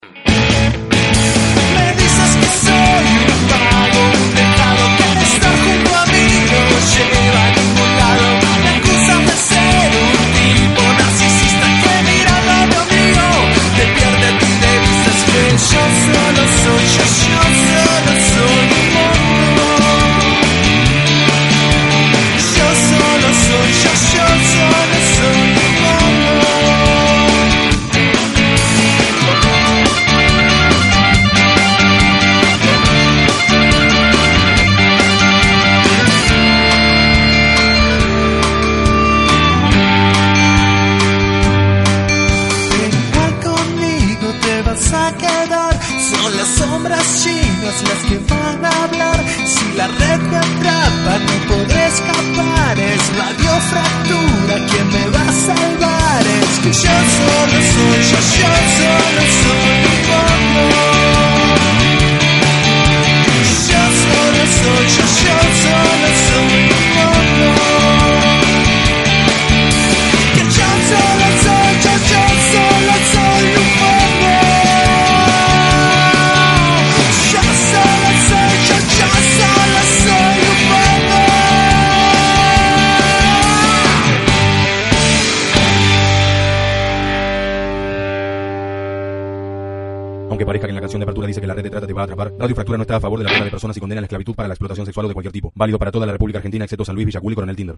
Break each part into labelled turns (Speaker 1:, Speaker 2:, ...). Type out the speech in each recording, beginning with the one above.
Speaker 1: Me dices que soy un vago, un dejado, que estar junto a mí no lleva a ningún lado. Me acusan de ser un tipo narcisista que mirando a mi amigo te pierde a ti le dices que yo solo soy yo, yo solo soy mi mundo. Yo solo soy yo, yo solo soy mi mundo. Ven acá conmigo te vas a quedar. Son las sombras chinas las que van a hablar. Si la red te atrapa, no podré escapar. Es la biofractura quien me va a salvar. Es que yo solo soy yo, yo solo soy mi amor. Yo solo soy yo, yo solo soy mi amor. Que yo solo soy, yo, yo solo soy un mundo. Yo solo soy, yo, yo solo soy un mundo.
Speaker 2: Aunque parezca que en la canción de apertura dice que la red de trata te va a atrapar, Radio Fractura no está a favor de la trata de personas y condena la esclavitud para la explotación sexual o de cualquier tipo. Válido para toda la República Argentina excepto San Luis, Villacul y Coronel Tinder.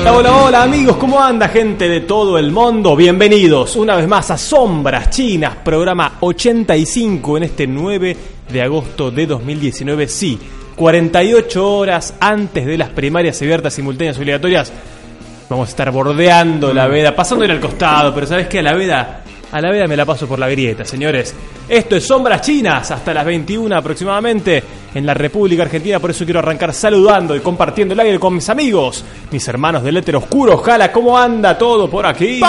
Speaker 3: Hola, hola, hola amigos, ¿cómo anda gente de todo el mundo? Bienvenidos una vez más a Sombras Chinas, programa 85 en este 9 de agosto de 2019. Sí, 48 horas antes de las primarias abiertas simultáneas obligatorias. Vamos a estar bordeando la veda, pasándole al costado, pero ¿sabes qué? A la veda, a la veda me la paso por la grieta, señores. Esto es Sombras Chinas, hasta las 21 aproximadamente en la República Argentina, por eso quiero arrancar saludando y compartiendo el aire con mis amigos, mis hermanos del éter oscuro. Ojalá, ¿cómo anda todo por aquí?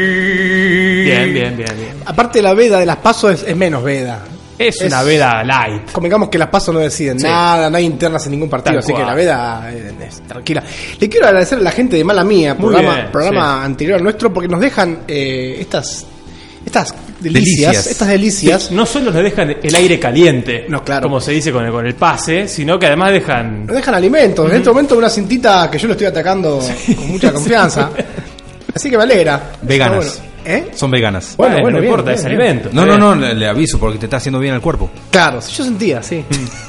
Speaker 3: Bien, bien, bien, bien.
Speaker 4: Aparte la veda de las pasos es, es menos veda.
Speaker 3: Es, una veda light.
Speaker 4: Convengamos que las pasos no deciden
Speaker 3: Sí.
Speaker 4: nada, no hay internas en ningún partido,
Speaker 3: Tal
Speaker 4: así
Speaker 3: cual.
Speaker 4: que la veda eh, es tranquila. Le quiero agradecer a la gente de Mala Mía,
Speaker 3: Muy
Speaker 4: programa,
Speaker 3: bien,
Speaker 4: programa
Speaker 3: sí.
Speaker 4: anterior al nuestro, porque nos dejan eh, estas, estas delicias,
Speaker 2: Delicias.
Speaker 4: estas delicias.
Speaker 3: No solo nos dejan el aire caliente,
Speaker 4: No, claro.
Speaker 3: como se dice con el, con el pase, sino que además dejan...
Speaker 4: Nos dejan alimentos. En este momento una cintita que yo lo estoy atacando con mucha confianza. Así que me alegra.
Speaker 2: Veganas.
Speaker 4: Está bueno. ¿Eh?
Speaker 2: Son veganas.
Speaker 4: Bueno, bueno,
Speaker 3: Ah, no
Speaker 4: bien,
Speaker 3: importa,
Speaker 4: bien,
Speaker 3: es
Speaker 4: bien.
Speaker 3: alimento.
Speaker 2: Ah, No,
Speaker 3: está
Speaker 2: no,
Speaker 3: bien.
Speaker 2: no, le, le aviso porque te está haciendo bien al cuerpo.
Speaker 4: Claro, yo sentía, sí.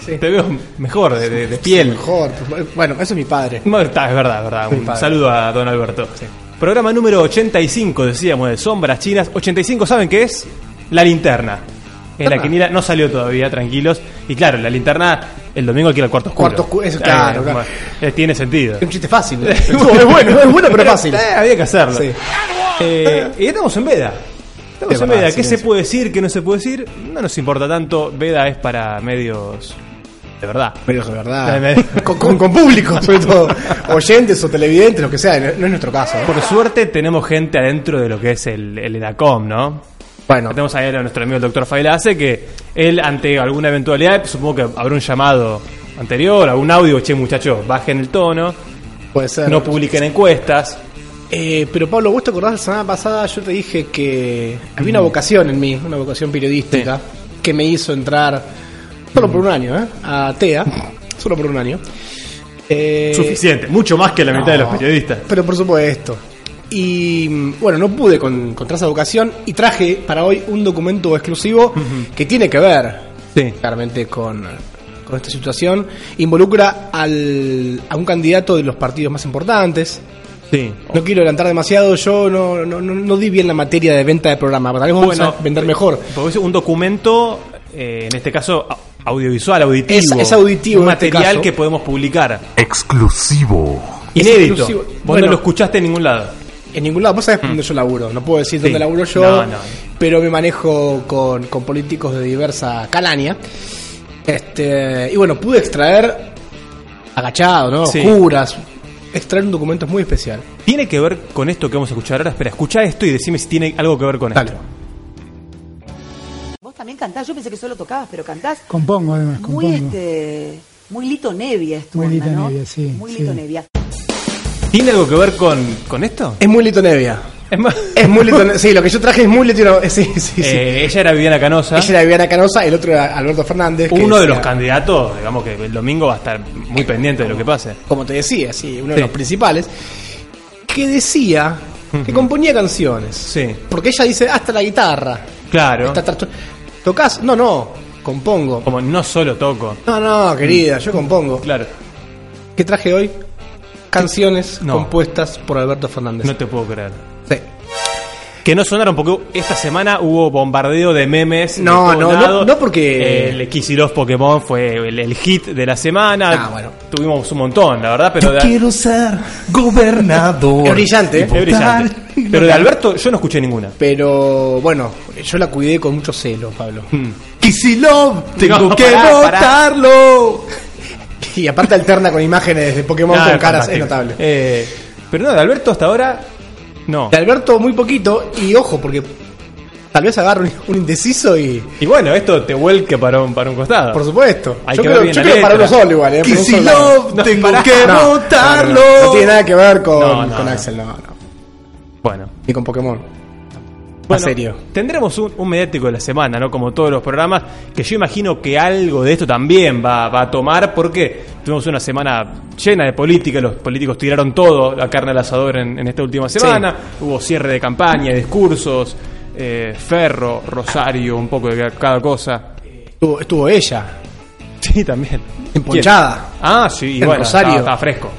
Speaker 4: Sí.
Speaker 3: Te veo mejor, de, de- de piel.
Speaker 4: Mejor. pues, Bueno, eso es mi padre.
Speaker 3: No, está, es verdad, es verdad. Un
Speaker 4: padre.
Speaker 3: saludo a don Alberto. Programa número 85, decíamos, de Sombras Chinas. 85, ¿saben qué es? La linterna. En la
Speaker 4: Linterna.
Speaker 3: que mira, no salió todavía, tranquilos. Y claro, la linterna, el domingo hay que ir al cuarto oscuro.
Speaker 4: Cuarto oscuro, eso, claro, claro.
Speaker 3: bueno, eh, tiene sentido.
Speaker 4: Es un chiste fácil. es bueno, es bueno, pero fácil.
Speaker 3: Eh, había que hacerlo.
Speaker 4: Sí.
Speaker 3: Eh, y estamos en veda. Estamos
Speaker 4: Es
Speaker 3: en
Speaker 4: verdad,
Speaker 3: veda. ¿Qué
Speaker 4: sí,
Speaker 3: se
Speaker 4: sí.
Speaker 3: puede decir? ¿Qué no se puede decir? No nos importa tanto. Veda es para medios de verdad.
Speaker 4: Pero de verdad.
Speaker 3: Eh, me-
Speaker 4: con, con- con público, sobre todo. Oyentes o televidentes, lo que sea. No no es nuestro caso. ¿eh?
Speaker 3: Por suerte tenemos gente adentro de lo que es el, el ENACOM, ¿no?
Speaker 4: Bueno,
Speaker 3: Tenemos ahí a nuestro amigo el doctor Failace que él ante alguna eventualidad, supongo que habrá un llamado anterior, algún audio, che muchachos, bajen el tono,
Speaker 4: puede ser.
Speaker 3: no publiquen encuestas.
Speaker 4: Eh, pero Pablo, vos te acordás la semana pasada, yo te dije que había una vocación en mí, una vocación periodística, que me hizo entrar, solo por un año, ¿eh? A TEA, solo por un año. Eh,
Speaker 3: Suficiente, mucho más que la mitad de los
Speaker 4: No.
Speaker 3: periodistas.
Speaker 4: Pero por supuesto. Y mm, bueno, no pude con, contra esa vocación y traje para hoy un documento exclusivo que tiene que ver
Speaker 3: Sí.
Speaker 4: claramente con, con esta situación. Involucra al, a un candidato de los partidos más importantes.
Speaker 3: Sí.
Speaker 4: No quiero adelantar demasiado, yo no, no, no, no di bien la materia de venta de programa, tal vez vamos
Speaker 3: Bueno,
Speaker 4: a vender mejor.
Speaker 3: Porque es un documento, eh, en este caso au- audiovisual, auditivo.
Speaker 4: Es- es auditivo
Speaker 3: Un
Speaker 4: en este
Speaker 3: material
Speaker 4: caso.
Speaker 3: que podemos publicar.
Speaker 5: Exclusivo.
Speaker 3: Inédito.
Speaker 4: exclusivo.
Speaker 3: Vos
Speaker 4: Bueno.
Speaker 3: no lo escuchaste en ningún lado.
Speaker 4: En ningún lado, vos sabés dónde yo laburo, no puedo decir
Speaker 3: Mm. Sí.
Speaker 4: dónde laburo yo,
Speaker 3: No, no.
Speaker 4: pero me manejo con, con políticos de diversa calaña. Este, y bueno, pude extraer, agachado, ¿no?
Speaker 3: Sí.
Speaker 4: Oscuras, extraer un documento muy especial.
Speaker 3: ¿Tiene que ver con esto que vamos a escuchar ahora? Espera, escucha esto y decime si tiene algo que ver con
Speaker 4: Dale.
Speaker 3: esto.
Speaker 6: Vos también cantás, yo pensé que solo tocabas, pero cantás
Speaker 1: Compongo además, compongo.
Speaker 6: muy este muy Lito Nevia es tu
Speaker 1: Muy
Speaker 6: onda,
Speaker 1: Lito
Speaker 6: ¿no?
Speaker 1: Nevia, sí,
Speaker 6: Muy
Speaker 1: sí.
Speaker 6: Lito Nevia.
Speaker 3: ¿Tiene algo que ver con, con esto?
Speaker 4: Es muy litonevia.
Speaker 3: Es más-
Speaker 4: Es muy litonevia. sí, lo que yo traje es muy litonevia. Sí, sí, sí.
Speaker 3: Eh, ella era Viviana Canosa.
Speaker 4: Ella era Viviana Canosa, el otro era Alberto Fernández. que
Speaker 3: uno de
Speaker 4: decía-
Speaker 3: los candidatos, digamos que el domingo va a estar muy pendiente de lo que pase.
Speaker 4: como te decía, sí, uno
Speaker 3: Sí.
Speaker 4: de los principales, que decía que componía canciones.
Speaker 3: Sí.
Speaker 4: Porque ella dice, hasta la guitarra.
Speaker 3: Claro.
Speaker 4: Está- está- ¿Tocás? No, no, compongo.
Speaker 3: Como no solo toco.
Speaker 4: No, no, querida, yo compongo.
Speaker 3: Claro.
Speaker 4: ¿Qué traje hoy? Canciones
Speaker 3: No.
Speaker 4: compuestas por Alberto Fernández.
Speaker 3: No te puedo creer.
Speaker 4: Sí.
Speaker 3: Que no sonaron porque esta semana hubo bombardeo de memes. de
Speaker 4: No,
Speaker 3: todos
Speaker 4: no, no,
Speaker 3: lados. Eh,
Speaker 4: no porque-
Speaker 3: El Kicillof Pokémon fue el, el hit de la semana.
Speaker 4: Ah, bueno.
Speaker 3: Tuvimos un montón, la verdad, pero. de-
Speaker 7: ser gobernador.
Speaker 4: Es brillante, ¿eh?
Speaker 3: es brillante. Pero de Alberto yo no escuché ninguna.
Speaker 4: Pero bueno, yo la cuidé con mucho celo, Pablo.
Speaker 3: Mm.
Speaker 7: Kicillof, tengo
Speaker 3: No,
Speaker 7: que
Speaker 3: pará, pará.
Speaker 7: votarlo.
Speaker 4: Y aparte alterna con imágenes de Pokémon
Speaker 3: Nada,
Speaker 4: con caras, es
Speaker 3: fantástico.
Speaker 4: notable.
Speaker 3: Eh, pero no, de Alberto hasta ahora. No.
Speaker 4: De Alberto muy poquito, y ojo, porque tal vez agarro un- un indeciso y...
Speaker 3: Y bueno, esto te vuelca para un, para un costado.
Speaker 4: Por supuesto.
Speaker 3: Hay
Speaker 4: yo
Speaker 3: que ver
Speaker 4: creo,
Speaker 3: bien
Speaker 4: yo
Speaker 3: la
Speaker 4: creo para uno
Speaker 3: letra.
Speaker 4: solo igual, ¿eh? Para un solo lado.
Speaker 7: Kicillof,
Speaker 3: No,
Speaker 7: tengo
Speaker 3: pará.
Speaker 7: que
Speaker 4: No, no,
Speaker 7: votarlo.
Speaker 4: No, tiene nada que ver con,
Speaker 3: No, no,
Speaker 4: con
Speaker 3: no.
Speaker 4: Axel, no, no.
Speaker 3: Bueno.
Speaker 4: Ni con Pokémon.
Speaker 3: Bueno,
Speaker 4: serio.
Speaker 3: Tendremos un, un mediático de la semana, ¿no? Como todos los programas, que yo imagino que algo de esto también va, va a tomar, porque tuvimos una semana llena de política, los políticos tiraron todo, la carne al asador en, en esta última semana, hubo cierre de campaña, discursos, eh, ferro, rosario, un poco de ca- cada cosa.
Speaker 4: Estuvo, estuvo ella,
Speaker 3: Sí, también.
Speaker 4: emponchada.
Speaker 3: ¿Quién? Ah, sí,
Speaker 4: En
Speaker 3: bueno,
Speaker 4: Rosario.
Speaker 3: estaba, estaba fresco.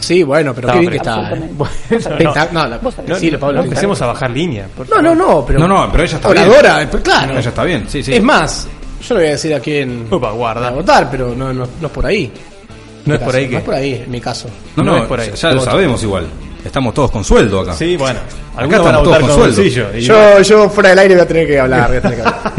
Speaker 4: Sí, bueno, pero qué
Speaker 3: Estaba
Speaker 4: bien que estaba.
Speaker 6: fresca.
Speaker 4: ¿eh?
Speaker 3: Bueno,
Speaker 4: Está- No, la-
Speaker 6: Vos sabés.
Speaker 3: no,
Speaker 4: sí, lo
Speaker 3: no,
Speaker 4: Pablo,
Speaker 3: no
Speaker 4: está-
Speaker 3: empecemos a bajar línea. por
Speaker 4: No, no, no, pero.
Speaker 2: No, no, pero ella está
Speaker 4: oradora, eh,
Speaker 2: bien.
Speaker 4: pero claro.
Speaker 2: Ella está bien, sí, sí.
Speaker 4: Es más, yo le voy a decir a quién
Speaker 3: favor. Upa,
Speaker 4: a
Speaker 3: guarda.
Speaker 4: votar, pero no, no, no es por ahí.
Speaker 3: No es por ahí
Speaker 4: No
Speaker 3: que.
Speaker 4: es por ahí, en mi caso.
Speaker 2: No, no,
Speaker 3: No es por ahí.
Speaker 2: ya lo sabemos igual. Estamos todos con sueldo acá.
Speaker 3: Sí, bueno.
Speaker 2: Acá
Speaker 3: Algunos van a
Speaker 2: estamos todos
Speaker 3: votar
Speaker 2: con
Speaker 3: con
Speaker 2: sueldo.
Speaker 3: bolsillo.
Speaker 4: Yo,
Speaker 3: y-
Speaker 4: yo fuera del aire voy a tener que hablar. voy a tener que hablar.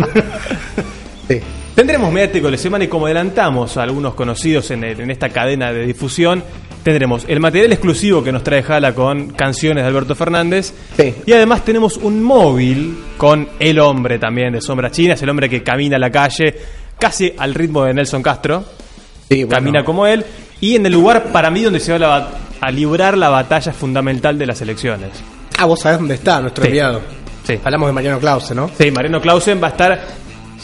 Speaker 4: sí.
Speaker 3: Tendremos mediático de la semana y como adelantamos a algunos conocidos en, el- en esta cadena de difusión, tendremos el material exclusivo que nos trae Jala con canciones de Alberto Fernández.
Speaker 4: Sí.
Speaker 3: Y además tenemos un móvil con el hombre también de Sombras Chinas, el hombre que camina a la calle casi al ritmo de Nelson Castro,
Speaker 4: Sí, bueno.
Speaker 3: camina como él, y en el lugar para mí donde se va la bat- a librar la batalla fundamental de las elecciones.
Speaker 4: Ah, vos sabés dónde está nuestro
Speaker 3: Sí.
Speaker 4: enviado.
Speaker 3: Sí.
Speaker 4: Hablamos de Mariano Clause, ¿no?
Speaker 3: Sí, Mariano Clausen va a estar.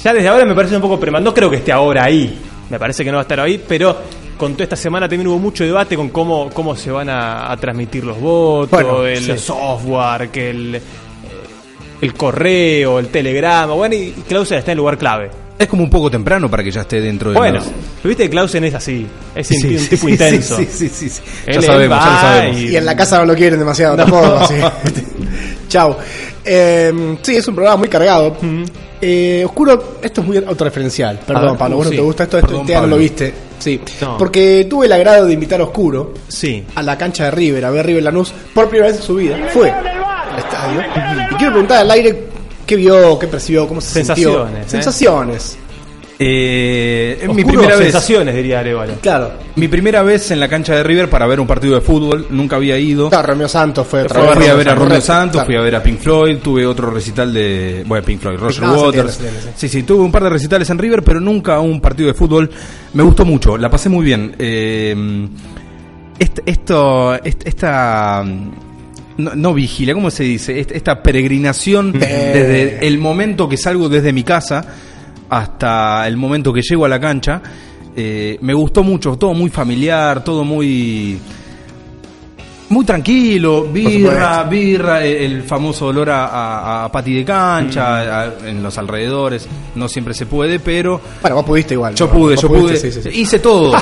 Speaker 3: Ya desde ahora me parece un poco prematuro. No creo que esté ahora ahí. Me parece que no va a estar ahí, pero con toda esta semana también hubo mucho debate con cómo, cómo se van a, a transmitir los votos,
Speaker 4: Bueno,
Speaker 3: el
Speaker 4: sí.
Speaker 3: software, que el, eh, el correo, el telegrama. Bueno, y y Clausen está en el lugar clave.
Speaker 2: Es como un poco temprano para que ya esté dentro de
Speaker 3: Bueno,
Speaker 2: los-
Speaker 3: pero viste que Clausen es así. Es
Speaker 2: Sí,
Speaker 3: un
Speaker 2: sí,
Speaker 3: tipo
Speaker 2: sí,
Speaker 3: intenso.
Speaker 2: Sí, sí, sí. sí.
Speaker 3: Él
Speaker 2: Ya sabemos, ya lo
Speaker 3: va
Speaker 2: sabemos.
Speaker 4: Y en la casa no lo quieren demasiado tampoco. Así. Chau. Eh, sí, es un programa muy cargado. Eh, Oscuro, esto es muy autorreferencial. Perdón,
Speaker 3: A ver,
Speaker 4: Pablo, vos
Speaker 3: sí.
Speaker 4: no te gusta esto, esto
Speaker 2: Perdón,
Speaker 4: te no
Speaker 2: Pablo.
Speaker 4: lo viste. Sí.
Speaker 3: No.
Speaker 4: Porque tuve el agrado de invitar a Oscuro
Speaker 3: Sí.
Speaker 4: a la cancha de River, a ver River Lanús por primera vez en su vida. Fue al estadio. Y quiero preguntar al aire qué vio, qué percibió, cómo se sintió.
Speaker 3: Sensaciones, ¿eh?
Speaker 4: Sensaciones.
Speaker 2: Eh, es mi
Speaker 3: Oscuro,
Speaker 2: primera vez.
Speaker 3: sensaciones, diría Arevalo.
Speaker 4: Claro.
Speaker 2: Mi primera vez en la cancha de River para ver un partido de fútbol, nunca había ido.
Speaker 4: Claro, Romeo Santos fue otra
Speaker 2: Fui
Speaker 4: vez.
Speaker 2: a ver a Romeo
Speaker 4: correcto,
Speaker 2: Santos,
Speaker 4: claro.
Speaker 2: fui a ver a Pink Floyd, tuve otro recital de. Bueno, Pink Floyd, Roger
Speaker 4: Ah, se entiende,
Speaker 2: Waters.
Speaker 4: se entiende,
Speaker 2: sí. sí, tuve un par de recitales en River, pero nunca un partido de fútbol. Me gustó mucho, la pasé muy bien. Eh, est- esto, est- esta. No, no vigila, ¿cómo se dice? Est- Esta peregrinación desde el momento que salgo desde mi casa hasta el momento que llego a la cancha. Eh, me gustó mucho, todo muy familiar, todo muy. Muy tranquilo, birra,
Speaker 4: supuesto.
Speaker 2: birra, eh, el famoso olor a, a- a pati de cancha, a- en los alrededores, no siempre se puede, pero
Speaker 4: Bueno, vos pudiste igual.
Speaker 2: yo
Speaker 4: ¿no?
Speaker 2: pude,
Speaker 4: Vos
Speaker 2: yo
Speaker 4: pudiste,
Speaker 2: pude.
Speaker 4: sí, sí, sí.
Speaker 2: Hice todo.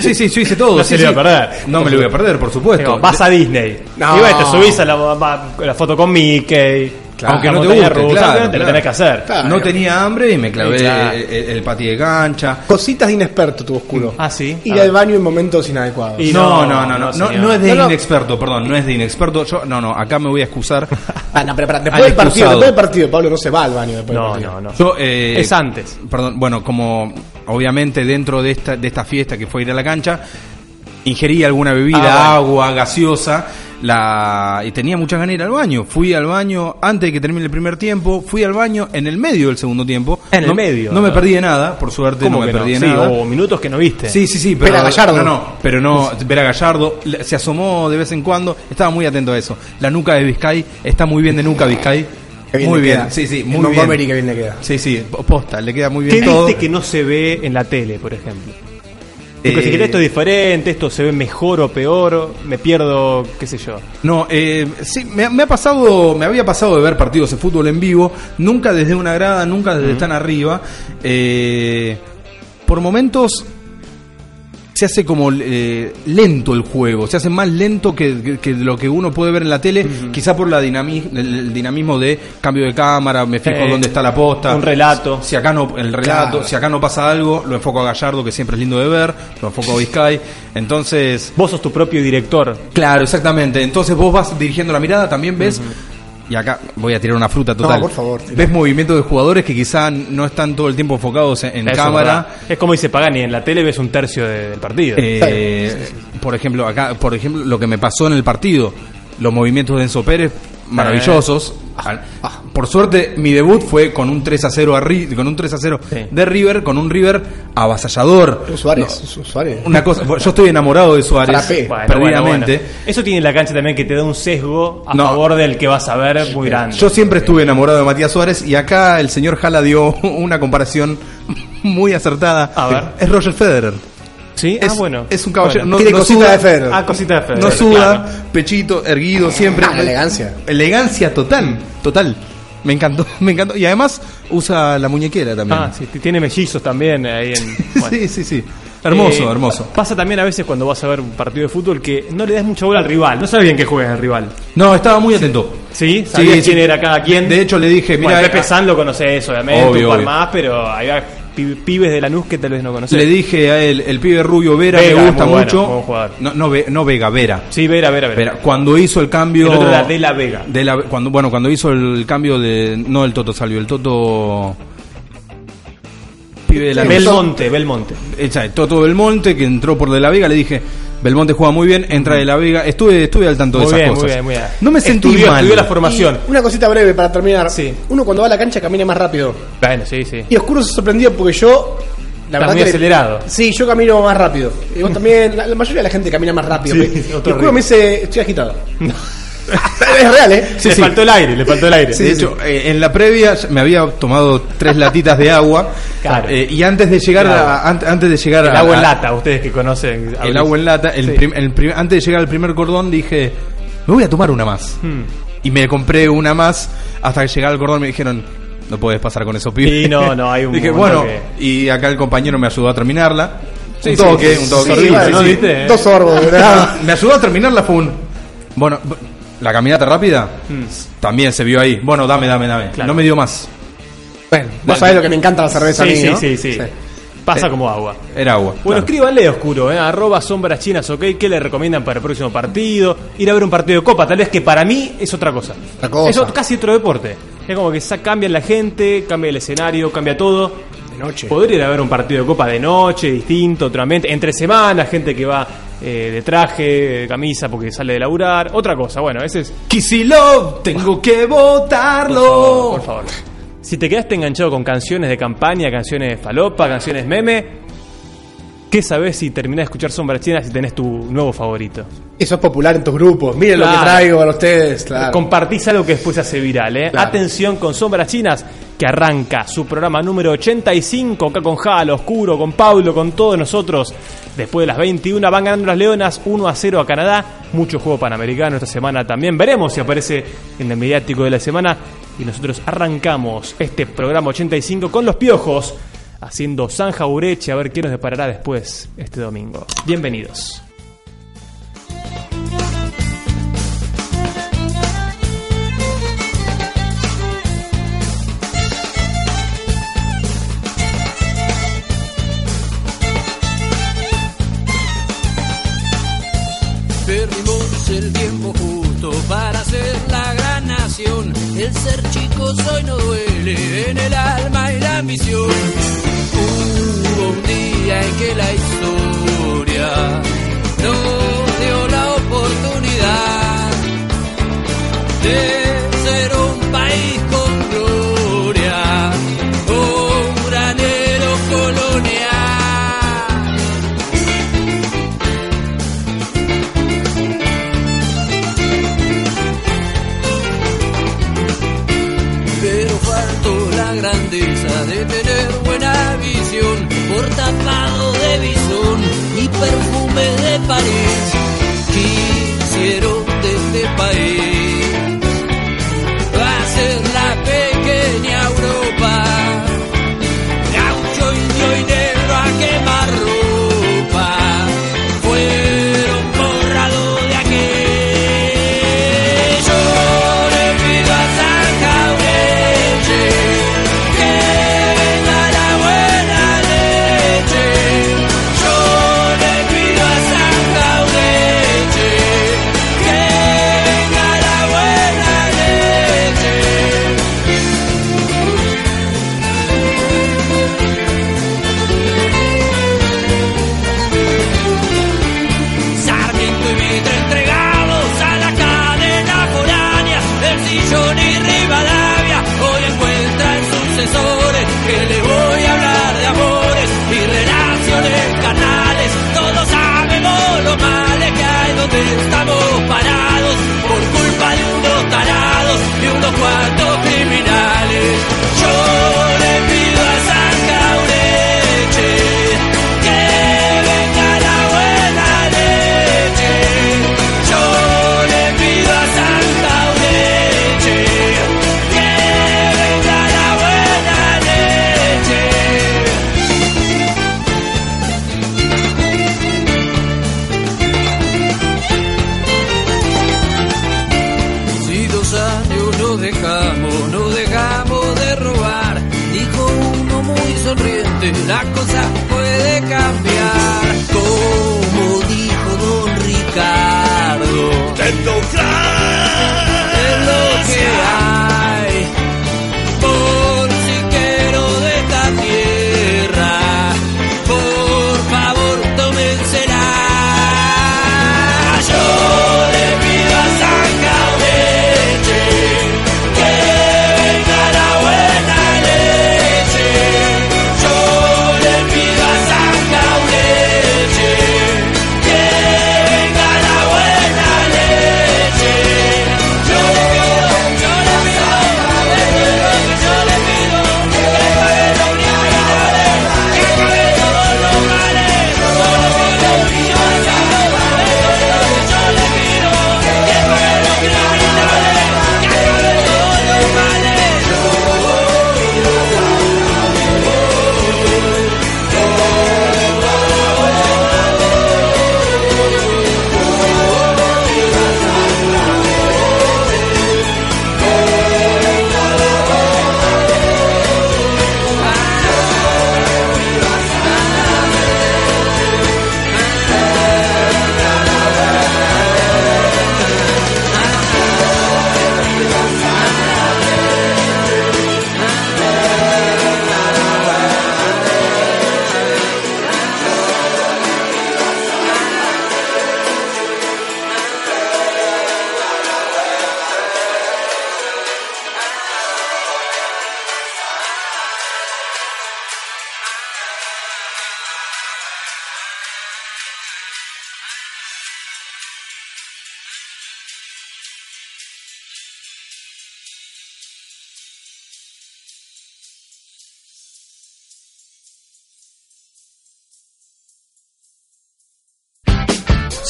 Speaker 2: Sí, sí, yo hice todo.
Speaker 3: No
Speaker 2: sí,
Speaker 3: se lo
Speaker 2: sí.
Speaker 3: iba a perder.
Speaker 2: No me lo voy a perder, por supuesto.
Speaker 3: Digo, vas a Disney.
Speaker 4: No.
Speaker 3: Y bueno, te subís a la, a- a la foto con Mickey.
Speaker 2: Claro.
Speaker 3: aunque
Speaker 2: No
Speaker 3: no
Speaker 2: te
Speaker 3: te guste,
Speaker 2: guste, claro,
Speaker 3: te
Speaker 2: claro.
Speaker 3: lo tenés que hacer.
Speaker 4: Claro.
Speaker 2: No tenía hambre y me clavé
Speaker 3: Sí, claro.
Speaker 2: el, el pati de cancha.
Speaker 4: Cositas de inexperto tuvo oscuro.
Speaker 3: Ah, sí.
Speaker 4: Ir
Speaker 3: A
Speaker 4: al
Speaker 3: ver.
Speaker 4: baño en momentos inadecuados.
Speaker 3: Y-
Speaker 2: no,
Speaker 3: no,
Speaker 2: no, no, no,
Speaker 3: no,
Speaker 2: no,
Speaker 3: señor.
Speaker 2: no es de
Speaker 4: No, no.
Speaker 2: inexperto, perdón, no es de inexperto. Yo, no, no, acá me voy a excusar.
Speaker 4: Ah, no, pero, pará,
Speaker 2: Al
Speaker 4: después del partido,
Speaker 2: excusado.
Speaker 4: después del partido, Pablo no se va al baño después del
Speaker 3: No,
Speaker 4: partido.
Speaker 3: no, no.
Speaker 2: Yo, eh,
Speaker 3: Es antes.
Speaker 2: Perdón, bueno, como obviamente dentro de esta, de esta fiesta que fue ir a la cancha, ingerí alguna bebida,
Speaker 3: Ah,
Speaker 2: agua, gaseosa, la, y tenía muchas ganas de ir al baño. Fui al baño antes de que termine el primer tiempo, fui al baño en el medio del segundo tiempo.
Speaker 3: En el
Speaker 2: No-
Speaker 3: medio,
Speaker 2: No me
Speaker 3: ¿no?
Speaker 2: perdí de nada, por suerte no
Speaker 3: ¿Cómo
Speaker 2: me
Speaker 3: que no?
Speaker 2: perdí de
Speaker 3: Sí,
Speaker 2: nada.
Speaker 3: o minutos que no viste.
Speaker 2: Sí, sí, sí, pero.
Speaker 4: Vera Gallardo.
Speaker 2: No, no, pero no. Vera Gallardo la- se asomó de vez en cuando. Estaba muy atento a eso. La nuca de Vizcay está muy bien de nuca, Vizcay.
Speaker 4: Qué bien
Speaker 2: muy
Speaker 4: le
Speaker 2: bien,
Speaker 4: queda.
Speaker 2: sí, sí,
Speaker 4: El
Speaker 2: muy
Speaker 4: Montgomery
Speaker 2: bien.
Speaker 4: que bien le queda.
Speaker 2: Sí, sí, po- posta, le queda muy
Speaker 3: ¿Qué
Speaker 2: bien todo.
Speaker 3: viste que no se ve en la tele, por ejemplo? Porque
Speaker 2: Eh,
Speaker 3: si querés esto es diferente, esto se ve mejor o peor, me pierdo, qué sé yo.
Speaker 2: No, eh, sí, me, me ha pasado, me había pasado de ver partidos de fútbol en vivo, nunca desde una grada, nunca desde tan arriba. Eh, por momentos se hace como eh, lento el juego, se hace más lento que, que- que lo que uno puede ver en la tele, quizá por la dinami- el, el dinamismo de cambio de cámara, me fijo
Speaker 3: Eh,
Speaker 2: dónde está la posta.
Speaker 3: un relato.
Speaker 2: Si acá no, el relato,
Speaker 4: Claro.
Speaker 2: si acá no pasa algo, lo enfoco a Gallardo, que siempre es lindo de ver, lo enfoco a Vizcay. Entonces,
Speaker 3: Vos sos tu propio director.
Speaker 2: Claro, exactamente. Entonces vos vas dirigiendo la mirada, también ves. Y acá voy a tirar una fruta total.
Speaker 4: por favor.
Speaker 2: Ves movimientos de jugadores que quizá no están todo el tiempo enfocados en, en
Speaker 3: Eso,
Speaker 2: cámara.
Speaker 3: ¿verdad? Es como dice Pagani, en la tele ves un tercio de- del partido.
Speaker 2: Eh, Por ejemplo, acá, por ejemplo, lo que me pasó en el partido, los movimientos de Enzo Pérez, maravillosos.
Speaker 3: Eh.
Speaker 2: Al- Por suerte, mi debut fue con un 3 a 0 a Ri- con un 3 a 0
Speaker 3: Sí.
Speaker 2: de River, con un River avasallador.
Speaker 4: Suárez, Su- Suárez.
Speaker 2: No, una cosa, yo estoy enamorado de Suárez,
Speaker 4: Frappé.
Speaker 3: Bueno,
Speaker 2: perdidamente.
Speaker 3: bueno, bueno. Eso tiene la cancha también que te da un sesgo a
Speaker 2: No.
Speaker 3: favor del que vas a ver muy grande.
Speaker 2: Yo siempre estuve enamorado de Matías Suárez y acá el señor Jala dio una comparación muy acertada.
Speaker 3: A ver.
Speaker 2: Es Roger Federer.
Speaker 3: sí,
Speaker 2: Es,
Speaker 3: ah, bueno.
Speaker 2: es un caballero.
Speaker 3: Bueno.
Speaker 2: No,
Speaker 4: Tiene
Speaker 2: no
Speaker 4: cosita
Speaker 2: suda,
Speaker 4: de Federer.
Speaker 3: Ah, cosita de Federer,
Speaker 2: No suda,
Speaker 3: claro.
Speaker 2: pechito, erguido, siempre.
Speaker 4: Ah, la elegancia.
Speaker 2: Elegancia total, total. Me encantó, me encantó. Y además usa la muñequera también.
Speaker 3: Ah, sí, t- tiene mellizos también ahí en. bueno.
Speaker 2: Mm. Sí, sí, sí. Hermoso,
Speaker 3: Eh,
Speaker 2: hermoso.
Speaker 3: Pasa también a veces cuando vas a ver un partido de fútbol que no le das mucha bola al rival. No sabes bien qué juega el rival.
Speaker 2: No, estaba muy atento.
Speaker 3: ¿Sí? ¿Sabías quién era cada quien?
Speaker 2: De hecho, le dije, eh, ah,
Speaker 3: Mira,
Speaker 2: mira,
Speaker 3: Pepe San lo conoces, obviamente,
Speaker 2: Obvio,
Speaker 3: un par
Speaker 2: obvio.
Speaker 3: más, pero hay pi- pibes de Lanús que tal vez no conoces.
Speaker 2: le dije a él, el pibe rubio Vera,
Speaker 3: Vega,
Speaker 2: me gusta
Speaker 3: muy bueno,
Speaker 2: mucho.
Speaker 3: buen jugador.
Speaker 2: no, no, Ve- no Vega, Vera.
Speaker 3: Sí, Vera, Vera, Vera.
Speaker 2: Pero cuando hizo el cambio.
Speaker 3: El otro era De La Vega.
Speaker 2: De la- cuando, bueno, cuando hizo el cambio de. No el Toto Salvio, el Toto. Pibe de la
Speaker 3: Belmonte, Belmonte.
Speaker 2: Esa, el Toto Belmonte, que entró por De La Vega, le dije. Belmonte juega muy bien, entra de la Vega. Estuve, estuve al tanto
Speaker 3: Muy
Speaker 2: de esas
Speaker 3: bien,
Speaker 2: cosas.
Speaker 3: muy bien, muy bien.
Speaker 2: No me sentí
Speaker 3: Estudió-
Speaker 2: mal.
Speaker 3: estudió la formación.
Speaker 4: Y una cosita breve para terminar.
Speaker 3: Sí.
Speaker 4: Uno cuando va a la cancha camina más rápido.
Speaker 3: Bueno, sí, sí.
Speaker 4: Y Oscuro se sorprendió porque yo. La
Speaker 3: Estás muy
Speaker 4: que-
Speaker 3: acelerado.
Speaker 4: Sí, yo camino más rápido. Y vos también, la, la mayoría de la gente camina más rápido.
Speaker 3: Sí,
Speaker 4: Y
Speaker 3: otro
Speaker 4: Oscuro
Speaker 3: ritmo.
Speaker 4: me dice, estoy agitado. es real, ¿eh?
Speaker 3: le faltó el aire, le faltó el aire.
Speaker 2: de hecho, eh, en la previa me había tomado tres latitas de agua.
Speaker 3: Claro.
Speaker 2: Eh, y antes de llegar
Speaker 3: Claro.
Speaker 2: a- an- antes de llegar
Speaker 3: el
Speaker 2: a-
Speaker 3: agua en
Speaker 2: a-
Speaker 3: lata, ustedes que conocen.
Speaker 2: Ah, el agua en lata. El
Speaker 3: Sí.
Speaker 2: prim- el prim- antes de llegar al primer cordón dije, me voy a tomar una más.
Speaker 3: Hmm.
Speaker 2: Y me compré una más hasta que llegaba al cordón me dijeron, no puedes pasar con eso, pibe.
Speaker 3: Y no, no, hay un
Speaker 2: Dije,
Speaker 3: momento
Speaker 2: bueno, y acá el compañero me ayudó a terminarla.
Speaker 3: Sí,
Speaker 2: un
Speaker 3: sí,
Speaker 2: toque,
Speaker 3: sí,
Speaker 2: un toque.
Speaker 3: sí,
Speaker 2: Sí,
Speaker 3: bueno,
Speaker 2: sí,
Speaker 3: ¿no?
Speaker 2: sí.
Speaker 3: ¿Viste?
Speaker 4: Dos sorbos, ¿verdad?
Speaker 2: Me ayudó a terminarla, fue un... Bueno, b- la caminata rápida también se vio ahí. Bueno, dame, dame, dame.
Speaker 3: Hmm. Claro.
Speaker 2: No me dio más.
Speaker 4: bueno, vos sabés lo que me encanta la cerveza
Speaker 3: Sí,
Speaker 4: a mí,
Speaker 3: sí,
Speaker 4: ¿no? Eh.
Speaker 3: sí, sí. Pasa como agua.
Speaker 2: Era agua.
Speaker 3: Bueno,
Speaker 2: claro.
Speaker 3: escríbanle oscuro, ¿eh? arroba sombras chinas, ok, ¿qué le recomiendan para el próximo partido? Ir a ver un partido de copa, tal vez que para mí es otra cosa.
Speaker 4: Otra cosa.
Speaker 3: Es ot- casi otro deporte. Es como que sa- cambia la gente, cambia el escenario, cambia todo.
Speaker 4: De noche.
Speaker 3: Poder ir a ver un partido de copa de noche, distinto, otra mente, entre semanas, gente que va eh, de traje, de camisa porque sale de laburar, otra cosa, bueno, ese es...
Speaker 2: Kicillof, tengo que votarlo.
Speaker 3: Por favor, por favor. Si te quedaste enganchado con canciones de campaña, canciones de falopa, canciones meme, ¿Qué sabés si terminás de escuchar Sombra China si tenés tu nuevo favorito?
Speaker 4: Eso es popular en tus grupos. Miren lo
Speaker 3: Claro.
Speaker 4: que traigo para ustedes. Claro.
Speaker 3: Eh, Compartís algo que después se hace viral, ¿eh?
Speaker 4: Claro.
Speaker 3: Atención con Sombras Chinas, que arranca su programa número 85, acá con Jal, Oscuro, con Pablo, con todos nosotros. Después de las 21 van ganando las Leonas 1 a 0 a Canadá. Mucho juego panamericano esta semana también. Veremos si aparece en el mediático de la semana. Y nosotros arrancamos este programa 85 con los piojos, haciendo Zanja Ureche a ver qué nos deparará después este domingo. Bienvenidos.
Speaker 8: Perdimos el tiempo justo para ser la gran nación. El ser chicos hoy no duele en el alma y la misión. Hubo un día en que la historia nos dio la oportunidad de ser un país con gloria, un granero colonial. pero faltó la grandeza de tener buena visión por tapado de bisón y perfume de París. Quisieron de este país hacer la pequeña Europa. Gaucho, indio y negro a quemar ropa. Fueron borrados de aquello. Le pido a San Jaureche que venga la buena leche. Yo le pido a San Jaureche que venga la buena leche. Sarmiento y Mitre entregados a la cadena foránea del sillón y Rivadavia. Hoy encuentran sucesores que le voy a hablar de amores y relaciones carnales. Todos sabemos los males que hay donde estamos parados por culpa de unos tarados y unos cuantos criminales. Yo le pido a San Caureche que venga la buena leche. Yo le pido a San Caureche que venga la buena leche. Si dos años nos dejamos, nos dejamos de robar, dijo uno muy sonriente, la cosa puede cambiar. Como dijo don Ricardo, es lo que hay. Por si quiero de esta tierra, por favor tómensela. Yo le pido a San Caudeche que venga la buena leche. Yo le pido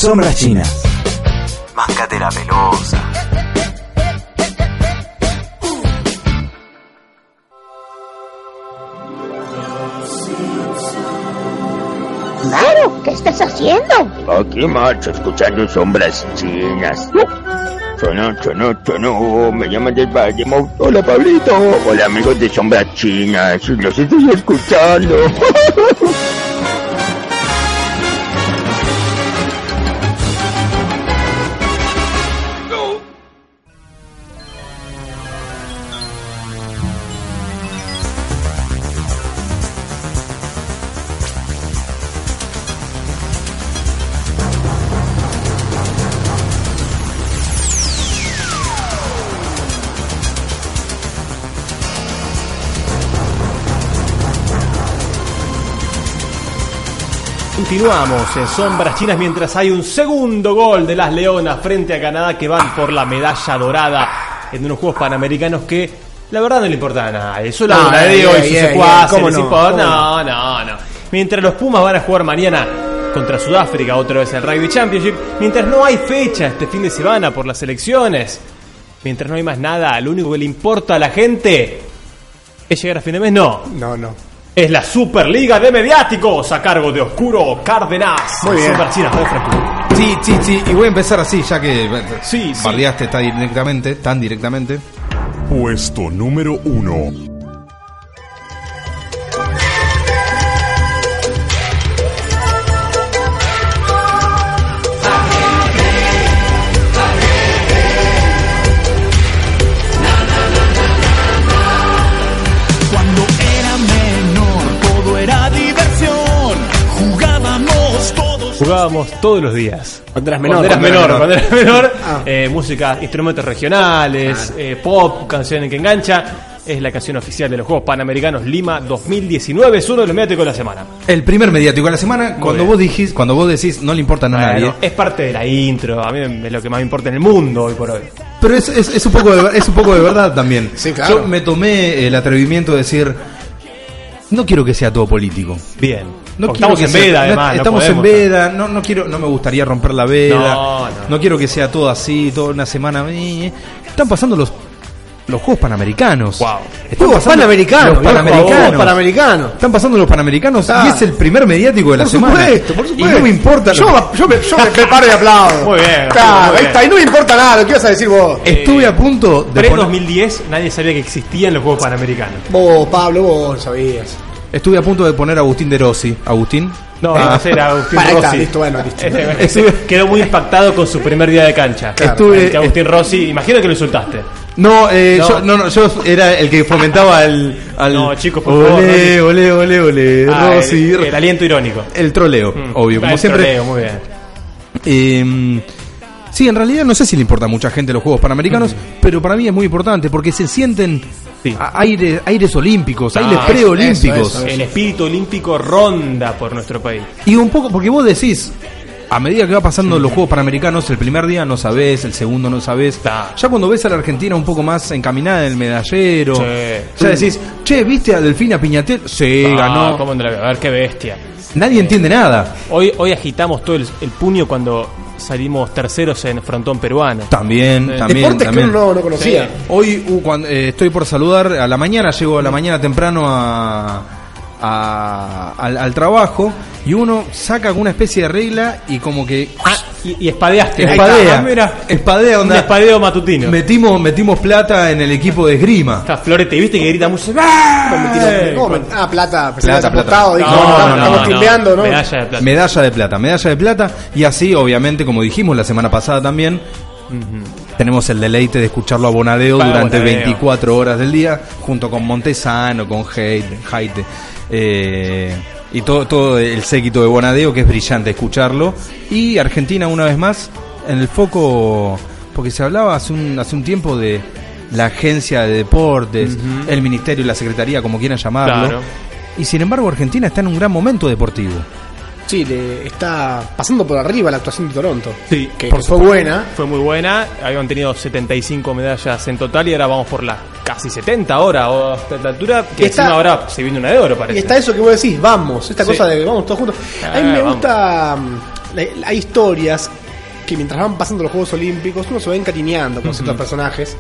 Speaker 9: Sombras chinas. Máscara pelosa.
Speaker 8: Maru, ¿qué estás haciendo?
Speaker 10: Aquí, macho, escuchando sombras chinas. Sonó, sonó, sonó, me llaman del Valle Mau- Hola, Pablito. Hola, amigos de sombras chinas. Los estoy escuchando.
Speaker 3: Continuamos en sombras chinas mientras hay un segundo gol de las Leonas frente a Canadá que van por la medalla dorada en unos Juegos Panamericanos que la verdad no le importa nada. Eso la
Speaker 4: No,
Speaker 3: verdad
Speaker 4: eh,
Speaker 3: de hoy,
Speaker 4: eh,
Speaker 3: sus
Speaker 4: eh,
Speaker 3: secuaces,
Speaker 4: eh, cómo
Speaker 3: les
Speaker 4: no,
Speaker 3: importa.
Speaker 4: cómo no.
Speaker 3: No, no, no. Mientras los Pumas van a jugar mañana contra Sudáfrica otra vez el Rugby Championship, mientras no hay fecha este fin de semana por las elecciones, mientras no hay más nada, lo único que le importa a la gente es llegar a fin de mes, no.
Speaker 4: No, no.
Speaker 3: Es la Superliga de Mediáticos a cargo de Oscuro Cárdenas.
Speaker 4: Muy bien.
Speaker 3: Sombra China, Radio Franco.
Speaker 2: Sí, sí, sí. Y voy a empezar así, ya que eh,
Speaker 3: Sí, sí.
Speaker 2: bardeaste tan directamente, tan directamente.
Speaker 5: Puesto número 1.
Speaker 7: Cuando era menor todo era diversión. Jugábamos todos.
Speaker 3: Jugábamos todos los días.
Speaker 4: Cuando eras
Speaker 3: Cuando
Speaker 4: menor.
Speaker 3: eras menor,
Speaker 2: menor.
Speaker 3: cuando eras menor,
Speaker 4: Ah.
Speaker 3: eh, música, instrumentos regionales, eh, pop, canciones que engancha. Es la canción oficial de los Juegos Panamericanos Lima 2019. Es uno de los mediáticos de la semana.
Speaker 2: El primer mediático de la semana, cuando
Speaker 3: bien.
Speaker 2: vos dijís, cuando vos decís no le importa a nadie.
Speaker 3: Bueno, es parte de la intro. A mí es lo que más me importa en el mundo hoy por hoy.
Speaker 2: Pero es, es- es un poco de, es un poco de verdad también.
Speaker 4: Sí, claro.
Speaker 2: Yo me tomé el atrevimiento de decir no quiero que sea todo político.
Speaker 3: Bien.
Speaker 2: No
Speaker 3: Porque
Speaker 2: quiero
Speaker 3: estamos
Speaker 2: que
Speaker 3: en
Speaker 2: sea-
Speaker 3: veda,
Speaker 2: no-
Speaker 3: además. no
Speaker 2: estamos en
Speaker 3: podemos.
Speaker 2: veda, no, no quiero, no me gustaría romper la veda.
Speaker 3: No,
Speaker 2: No,
Speaker 3: no.
Speaker 2: quiero que sea todo así, toda una semana. eh. Están pasando los los Juegos Panamericanos.
Speaker 3: Wow.
Speaker 2: Están
Speaker 4: Juegos
Speaker 2: pasando
Speaker 4: Panamericanos,
Speaker 2: Los
Speaker 4: viejo,
Speaker 2: Panamericanos.
Speaker 4: Juegos Panamericanos.
Speaker 2: Están pasando los Panamericanos
Speaker 4: Está.
Speaker 2: y es el primer mediático de la
Speaker 4: Por
Speaker 2: semana.
Speaker 4: supuesto, por supuesto.
Speaker 2: Y no me importa. lo que-
Speaker 4: Yo, yo me, yo me preparo y aplaudo.
Speaker 3: Muy bien,
Speaker 4: Claro,
Speaker 3: muy
Speaker 4: ahí
Speaker 3: bien.
Speaker 4: está. Y no me importa nada lo que ibas a decir vos.
Speaker 2: Estuve a punto de poner-
Speaker 3: Pre-2010 nadie sabía que existían los Juegos Panamericanos.
Speaker 4: Vos, Pablo, vos sabías.
Speaker 2: Estuve a punto de poner a Agustín de Rossi. Agustín.
Speaker 3: No,
Speaker 2: Ah.
Speaker 3: ese era Agustín
Speaker 4: Para, ahí está,
Speaker 3: Rossi.
Speaker 4: listo, bueno, listo.
Speaker 3: Este, bueno, este quedó muy impactado con su primer día de cancha.
Speaker 4: Claro.
Speaker 2: Estuve-
Speaker 3: Ante Agustín Rossi, imagino que lo insultaste.
Speaker 2: No, eh,
Speaker 3: No.
Speaker 2: Yo, no, no, yo era el que fomentaba al. al
Speaker 3: No, chicos, por favor,
Speaker 2: Olé,
Speaker 3: no.
Speaker 2: olé, olé, olé.
Speaker 3: Ah,
Speaker 2: Rossi.
Speaker 3: el, el aliento irónico.
Speaker 2: El troleo, obvio,
Speaker 3: Ah,
Speaker 2: como
Speaker 3: el
Speaker 2: siempre.
Speaker 3: troleo, muy bien.
Speaker 2: Eh, sí, en realidad no sé si le importa a mucha gente los Juegos Panamericanos, pero para mí es muy importante porque se sienten
Speaker 3: Mm. Sí. Ah,
Speaker 2: a- aire- aires olímpicos, aires
Speaker 3: eso,
Speaker 2: preolímpicos.
Speaker 4: eso, eso.
Speaker 3: El espíritu olímpico ronda por nuestro país.
Speaker 2: Y un poco, porque vos decís, a medida que va pasando los Juegos Panamericanos, el primer día no sabés, el segundo no sabés.
Speaker 3: Ta.
Speaker 2: Ya cuando ves a la Argentina un poco más encaminada en el medallero,
Speaker 3: Sí.
Speaker 2: ya decís, che, ¿viste a Delfina Piñatel? Sí,
Speaker 3: Ah,
Speaker 2: ganó.
Speaker 3: cómo no la veo. A ver qué bestia.
Speaker 2: Nadie entiende nada.
Speaker 3: Hoy, hoy agitamos todo el, el puño cuando salimos terceros en frontón peruano.
Speaker 2: También,
Speaker 3: Eh,
Speaker 2: también,
Speaker 4: Deportes
Speaker 2: también.
Speaker 4: que uno no, no conocía.
Speaker 2: Hoy uh, cuan- eh, estoy por saludar a la mañana, llego a la mañana temprano a, a- al, al trabajo y uno saca alguna especie de regla y como que
Speaker 3: Ah, y, y espadeaste. Ahí está.
Speaker 2: espadea,
Speaker 3: Ah, mira.
Speaker 2: espadea
Speaker 3: Un
Speaker 2: onda.
Speaker 3: espadeo matutino.
Speaker 2: Metimos, metimos plata en el equipo de esgrima.
Speaker 3: Está Florete, viste que grita mucho. Eh,
Speaker 4: ¿Cómo me- Ah, plata. Pensé
Speaker 2: Plata,
Speaker 4: que habías
Speaker 2: plata.
Speaker 4: apostado, dije,
Speaker 2: No,
Speaker 4: estamos-
Speaker 2: no, no,
Speaker 4: estamos timbeando, ¿no?
Speaker 3: Medalla de plata.
Speaker 2: Medalla de plata, medalla de plata. Y así, obviamente, como dijimos la semana pasada también, tenemos el deleite de escucharlo a Bonadeo
Speaker 3: Para
Speaker 2: durante
Speaker 3: Bonadeo.
Speaker 2: 24 horas del día, junto con Montesano, con Haite, Haite, eh, y todo, todo el séquito de Bonadeo, que es brillante escucharlo. Y Argentina, una vez más, en el foco, porque se hablaba hace un, hace un tiempo de la agencia de deportes, el ministerio y la secretaría, como quieran llamarlo.
Speaker 3: Claro.
Speaker 2: Y sin embargo, Argentina está en un gran momento deportivo.
Speaker 4: Sí, le está pasando por arriba la actuación de Toronto.
Speaker 3: Sí,
Speaker 4: que,
Speaker 3: por
Speaker 4: que fue buena.
Speaker 3: Fue muy buena, habían tenido 75 medallas en total y ahora vamos por las casi 70 ahora o hasta esta altura, que
Speaker 4: Y está-
Speaker 3: encima ahora se viene una de oro, parece.
Speaker 4: Y está eso que vos decís, vamos, esta
Speaker 3: Sí.
Speaker 4: cosa de vamos todos juntos. A mí
Speaker 3: Ah,
Speaker 4: me
Speaker 3: vamos.
Speaker 4: gusta mm, la- hay historias que mientras van pasando los Juegos Olímpicos uno se va encariñando con ciertos
Speaker 3: Ujú.
Speaker 4: personajes.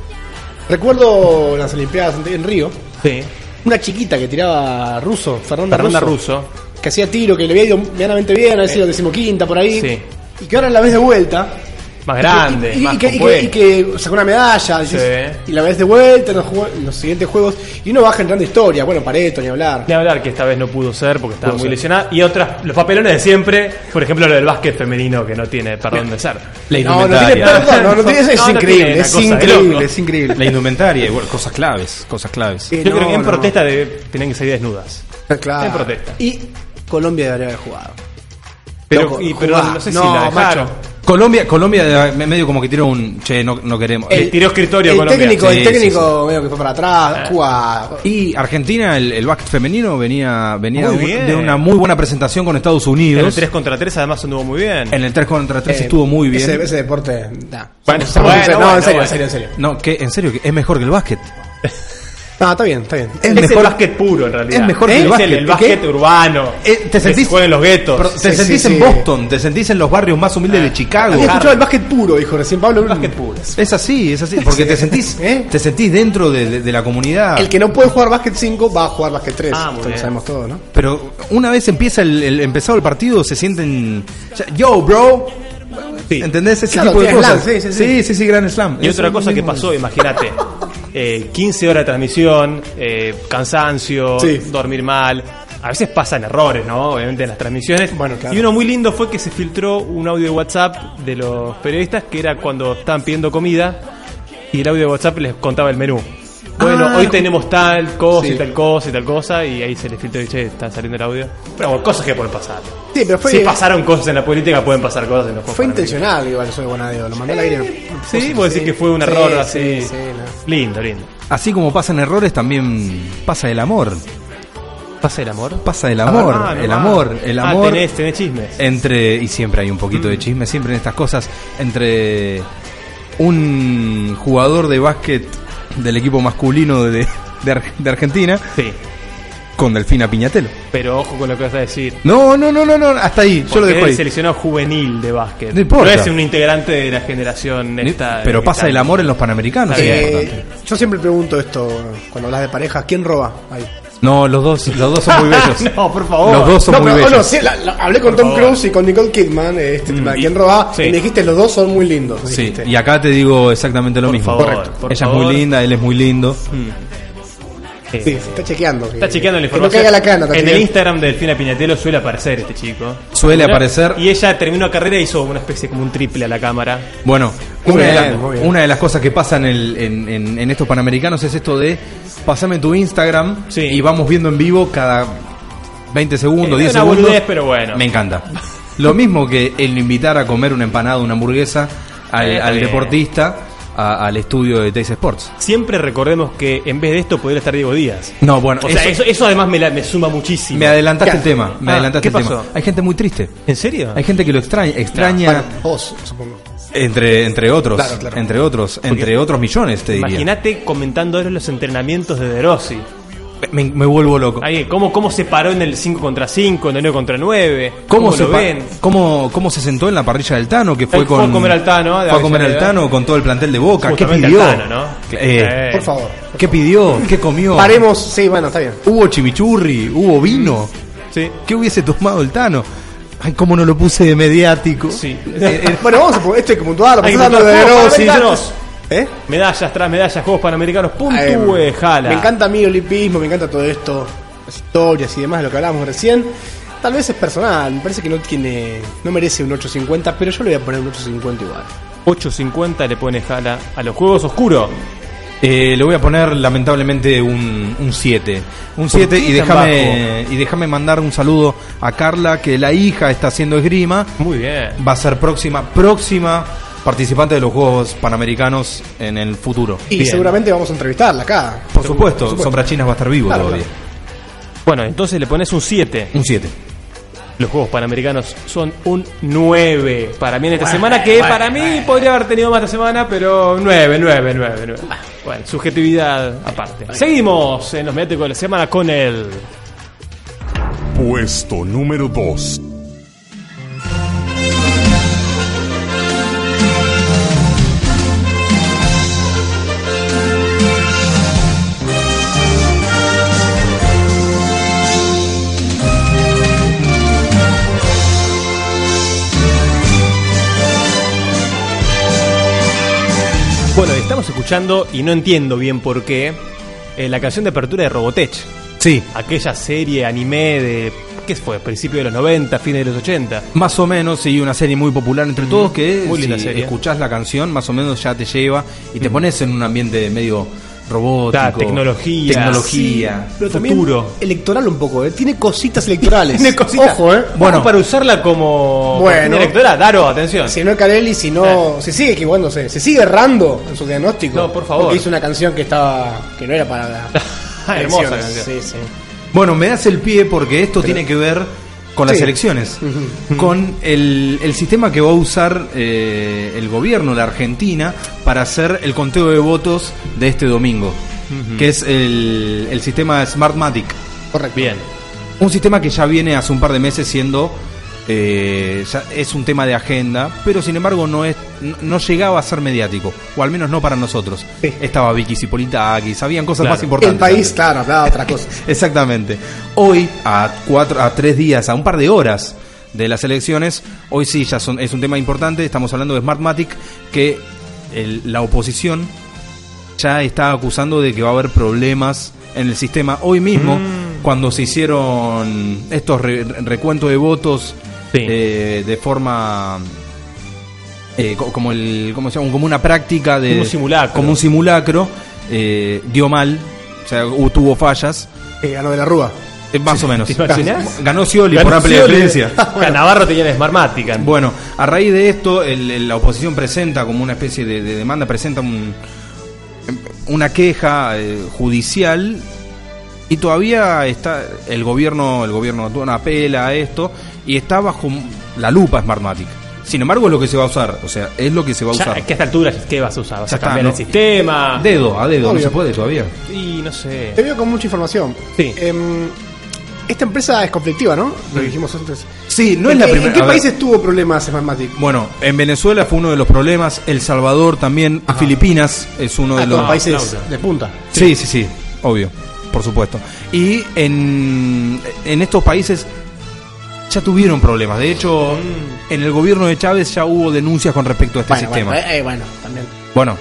Speaker 4: Recuerdo las Olimpiadas en, en Río,
Speaker 3: Sí.
Speaker 4: una chiquita que tiraba ruso, Fernanda,
Speaker 3: Fernanda
Speaker 4: Russo,
Speaker 3: Russo.
Speaker 4: que hacía tiro, que le había ido medianamente bien, había sido decimoquinta por ahí,
Speaker 3: Sí.
Speaker 4: y que ahora la ves de vuelta.
Speaker 3: Más
Speaker 4: y que-
Speaker 3: grande,
Speaker 4: y, y
Speaker 3: más
Speaker 4: que, y que-
Speaker 3: compuesto.
Speaker 4: y que sacó una medalla, y, dices, y la ves de vuelta en los, jue- en los siguientes juegos, y uno va generando historia, bueno, Pareto, ni hablar.
Speaker 3: Ni hablar que esta vez no pudo ser porque estaba
Speaker 4: Pudo
Speaker 3: muy
Speaker 4: ser.
Speaker 3: lesionada. Y otras, los papelones de siempre, por ejemplo, lo del básquet femenino que no tiene perdón de ser.
Speaker 4: No, no tiene perdón, no, no tiene- es
Speaker 3: No, no
Speaker 4: increíble,
Speaker 3: tiene,
Speaker 4: es
Speaker 3: una cosa de loco.
Speaker 4: increíble, es increíble.
Speaker 2: La indumentaria, igual, cosas claves, cosas claves.
Speaker 4: Eh,
Speaker 3: Yo
Speaker 4: no,
Speaker 3: creo que en
Speaker 4: no,
Speaker 3: protesta de, tenían que salir desnudas. En protesta.
Speaker 4: Y Colombia debería haber jugado.
Speaker 3: Pero,
Speaker 4: Loco,
Speaker 3: y- pero
Speaker 4: jugá.
Speaker 3: no sé
Speaker 4: No,
Speaker 3: si la
Speaker 4: macho.
Speaker 3: dejaron.
Speaker 2: Colombia, Colombia eh, medio como que tiró un che, no, no queremos.
Speaker 3: El-
Speaker 2: Eh,
Speaker 3: tiró escritorio
Speaker 4: el
Speaker 3: Colombia. Ah.
Speaker 4: técnico,
Speaker 2: Sí,
Speaker 4: el
Speaker 2: sí,
Speaker 4: técnico medio que fue para atrás, jugá.
Speaker 2: Y Argentina, el, el básquet femenino venía, venía
Speaker 3: Muy
Speaker 2: de un-
Speaker 3: bien.
Speaker 2: de una muy buena presentación con Estados
Speaker 3: En el
Speaker 2: Unidos.
Speaker 3: 3 contra 3 además anduvo muy bien.
Speaker 2: En el 3 contra 3
Speaker 4: Eh,
Speaker 2: estuvo muy bien.
Speaker 4: Ese, ese deporte. nah.
Speaker 3: Bueno,
Speaker 4: Somos
Speaker 3: bueno,
Speaker 4: sinceros. no,
Speaker 3: bueno,
Speaker 4: en serio,
Speaker 3: bueno.
Speaker 4: en serio, en serio.
Speaker 2: No, que en serio, que es mejor que el básquet.
Speaker 4: No, está bien, está bien.
Speaker 2: Es
Speaker 3: es
Speaker 2: mejor-
Speaker 3: el básquet puro en realidad.
Speaker 2: es mejor
Speaker 3: ¿Eh?
Speaker 2: que el
Speaker 3: Es
Speaker 2: básquet.
Speaker 3: El, básquet
Speaker 2: ¿Qué?
Speaker 3: urbano.
Speaker 2: Eh, te
Speaker 3: que se
Speaker 2: sentís-
Speaker 3: juega en los guetos.
Speaker 2: Pero te
Speaker 4: Sí,
Speaker 2: sentís
Speaker 4: sí,
Speaker 2: en
Speaker 4: sí. Ah.
Speaker 2: Boston, te sentís en los barrios más humildes de Chicago.
Speaker 4: Había escuchado el básquet puro, dijo recién Pablo. El básquet puro.
Speaker 2: Es así, es así, porque te sentís,
Speaker 4: ¿Eh?
Speaker 2: te sentís dentro de, de- de la comunidad.
Speaker 4: El que no puede jugar básquet 5 va a jugar básquet 3.
Speaker 3: Ah, muy
Speaker 4: Esto lo
Speaker 3: bien.
Speaker 4: sabemos todo, ¿no?
Speaker 2: Pero una vez empieza el, el- empezado el partido, se sienten. ya, Yo, bro. ¿Entendés? Ese
Speaker 4: Claro,
Speaker 2: tipo de
Speaker 4: tiene
Speaker 2: cosas.
Speaker 4: slam, sí, sí, sí.
Speaker 2: sí, sí, gran slam.
Speaker 3: Y
Speaker 2: Es
Speaker 3: otra
Speaker 2: un-
Speaker 3: cosa que pasó, imagínate, eh, 15 horas de transmisión, eh, cansancio,
Speaker 4: Sí.
Speaker 3: dormir mal. A veces pasan errores, ¿no? Obviamente en las transmisiones.
Speaker 4: Bueno, claro.
Speaker 3: Y uno muy lindo fue que se filtró un audio de WhatsApp de los periodistas que era cuando estaban pidiendo comida y el audio de WhatsApp les contaba el menú. Bueno,
Speaker 4: Ah,
Speaker 3: hoy
Speaker 4: ju-
Speaker 3: tenemos tal cosa
Speaker 4: Sí.
Speaker 3: y tal cosa y tal cosa y ahí se les filtró y che, está saliendo el audio. Pero bueno, cosas que pueden pasar.
Speaker 4: Sí, pero fue,
Speaker 3: si pasaron cosas en la política, pueden pasar cosas en los juegos
Speaker 4: fue
Speaker 3: para mí.
Speaker 4: intencional, igual, eso de Bonadeo. Lo mandó al aire.
Speaker 3: Sí, vos decís que fue un
Speaker 4: Sí,
Speaker 3: error
Speaker 4: sí,
Speaker 3: así.
Speaker 4: sí, no.
Speaker 3: Lindo, lindo.
Speaker 2: Así como pasan errores, también pasa el amor.
Speaker 3: ¿Pasa el amor?
Speaker 2: Pasa el amor,
Speaker 3: Ah, no,
Speaker 2: el
Speaker 3: ah.
Speaker 2: amor, el
Speaker 3: Ah,
Speaker 2: amor. Eh.
Speaker 3: tenés, Mm. tenés chismes.
Speaker 2: entre y siempre hay un poquito de chisme siempre en estas cosas entre un jugador de básquet del equipo masculino de, de Ar- de Argentina
Speaker 3: Sí,
Speaker 2: con Delfina Piñatelo
Speaker 3: pero ojo con lo que vas a decir.
Speaker 2: no no no no no hasta ahí yo lo
Speaker 3: Porque
Speaker 2: dejo
Speaker 3: es
Speaker 2: ahí
Speaker 3: el seleccionado juvenil de básquet.
Speaker 2: No importa.
Speaker 3: es un integrante de la generación esta.
Speaker 2: pero pasa el
Speaker 3: el
Speaker 2: amor en los panamericanos
Speaker 3: Está
Speaker 2: que es
Speaker 3: bien.
Speaker 2: importante.
Speaker 4: Eh, yo siempre pregunto esto cuando hablas de parejas: ¿quién roba? Ahí.
Speaker 2: no los dos los dos son muy bellos
Speaker 3: No, oh, por favor.
Speaker 2: los dos son
Speaker 4: No,
Speaker 2: muy
Speaker 4: pero, oh,
Speaker 2: bellos
Speaker 4: no, sí, la- la- hablé con
Speaker 3: Por
Speaker 4: Tom
Speaker 3: favor. Mm,
Speaker 4: Cruise y con Nicole Kidman, eh, este tema de
Speaker 3: y-
Speaker 4: quién roba,
Speaker 3: sí.
Speaker 4: y me dijiste los dos son muy lindos. me
Speaker 2: Sí,
Speaker 4: dijiste.
Speaker 2: y acá te digo exactamente lo
Speaker 3: Por
Speaker 2: mismo
Speaker 3: favor, Correcto. por
Speaker 2: ella es
Speaker 3: favor.
Speaker 2: muy linda él es muy lindo
Speaker 3: Eh,
Speaker 4: Sí, se está chequeando.
Speaker 3: Está
Speaker 4: que-
Speaker 3: chequeando la
Speaker 4: que no
Speaker 3: información.
Speaker 4: caiga la cana, está
Speaker 3: en el
Speaker 4: chequeando.
Speaker 3: Instagram de Delfina Piñatelo suele aparecer este chico.
Speaker 2: Suele
Speaker 3: Una-
Speaker 2: aparecer.
Speaker 3: Y ella terminó la carrera y hizo una especie como un triple a la cámara.
Speaker 2: Bueno,
Speaker 4: Muy
Speaker 2: una, de
Speaker 4: bien,
Speaker 2: las-
Speaker 4: muy bien.
Speaker 2: una de las cosas que pasa en, el- en- en- en estos panamericanos es esto de pasame tu Instagram
Speaker 3: Sí.
Speaker 2: y vamos viendo en vivo cada 20 segundos,
Speaker 3: Eh,
Speaker 2: 10
Speaker 3: una
Speaker 2: segundos.
Speaker 3: boludez, pero bueno.
Speaker 2: Me encanta. Lo mismo que el invitar a comer una empanada, una hamburguesa al,
Speaker 3: Eh, está
Speaker 2: al
Speaker 3: bien.
Speaker 2: deportista, a- al estudio de Tays Sports.
Speaker 3: Siempre recordemos que en vez de esto podría estar Diego Díaz.
Speaker 2: No, bueno,
Speaker 3: o sea,
Speaker 2: eso-
Speaker 3: eso, eso además me, la- me suma muchísimo.
Speaker 2: Me adelantaste el
Speaker 4: ¿Qué?
Speaker 2: tema, me
Speaker 3: Ah,
Speaker 2: adelantaste
Speaker 3: ¿qué
Speaker 2: el tema.
Speaker 3: pasó?
Speaker 2: Hay gente muy triste.
Speaker 3: ¿En serio?
Speaker 2: Hay gente que lo extraña, extraña
Speaker 4: Bueno, vos, supongo.
Speaker 2: entre entre otros,
Speaker 4: Claro, claro.
Speaker 2: entre otros, entre otros millones, te diría.
Speaker 3: Imagínate comentando ahora los entrenamientos de De Rossi.
Speaker 2: Me, me vuelvo loco.
Speaker 3: Ahí, ¿cómo, ¿Cómo se paró en el 5 contra 5, en el 9 contra 9?
Speaker 2: ¿Cómo, se
Speaker 3: lo
Speaker 2: pa-
Speaker 3: ven?
Speaker 2: cómo- cómo se sentó en la parrilla del Tano? Que
Speaker 3: Fue
Speaker 2: fue con.
Speaker 3: a comer al Tano, de
Speaker 2: Fue a comer al
Speaker 3: Avellaneda.
Speaker 2: Tano con todo el plantel de boca. ¿Qué
Speaker 3: Justamente
Speaker 2: pidió?
Speaker 3: al Tano, ¿no?
Speaker 2: Eh,
Speaker 3: Eh.
Speaker 4: Por favor.
Speaker 2: ¿Qué pidió? ¿Qué
Speaker 3: Oh.
Speaker 2: comió?
Speaker 4: Paremos, sí, bueno, está bien.
Speaker 2: ¿Hubo chimichurri? ¿Hubo vino?
Speaker 3: Sí.
Speaker 2: ¿Qué hubiese tomado el Tano? Ay, cómo no lo puse de mediático.
Speaker 3: Sí.
Speaker 2: Eh, eh,
Speaker 4: Bueno, vamos a pu- esto hay que puntuar,
Speaker 3: Hay que
Speaker 4: pasando
Speaker 3: puntuar,
Speaker 4: de
Speaker 3: juegos
Speaker 4: Grossi.
Speaker 3: panamericanos.
Speaker 4: ¿Eh?
Speaker 3: Medallas tras medallas, Juegos Panamericanos,
Speaker 4: Eh,
Speaker 3: puntúe, jala.
Speaker 4: Me encanta a mí el olimpismo, me encanta todo esto, las historias y demás, lo que hablábamos recién. Tal vez es personal, me parece que no tiene, no merece un 8.50, pero yo le voy a poner un 8.50 igual.
Speaker 3: 8.50 le pone jala a los Juegos Oscuros.
Speaker 2: eh, le voy a poner lamentablemente un un 7. Un 7
Speaker 3: qué
Speaker 2: y
Speaker 3: tan
Speaker 2: déjame y déjame mandar un saludo a Carla que la hija está haciendo esgrima.
Speaker 3: Muy bien.
Speaker 2: va a ser próxima, próxima participante de los Juegos Panamericanos en el futuro.
Speaker 4: Y
Speaker 3: Bien.
Speaker 4: seguramente vamos a entrevistarla acá.
Speaker 2: Por supuesto, Sombra Chinas va a estar vivo
Speaker 4: Claro,
Speaker 2: todavía.
Speaker 3: Bueno, entonces le pones un 7.
Speaker 2: Un 7.
Speaker 3: Los Juegos Panamericanos son un 9 para mí en esta semana, que para mí podría haber tenido más esta semana, pero 9, 9, 9, 9. Bueno, subjetividad aparte. Seguimos en los mediáticos de la semana con el...
Speaker 5: Puesto número 2.
Speaker 3: Estamos escuchando, y no entiendo bien por qué, eh, la canción de apertura de Robotech.
Speaker 2: Sí.
Speaker 3: Aquella serie anime de. ¿Qué fue? Principio de los 90, fines de los 80.
Speaker 2: Más o menos, y una serie muy popular entre
Speaker 3: Mm.
Speaker 2: todos que
Speaker 3: Muy
Speaker 2: si
Speaker 3: linda serie. Mm.
Speaker 2: escuchás la canción, más o menos ya te lleva y te pones en un ambiente medio robótico.
Speaker 3: Ta, tecnología.
Speaker 2: Tecnología.
Speaker 3: Sí,
Speaker 4: Pero también
Speaker 3: futuro.
Speaker 4: electoral un poco, ¿eh? Tiene cositas electorales.
Speaker 3: Tiene cositas.
Speaker 4: Ojo, ¿eh?
Speaker 3: Bueno, para usarla como
Speaker 4: Bueno.
Speaker 3: directora, Daro, atención.
Speaker 4: Si no Carelli, si
Speaker 3: Eh.
Speaker 4: no. Se sigue equivocándose, se sigue errando en su diagnóstico. No, por
Speaker 3: favor.
Speaker 4: Porque hizo una canción que estaba. que no era para.
Speaker 3: Hermosa
Speaker 4: elecciones.
Speaker 3: canción.
Speaker 4: Sí, sí.
Speaker 2: Bueno, me das el pie porque esto tiene que ver con las
Speaker 4: Sí.
Speaker 2: elecciones, con el, el sistema que va a usar eh, el gobierno de Argentina para hacer el conteo de votos de este domingo,
Speaker 3: Ujú.
Speaker 2: que es el, el sistema Smartmatic.
Speaker 4: Correcto.
Speaker 3: Bien.
Speaker 2: Un sistema que ya viene hace un par de meses siendo... eh, ya es un tema de agenda, pero sin embargo no es no- no llegaba a ser mediático, o al menos no para nosotros. Estaba Vicky Cipolitakis, habían cosas más importantes.
Speaker 4: El país, claro, hablaba otra cosa.
Speaker 2: Exactamente. Hoy, a cuatro, a tres días, a un par de horas de las elecciones, hoy sí ya son, es un tema importante. Estamos hablando de Smartmatic, que el- la oposición ya está acusando de que va a haber problemas en el sistema. Hoy mismo,
Speaker 3: Mm.
Speaker 2: cuando se hicieron estos re- recuentos de votos eh, de forma eh, co- como el como, se llama? como una práctica de
Speaker 3: Como un simulacro.
Speaker 2: como un simulacro, eh, dio mal o sea hu- tuvo fallas
Speaker 4: Eh, ganó de la Rúa
Speaker 2: Eh, más o menos
Speaker 3: ¿Te imaginas?
Speaker 2: ganó Scioli
Speaker 3: Ganó
Speaker 2: por amplia
Speaker 3: Scioli.
Speaker 2: diferencia
Speaker 3: La Navarro tenía la Smartmatic.
Speaker 2: bueno a raíz de esto el- el- la oposición presenta como una especie de, de demanda presenta un- una queja eh, judicial y todavía está el gobierno el gobierno actual apela a esto y está bajo la lupa Smartmatic sin embargo es lo que se va a usar o sea es lo que se va a
Speaker 3: Ya,
Speaker 2: usar
Speaker 3: ¿A qué esta altura qué vas a usar? ¿Vas
Speaker 2: Ya
Speaker 3: a
Speaker 2: está,
Speaker 3: cambiar
Speaker 2: ¿no?
Speaker 3: el sistema?
Speaker 2: Dedo, a dedo,
Speaker 4: Obvio.
Speaker 2: no se puede todavía.
Speaker 3: Y no sé.
Speaker 4: Te veo con mucha información.
Speaker 3: Sí.
Speaker 4: Em, esta empresa es conflictiva, ¿no? Lo dijimos antes.
Speaker 2: Sí, no es
Speaker 4: ¿En
Speaker 2: la
Speaker 4: qué-
Speaker 2: primera.
Speaker 4: ¿En qué
Speaker 2: a ver. Este
Speaker 4: países tuvo problemas Smartmatic?
Speaker 2: Bueno, en Venezuela fue uno de los problemas, El Salvador también, Filipinas es uno de
Speaker 4: Ah,
Speaker 2: los
Speaker 4: todos países de punta.
Speaker 2: Sí, sí, sí, obvio, por supuesto. Y en, en estos países ya tuvieron problemas. De hecho, en el gobierno de Chávez ya hubo denuncias con respecto a este
Speaker 4: Mm. Bueno,
Speaker 2: sistema.
Speaker 4: bueno, eh, eh, bueno, también.
Speaker 2: Bueno,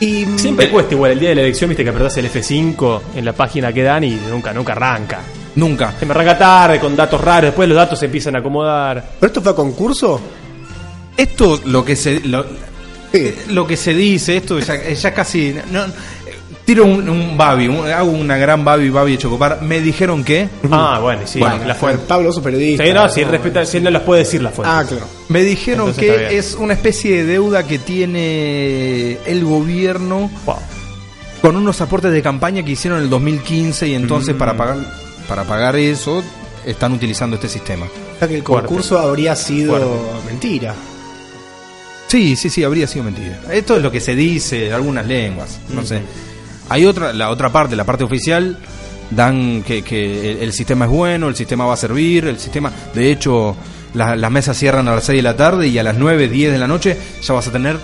Speaker 4: Y mm,
Speaker 3: Siempre
Speaker 4: eh,
Speaker 3: cuesta igual el día de la elección, viste que apretás el F5 en la página que dan y nunca, nunca arranca.
Speaker 2: nunca.
Speaker 3: Se me arranca tarde con datos raros, después los datos se empiezan a acomodar.
Speaker 4: ¿Pero esto fue a concurso?
Speaker 2: Esto lo que se lo,
Speaker 4: Sí.
Speaker 2: lo que se dice, esto ya, eh, ya casi no, tiro un, un babi, un- hago una gran babi babi de chocopar. Me dijeron que
Speaker 3: Ah, bueno, sí,
Speaker 4: Bueno,
Speaker 3: la fuente.
Speaker 4: Pablo, sos periodista.
Speaker 3: Sí, no, si, él respeta- si él no las puede decir la fuente.
Speaker 4: Ah, claro.
Speaker 2: Me dijeron
Speaker 3: Entonces está
Speaker 2: que
Speaker 3: bien.
Speaker 2: es una especie de deuda que tiene el gobierno
Speaker 3: Wow.
Speaker 2: con unos aportes de campaña que hicieron en el 2015 y entonces
Speaker 3: Mm.
Speaker 2: para pagar para pagar eso están utilizando este sistema.
Speaker 4: O sea que el
Speaker 3: Fuerte.
Speaker 4: concurso habría sido mentira.
Speaker 2: Sí, sí, sí, habría sido mentira. Esto es lo que se dice en algunas lenguas, no sé. Hay otra la otra parte, la parte oficial dan que, que el, el sistema es bueno, el sistema va a servir, el sistema, de hecho, la- las mesas cierran a las 6 de la tarde y a las 9, 10 de la noche ya vas a tener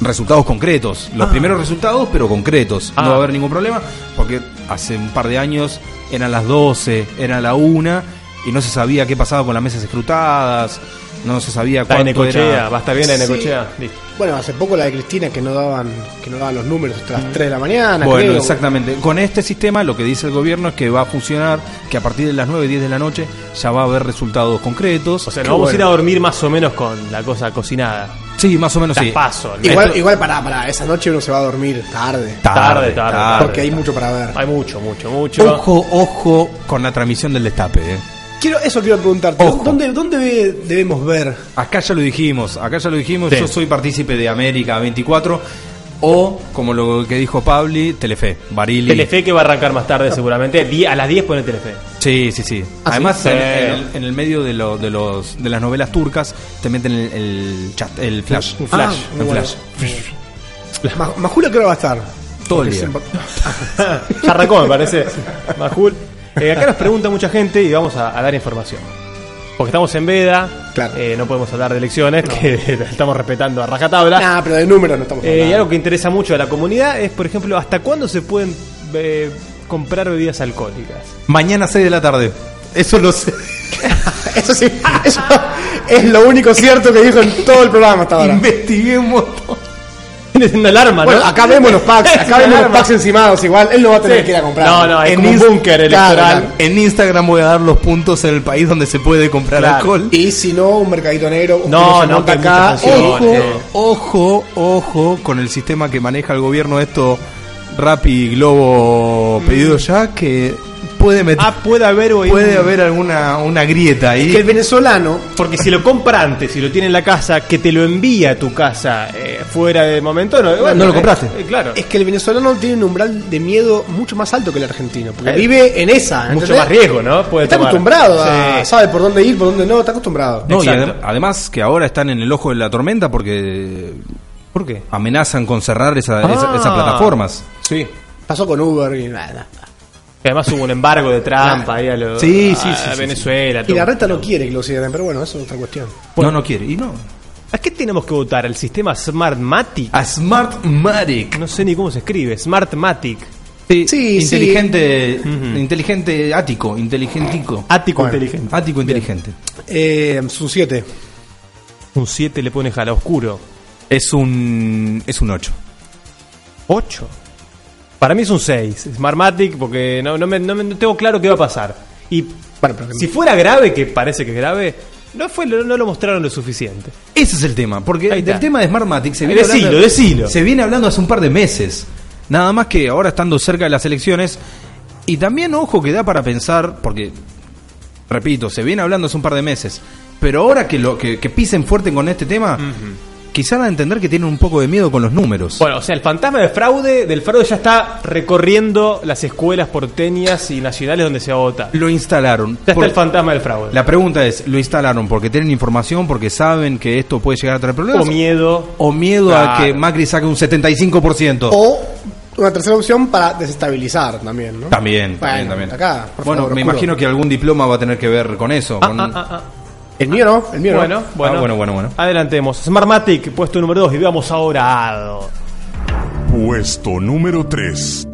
Speaker 2: resultados concretos. Los primeros resultados, pero concretos.
Speaker 3: Ah.
Speaker 2: No va a haber ningún problema, porque hace un par de años eran las 12, eran la 1, y no se sabía qué pasaba con las mesas escrutadas, no se sabía
Speaker 3: Está en
Speaker 2: cuánto
Speaker 3: Necochea,
Speaker 2: era...
Speaker 3: va a estar bien en
Speaker 4: Sí.
Speaker 3: Necochea. Listo.
Speaker 4: Bueno, hace poco la de Cristina que no daban que no daban los números hasta las 3 de la mañana.
Speaker 2: Bueno,
Speaker 4: creo.
Speaker 2: exactamente. Con este sistema lo que dice el gobierno es que va a funcionar, que a partir de las 9, 10 de la noche ya va a haber resultados concretos.
Speaker 3: O sea,
Speaker 2: Qué
Speaker 3: nos vamos a ir
Speaker 2: bueno.
Speaker 3: a dormir más o menos con la cosa cocinada.
Speaker 2: Sí, más o menos
Speaker 3: Las
Speaker 2: sí.
Speaker 3: paso. ¿no?
Speaker 4: Igual,
Speaker 3: Esto-
Speaker 4: igual pará, pará. Esa noche uno se va a dormir tarde.
Speaker 3: tarde, tarde, tarde.
Speaker 4: porque hay mucho para ver.
Speaker 3: Hay mucho, mucho, mucho.
Speaker 2: Ojo, ojo con la transmisión del destape. eh.
Speaker 4: Quiero, eso quiero preguntarte.
Speaker 2: Ojo.
Speaker 4: ¿Dónde, dónde ve- debemos ver?
Speaker 2: Acá ya lo dijimos, acá ya lo dijimos,
Speaker 3: Sí.
Speaker 2: yo soy partícipe de América 24 o, como lo que dijo Pabli, Telefe, Barili.
Speaker 3: Telefe que va a arrancar más tarde seguramente. Di- A las 10 pone Telefe.
Speaker 2: Sí, sí,
Speaker 4: Ah,
Speaker 2: sí. Además,
Speaker 3: sí.
Speaker 2: En,
Speaker 3: Sí.
Speaker 2: en el, en el medio de, lo- de, los, de las novelas turcas te meten el, el chat, el flash.
Speaker 3: Un flash.
Speaker 4: Ah,
Speaker 2: un
Speaker 4: bueno.
Speaker 2: flash.
Speaker 4: Ma- Majula creo que va a estar.
Speaker 2: Todo el
Speaker 4: Porque
Speaker 2: día.
Speaker 4: se-
Speaker 3: ya arrancó, me parece. Majul. Eh, acá nos pregunta mucha gente y vamos a, a dar información. Porque estamos en veda,
Speaker 4: Claro.
Speaker 3: eh, no podemos hablar de elecciones, que estamos respetando a rajatabla.
Speaker 4: Nah, pero de números no estamos
Speaker 3: Ah. Eh, y
Speaker 4: hablando.
Speaker 3: algo que interesa mucho a la comunidad es, por ejemplo, hasta cuándo se pueden eh, comprar bebidas alcohólicas.
Speaker 2: Mañana 6 de la tarde. Eso lo sé.
Speaker 4: Eso sí, Ah, eso es lo único cierto que dijo en todo el programa hasta ahora.
Speaker 2: Investigué un montón.
Speaker 3: Tienes una alarma,
Speaker 4: Bueno,
Speaker 3: ¿no?
Speaker 4: acá vemos los packs,
Speaker 3: Es
Speaker 4: acá
Speaker 3: una
Speaker 4: vemos los
Speaker 3: alarma.
Speaker 4: packs encimados igual, él no va a tener
Speaker 3: Sí.
Speaker 4: que ir a comprar.
Speaker 3: No, no, es como un
Speaker 2: Inst-
Speaker 3: búnker
Speaker 2: Claro,
Speaker 3: electoral.
Speaker 2: claro. En Instagram voy a dar los puntos en el país donde se puede comprar
Speaker 4: Claro.
Speaker 2: alcohol.
Speaker 4: Y si no, un mercadito negro, un
Speaker 3: No,
Speaker 4: Cruz
Speaker 3: no, que hay
Speaker 4: acá,
Speaker 3: muchas opciones,
Speaker 4: ojo,
Speaker 2: Ojo, ojo con el sistema que maneja el gobierno esto Rappi Globo pedido ya que puede meter
Speaker 3: Mm. Ah, puede haber hoy.
Speaker 2: puede haber alguna una grieta ahí.
Speaker 4: que el venezolano
Speaker 3: Porque si lo compra antes, si lo tiene en la casa, que te lo envía a tu casa eh, fuera de momento, no, bueno,
Speaker 4: no lo
Speaker 3: eh,
Speaker 4: compraste.
Speaker 3: eh, claro.
Speaker 4: es que el venezolano tiene un umbral de miedo mucho más alto que el argentino, porque
Speaker 3: Eh,
Speaker 4: vive en esa, ¿entendés?
Speaker 3: Mucho más riesgo, ¿no? Puede
Speaker 4: Está
Speaker 3: tomar.
Speaker 4: acostumbrado, a-
Speaker 3: Sí.
Speaker 4: sabe por dónde ir, por dónde no, está acostumbrado.
Speaker 2: No, y
Speaker 3: Exacto.
Speaker 2: adem- además que ahora están en el ojo de la tormenta porque
Speaker 3: ¿Por qué?
Speaker 2: amenazan con cerrar esa- esa-
Speaker 3: Ah.
Speaker 2: esas plataformas.
Speaker 3: Sí.
Speaker 4: Pasó con Uber y nada.
Speaker 3: Que además hubo un embargo de trampa ahí a, lo-
Speaker 2: Sí, sí,
Speaker 3: a-
Speaker 2: sí,
Speaker 3: a
Speaker 2: sí,
Speaker 3: Venezuela.
Speaker 4: Y
Speaker 3: todo.
Speaker 4: la reta no quiere que lo cierren, pero bueno, eso es otra cuestión.
Speaker 2: no, no quiere. Y no.
Speaker 3: ¿A qué tenemos que votar? ¿El sistema Smartmatic?
Speaker 2: A Smartmatic.
Speaker 3: No sé ni cómo se escribe. Smartmatic.
Speaker 4: Sí,
Speaker 2: inteligente,
Speaker 3: Ujú.
Speaker 2: inteligente ático, inteligentico.
Speaker 3: Ático
Speaker 4: Bueno.
Speaker 3: inteligente.
Speaker 2: Ático inteligente.
Speaker 4: Eh, su 7.
Speaker 3: Un 7 le pones a la oscuro.
Speaker 2: Es un es un 8.
Speaker 3: 8. Para mí es un 6. Smartmatic porque no, no, me, no me- no tengo claro qué va a pasar. Y
Speaker 4: Bueno, pero
Speaker 3: si fuera grave, que parece que es grave, no, fue, no, no lo mostraron lo suficiente.
Speaker 2: Ese es el tema, porque
Speaker 3: Ahí está.
Speaker 2: del tema de Smartmatic se
Speaker 3: Ahí
Speaker 2: viene,
Speaker 3: decilo,
Speaker 2: hablando,
Speaker 3: decilo.
Speaker 2: se viene hablando hace un par de meses. Nada más que ahora estando cerca de las elecciones. Y también, ojo, que da para pensar, porque, repito, se viene hablando hace un par de meses. Pero ahora que, lo, que, que pisen fuerte con este tema, quizá da a entender que tienen un poco de miedo con los números.
Speaker 3: Bueno, o sea, el fantasma de fraude, del fraude ya está recorriendo las escuelas porteñas y nacionales donde se vota.
Speaker 2: lo instalaron.
Speaker 3: Ya está
Speaker 2: Por-
Speaker 3: el fantasma del fraude.
Speaker 2: la pregunta es, ¿lo instalaron porque tienen información, porque saben que esto puede llegar a traer problemas?
Speaker 3: o miedo.
Speaker 2: o miedo a
Speaker 3: Claro.
Speaker 2: que Macri saque un 75%.
Speaker 4: O una tercera opción para desestabilizar también, ¿no?
Speaker 2: También,
Speaker 4: Bueno,
Speaker 2: también, también.
Speaker 4: Acá, por
Speaker 2: bueno,
Speaker 4: favor,
Speaker 2: me
Speaker 4: oscuro.
Speaker 2: imagino que algún diploma va a tener que ver con eso.
Speaker 3: Ah,
Speaker 2: con-
Speaker 3: ah, ah, ah.
Speaker 4: El mío no, el mío
Speaker 3: Bueno,
Speaker 4: no.
Speaker 3: bueno.
Speaker 2: Ah, bueno, bueno, bueno.
Speaker 3: Adelantemos. Smartmatic, puesto número 2, y veamos ahora a Ado.
Speaker 5: Puesto número 3.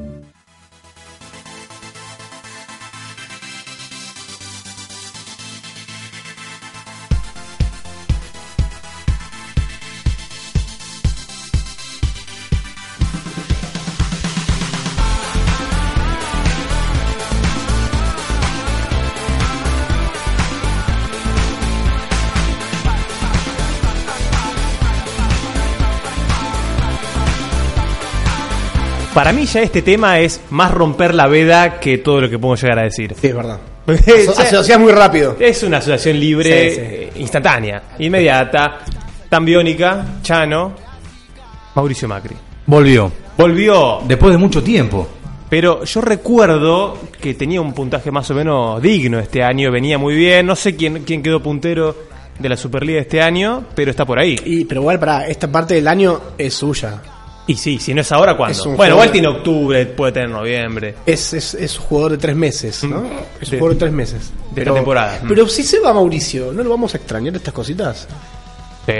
Speaker 3: Para mí ya este tema es más romper la veda que todo lo que puedo llegar a decir.
Speaker 4: Sí, es verdad.
Speaker 3: Ya-
Speaker 4: Aso- Asociás muy rápido.
Speaker 3: es una asociación libre,
Speaker 4: Sí, sí.
Speaker 3: eh, instantánea, inmediata, tambiónica, Chano, Mauricio Macri.
Speaker 2: Volvió.
Speaker 3: Volvió,
Speaker 2: Después de mucho tiempo.
Speaker 3: pero yo recuerdo que tenía un puntaje más o menos digno este año, venía muy bien, no sé quién, quién quedó puntero de la Superliga este año, pero está por ahí.
Speaker 4: Y, pero igual, para esta parte del año es suya.
Speaker 3: Y sí, si no es ahora, ¿cuándo?
Speaker 4: Es un
Speaker 3: bueno, igual
Speaker 4: juego-
Speaker 3: tiene octubre, puede tener noviembre.
Speaker 4: Es, es, es un jugador de tres meses, ¿no? Es
Speaker 3: Sí.
Speaker 4: un jugador de tres meses.
Speaker 3: esta temporada.
Speaker 4: Pero si se va Mauricio, ¿no lo vamos a extrañar estas cositas?
Speaker 3: Sí.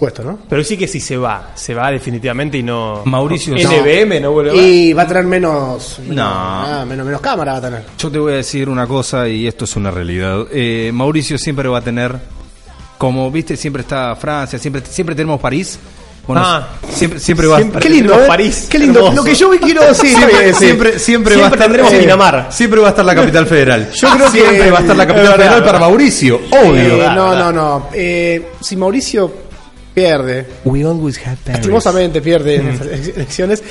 Speaker 4: Puesto, ¿no?
Speaker 3: Pero sí que si se va, se va definitivamente y no...
Speaker 2: Mauricio, no.
Speaker 3: NBM no vuelve a-
Speaker 4: Y va a tener menos. menos-
Speaker 2: No.
Speaker 4: ah, menos, menos cámara va a tener.
Speaker 2: Yo te voy a decir una cosa y esto es una realidad. Eh, Mauricio siempre va a tener, como viste, siempre está Francia, siempre, siempre tenemos París. Bueno,
Speaker 3: Ah.
Speaker 2: siempre, siempre va
Speaker 3: Siempre.
Speaker 4: Qué lindo,
Speaker 3: Tenemos
Speaker 4: ¿eh?
Speaker 3: París.
Speaker 4: Qué lindo.
Speaker 3: Hermoso.
Speaker 4: Lo que yo hoy quiero decir. eh,
Speaker 2: Siempre,
Speaker 4: Sí, sí.
Speaker 2: siempre, siempre va a
Speaker 3: Siempre
Speaker 2: estar
Speaker 3: tendremos
Speaker 2: eh,
Speaker 3: Pinamar.
Speaker 2: Siempre va a estar la capital federal. Yo creo que
Speaker 4: Siempre.
Speaker 2: siempre va a estar la
Speaker 4: Es
Speaker 2: capital
Speaker 4: verdad,
Speaker 2: federal
Speaker 4: verdad.
Speaker 2: para Mauricio,
Speaker 4: Eh,
Speaker 2: obvio.
Speaker 4: no, no, no. Eh, si Mauricio pierde,
Speaker 2: We always have
Speaker 4: lastimosamente pierde
Speaker 3: Mm.
Speaker 4: en esas elecciones,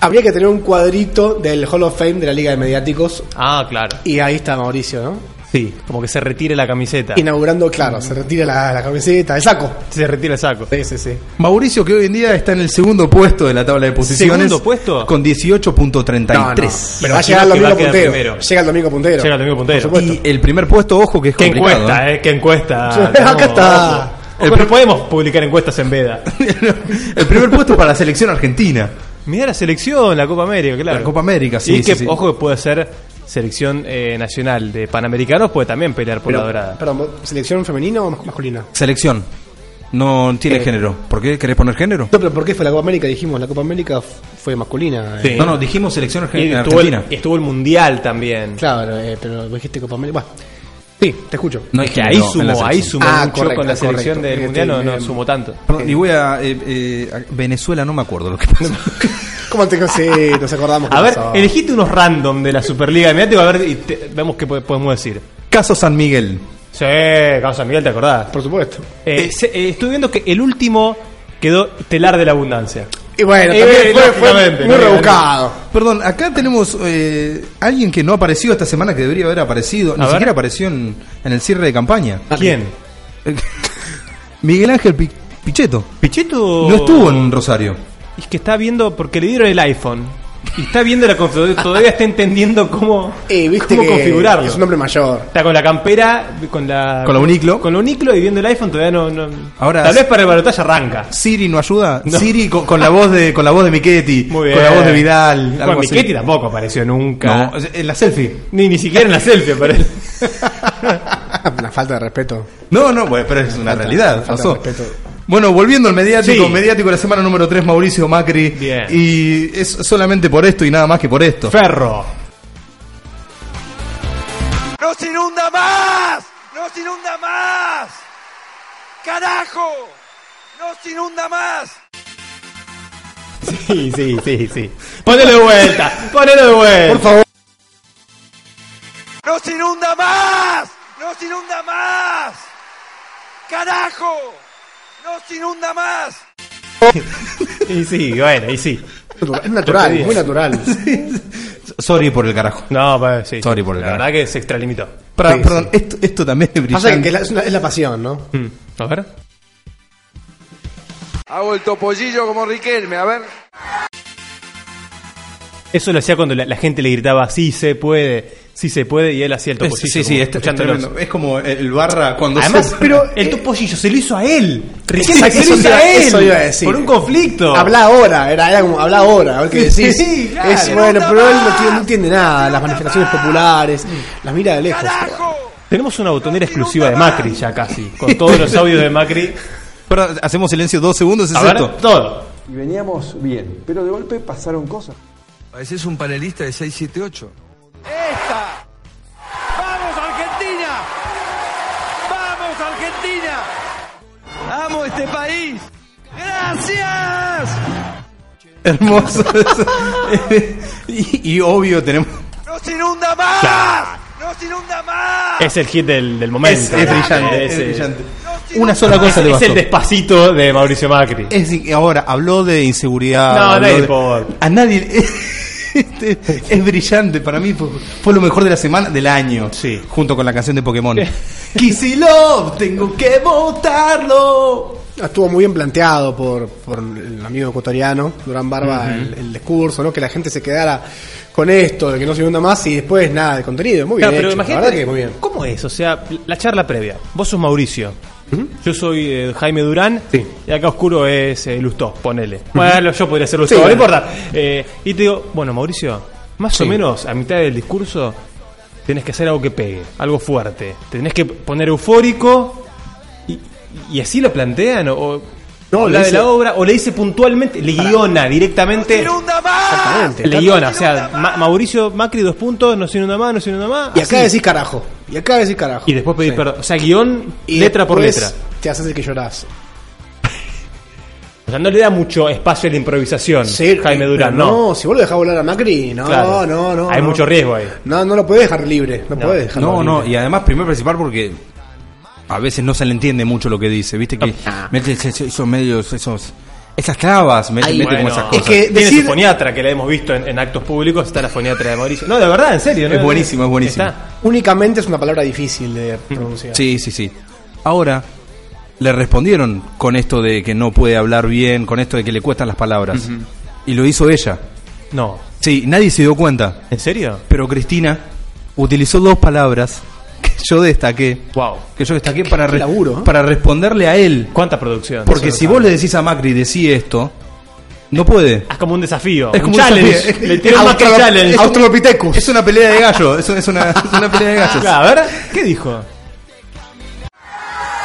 Speaker 4: habría que tener un cuadrito del Hall of Fame de la Liga de Mediáticos.
Speaker 3: Ah, claro.
Speaker 4: Y ahí está Mauricio, ¿no?
Speaker 3: Sí, como que se retire la camiseta.
Speaker 4: Inaugurando, claro, se retira la, la camiseta, el saco.
Speaker 3: Se retira el saco.
Speaker 4: Sí, sí, sí.
Speaker 2: Mauricio, que hoy en día está en el segundo puesto de la tabla de posiciones.
Speaker 3: ¿Segundo puesto?
Speaker 2: Con 18.33.
Speaker 4: Pero va a llegar
Speaker 3: Imagino
Speaker 4: el
Speaker 3: que va
Speaker 4: domingo
Speaker 3: a quedar
Speaker 4: puntero.
Speaker 3: primero.
Speaker 4: Llega el domingo puntero.
Speaker 3: Llega el domingo puntero.
Speaker 4: Por supuesto.
Speaker 2: Y el primer puesto, ojo, que es
Speaker 3: ¿Qué
Speaker 2: complicado.
Speaker 3: encuesta,
Speaker 2: ¿eh?
Speaker 3: eh? ¿Qué encuesta?
Speaker 4: Acá
Speaker 3: Tenemos-
Speaker 4: está.
Speaker 3: Ojo, no podemos publicar encuestas en veda.
Speaker 2: el primer puesto para la selección argentina.
Speaker 3: Mira la selección, la Copa América, claro.
Speaker 2: La Copa América, sí,
Speaker 3: Y que,
Speaker 2: sí, sí.
Speaker 3: ojo, que puede ser selección eh, nacional de panamericanos, puede también pelear por
Speaker 4: Pero,
Speaker 3: la dorada.
Speaker 4: Perdón, ¿selección femenina o mas- masculina?
Speaker 2: Selección. No tiene
Speaker 4: Eh.
Speaker 2: género. ¿Por qué? ¿Querés poner género?
Speaker 4: No, pero ¿por qué fue la Copa América? Dijimos, la Copa América f- fue masculina. eh.
Speaker 3: Sí.
Speaker 2: No, no, dijimos selección arge-
Speaker 3: Y estuvo,
Speaker 2: argentina.
Speaker 3: el, estuvo el mundial también.
Speaker 4: Claro, eh, pero dijiste Copa América. Bueno, Sí, te escucho.
Speaker 2: No hay
Speaker 3: Es que ahí
Speaker 2: género en la
Speaker 3: sumó, ahí
Speaker 2: selección. Ah,
Speaker 3: sumó mucho con la selección
Speaker 2: Este,
Speaker 3: del mundial, no,
Speaker 2: em,
Speaker 3: no sumó tanto.
Speaker 2: Perdón, y voy a eh, eh, a Venezuela, no me acuerdo lo que pasó.
Speaker 4: ¿Cómo te sí, nos acordamos?
Speaker 3: A ver,
Speaker 4: pasaba.
Speaker 3: elegiste unos random de la Superliga de a ver y te- vemos qué po- podemos decir.
Speaker 2: Caso San Miguel.
Speaker 3: Sí, Caso San Miguel, ¿te acordás? Eh,
Speaker 4: Por supuesto.
Speaker 3: estuve viendo que el último quedó Telar de la Abundancia.
Speaker 4: Y bueno,
Speaker 3: Eh,
Speaker 4: también fue, fue
Speaker 3: lógicamente,
Speaker 4: muy
Speaker 3: no,
Speaker 4: rebuscado.
Speaker 2: Perdón, acá tenemos eh, alguien que no apareció esta semana que debería haber aparecido. ni
Speaker 3: ver.
Speaker 2: siquiera apareció en, en el cierre de campaña.
Speaker 3: ¿Quién?
Speaker 2: Miguel Ángel Pi- Pichetto.
Speaker 3: Pichetto.
Speaker 2: No estuvo en Rosario.
Speaker 3: Es que está viendo, porque le dieron el iPhone. Y está viendo la configuración, todavía está entendiendo cómo,
Speaker 4: Eh, viste
Speaker 3: cómo
Speaker 4: que
Speaker 3: configurarlo.
Speaker 4: es un hombre mayor.
Speaker 3: Está con la campera, con la.
Speaker 2: Con la uniclo.
Speaker 3: Con la uniclo y viendo el iPhone todavía no. no-
Speaker 2: Ahora-
Speaker 3: Tal vez para el balotaje arranca.
Speaker 2: Siri no ayuda.
Speaker 3: No.
Speaker 2: Siri con, con la voz de con la voz de Michetti, con la voz de Vidal,
Speaker 3: Bueno,
Speaker 2: algo así.
Speaker 3: Michetti tampoco apareció nunca.
Speaker 2: No, en la selfie.
Speaker 3: Ni, ni siquiera en la selfie aparece.
Speaker 4: Ah, Una falta de respeto.
Speaker 2: No, no, bueno, pero es una realidad,
Speaker 4: falta de
Speaker 2: pasó.
Speaker 4: respeto.
Speaker 2: Bueno, volviendo al mediático,
Speaker 3: Sí.
Speaker 2: mediático de la semana número 3, Mauricio Macri.
Speaker 3: Bien.
Speaker 2: Y es solamente por esto y nada más que por esto.
Speaker 3: Ferro.
Speaker 7: ¡Nos inunda más! ¡Nos inunda más! ¡Carajo! ¡Nos inunda más!
Speaker 3: Sí, sí, sí, sí. Ponelo de vuelta, ponelo de vuelta. Por favor.
Speaker 7: ¡Nos inunda más! ¡Nos inunda más! ¡Carajo! ¡Nos inunda más!
Speaker 3: Y sí, bueno, y sí.
Speaker 4: Es natural, muy natural.
Speaker 2: Sorry por el carajo.
Speaker 3: No, pa- sí.
Speaker 2: Sorry por el
Speaker 3: La
Speaker 2: carajo.
Speaker 3: verdad que se extralimitó.
Speaker 2: Pra-
Speaker 4: Sí,
Speaker 2: perdón, Esto, esto también es brillante.
Speaker 4: Pasa que, que la- es, una- es la pasión, ¿no?
Speaker 2: Hmm,
Speaker 3: A ver.
Speaker 7: Hago el topollillo como Riquelme, a ver.
Speaker 3: Eso lo hacía cuando la, la gente le gritaba, sí se puede, sí se puede, y él hacía el
Speaker 2: Es- sí, sí,
Speaker 3: topollillo. como
Speaker 2: es, es
Speaker 3: escuchándolos.
Speaker 2: tremendo. Es como el el barra cuando
Speaker 3: Además,
Speaker 2: se-
Speaker 3: pero eh, el topollillo se lo hizo a él. Recién
Speaker 4: Sí,
Speaker 3: se
Speaker 4: eso
Speaker 3: lo hizo
Speaker 4: iba-
Speaker 3: a él.
Speaker 4: eso iba a decir.
Speaker 3: Por un conflicto.
Speaker 4: Habla ahora, era, era como habla ahora, a ver qué decís.
Speaker 3: Sí, claro.
Speaker 4: es bueno, pero él no, tiene- no entiende nada, las manifestaciones populares, las mira de lejos.
Speaker 3: Tenemos una botonera exclusiva de Macri ya casi, con todos los audios de Macri.
Speaker 2: Perdón, hacemos silencio dos segundos, ¿es
Speaker 3: A ver,
Speaker 2: esto?
Speaker 3: todo.
Speaker 11: Y veníamos bien, pero de golpe pasaron cosas.
Speaker 7: Pareces un panelista de 678.
Speaker 1: ¡Vamos Argentina! ¡Vamos Argentina! ¡Amo este país! ¡Gracias!
Speaker 2: Hermoso. y, y obvio tenemos...
Speaker 7: ¡Nos inunda más!
Speaker 3: Claro.
Speaker 7: ¡Nos inunda más!
Speaker 3: Es el hit del, del momento.
Speaker 2: Es, es brillante, es,
Speaker 3: Ese-
Speaker 2: brillante. Una sola
Speaker 3: Es,
Speaker 2: cosa le
Speaker 3: es el
Speaker 2: bastó.
Speaker 3: despacito de Mauricio Macri.
Speaker 2: Es decir, ahora habló de inseguridad.
Speaker 3: No,
Speaker 2: habló
Speaker 3: nadie
Speaker 2: de-
Speaker 3: por-
Speaker 2: A nadie. Este, es brillante para mí. Fue, fue lo mejor de la semana, del año.
Speaker 3: Sí.
Speaker 2: Junto con la canción de Pokémon. Kisilov, tengo que votarlo.
Speaker 4: Estuvo muy bien planteado por, por el amigo ecuatoriano, Durán Barba, el, el discurso, ¿no? Que la gente se quedara con esto, de que no se hunda más y después nada de contenido. Muy bien,
Speaker 3: Claro, pero
Speaker 4: hecho, la
Speaker 3: imagínate,
Speaker 4: verdad que muy bien.
Speaker 3: ¿cómo es? O sea, la charla previa. Vos sos Mauricio. Yo soy eh, Jaime Durán.
Speaker 4: Sí.
Speaker 3: Y acá oscuro es eh, Lustó, ponele. Bueno, yo podría ser Lustó,
Speaker 4: Sí,
Speaker 3: no
Speaker 4: bueno.
Speaker 3: importa. Eh, y te digo, bueno, Mauricio, más o menos a mitad del discurso tenés que hacer algo que pegue, algo fuerte. Te tenés que poner eufórico. Y, y así lo plantean. O, o
Speaker 4: No,
Speaker 3: la
Speaker 4: le
Speaker 3: de
Speaker 4: dice-
Speaker 3: la obra, o le dice puntualmente, le guiona directamente.
Speaker 4: Exactamente.
Speaker 3: Le guiona, o sea, Ma- Mauricio Macri, dos puntos, no sin una más, no sin una más.
Speaker 4: Y acá
Speaker 3: así.
Speaker 4: decís carajo. Y acá decís carajo.
Speaker 3: Y después pedir
Speaker 4: Sí.
Speaker 3: perdón. O sea, guión,
Speaker 4: Y
Speaker 3: letra por
Speaker 4: después
Speaker 3: letra.
Speaker 4: Te haces el que llorás.
Speaker 3: O sea, no le da mucho espacio a la improvisación,
Speaker 4: Sí,
Speaker 3: Jaime
Speaker 4: pero
Speaker 3: Durán,
Speaker 4: no.
Speaker 3: ¿no?
Speaker 4: si vos lo dejás volar a Macri, no,
Speaker 3: Claro.
Speaker 4: no, no.
Speaker 3: Hay
Speaker 4: no.
Speaker 3: mucho riesgo ahí.
Speaker 4: No, no lo podés dejar libre. No,
Speaker 3: No.
Speaker 4: podés dejarlo
Speaker 2: No,
Speaker 4: libre.
Speaker 2: no. Y además, primero participar porque. A veces no se le entiende mucho lo que dice. Viste que.
Speaker 3: Ah.
Speaker 2: Mete ese- esos medios, esos. Esas trabas. Mete, mete como
Speaker 3: Bueno,
Speaker 2: esas
Speaker 3: es
Speaker 2: cosas.
Speaker 3: que tiene
Speaker 4: decir-
Speaker 3: su foniatra que la hemos visto en, en actos públicos, está la foniatra de Mauricio. No, de verdad, en serio. ¿no?
Speaker 2: Es buenísimo, es buenísimo.
Speaker 3: Está.
Speaker 4: Únicamente es una palabra difícil de pronunciar.
Speaker 2: Sí, sí, sí. Ahora, le respondieron con esto de que no puede hablar bien, con esto de que le cuestan las palabras. Y lo hizo ella.
Speaker 3: No,
Speaker 2: Sí, nadie se dio cuenta.
Speaker 3: ¿en serio?
Speaker 2: Pero Cristina utilizó dos palabras que yo destaqué.
Speaker 3: Wow.
Speaker 2: Que yo destaqué para,
Speaker 4: qué
Speaker 2: re-
Speaker 4: laburo, ¿eh?
Speaker 2: para responderle a él.
Speaker 3: ¿Cuánta producción?
Speaker 2: Porque
Speaker 3: Eso
Speaker 2: si
Speaker 3: no
Speaker 2: vos
Speaker 3: sabe.
Speaker 2: le decís a Macri, decí esto, no puede.
Speaker 3: Es como un desafío.
Speaker 2: Es
Speaker 3: Ah, un
Speaker 2: como un
Speaker 3: challenge.
Speaker 2: desafío.
Speaker 3: Le tiró un Macri
Speaker 2: Australo-
Speaker 3: challenge.
Speaker 4: Australopithecus.
Speaker 2: Es una pelea de gallo, es, es una, es una pelea de gallos.
Speaker 3: Claro, a ver, ¿qué dijo?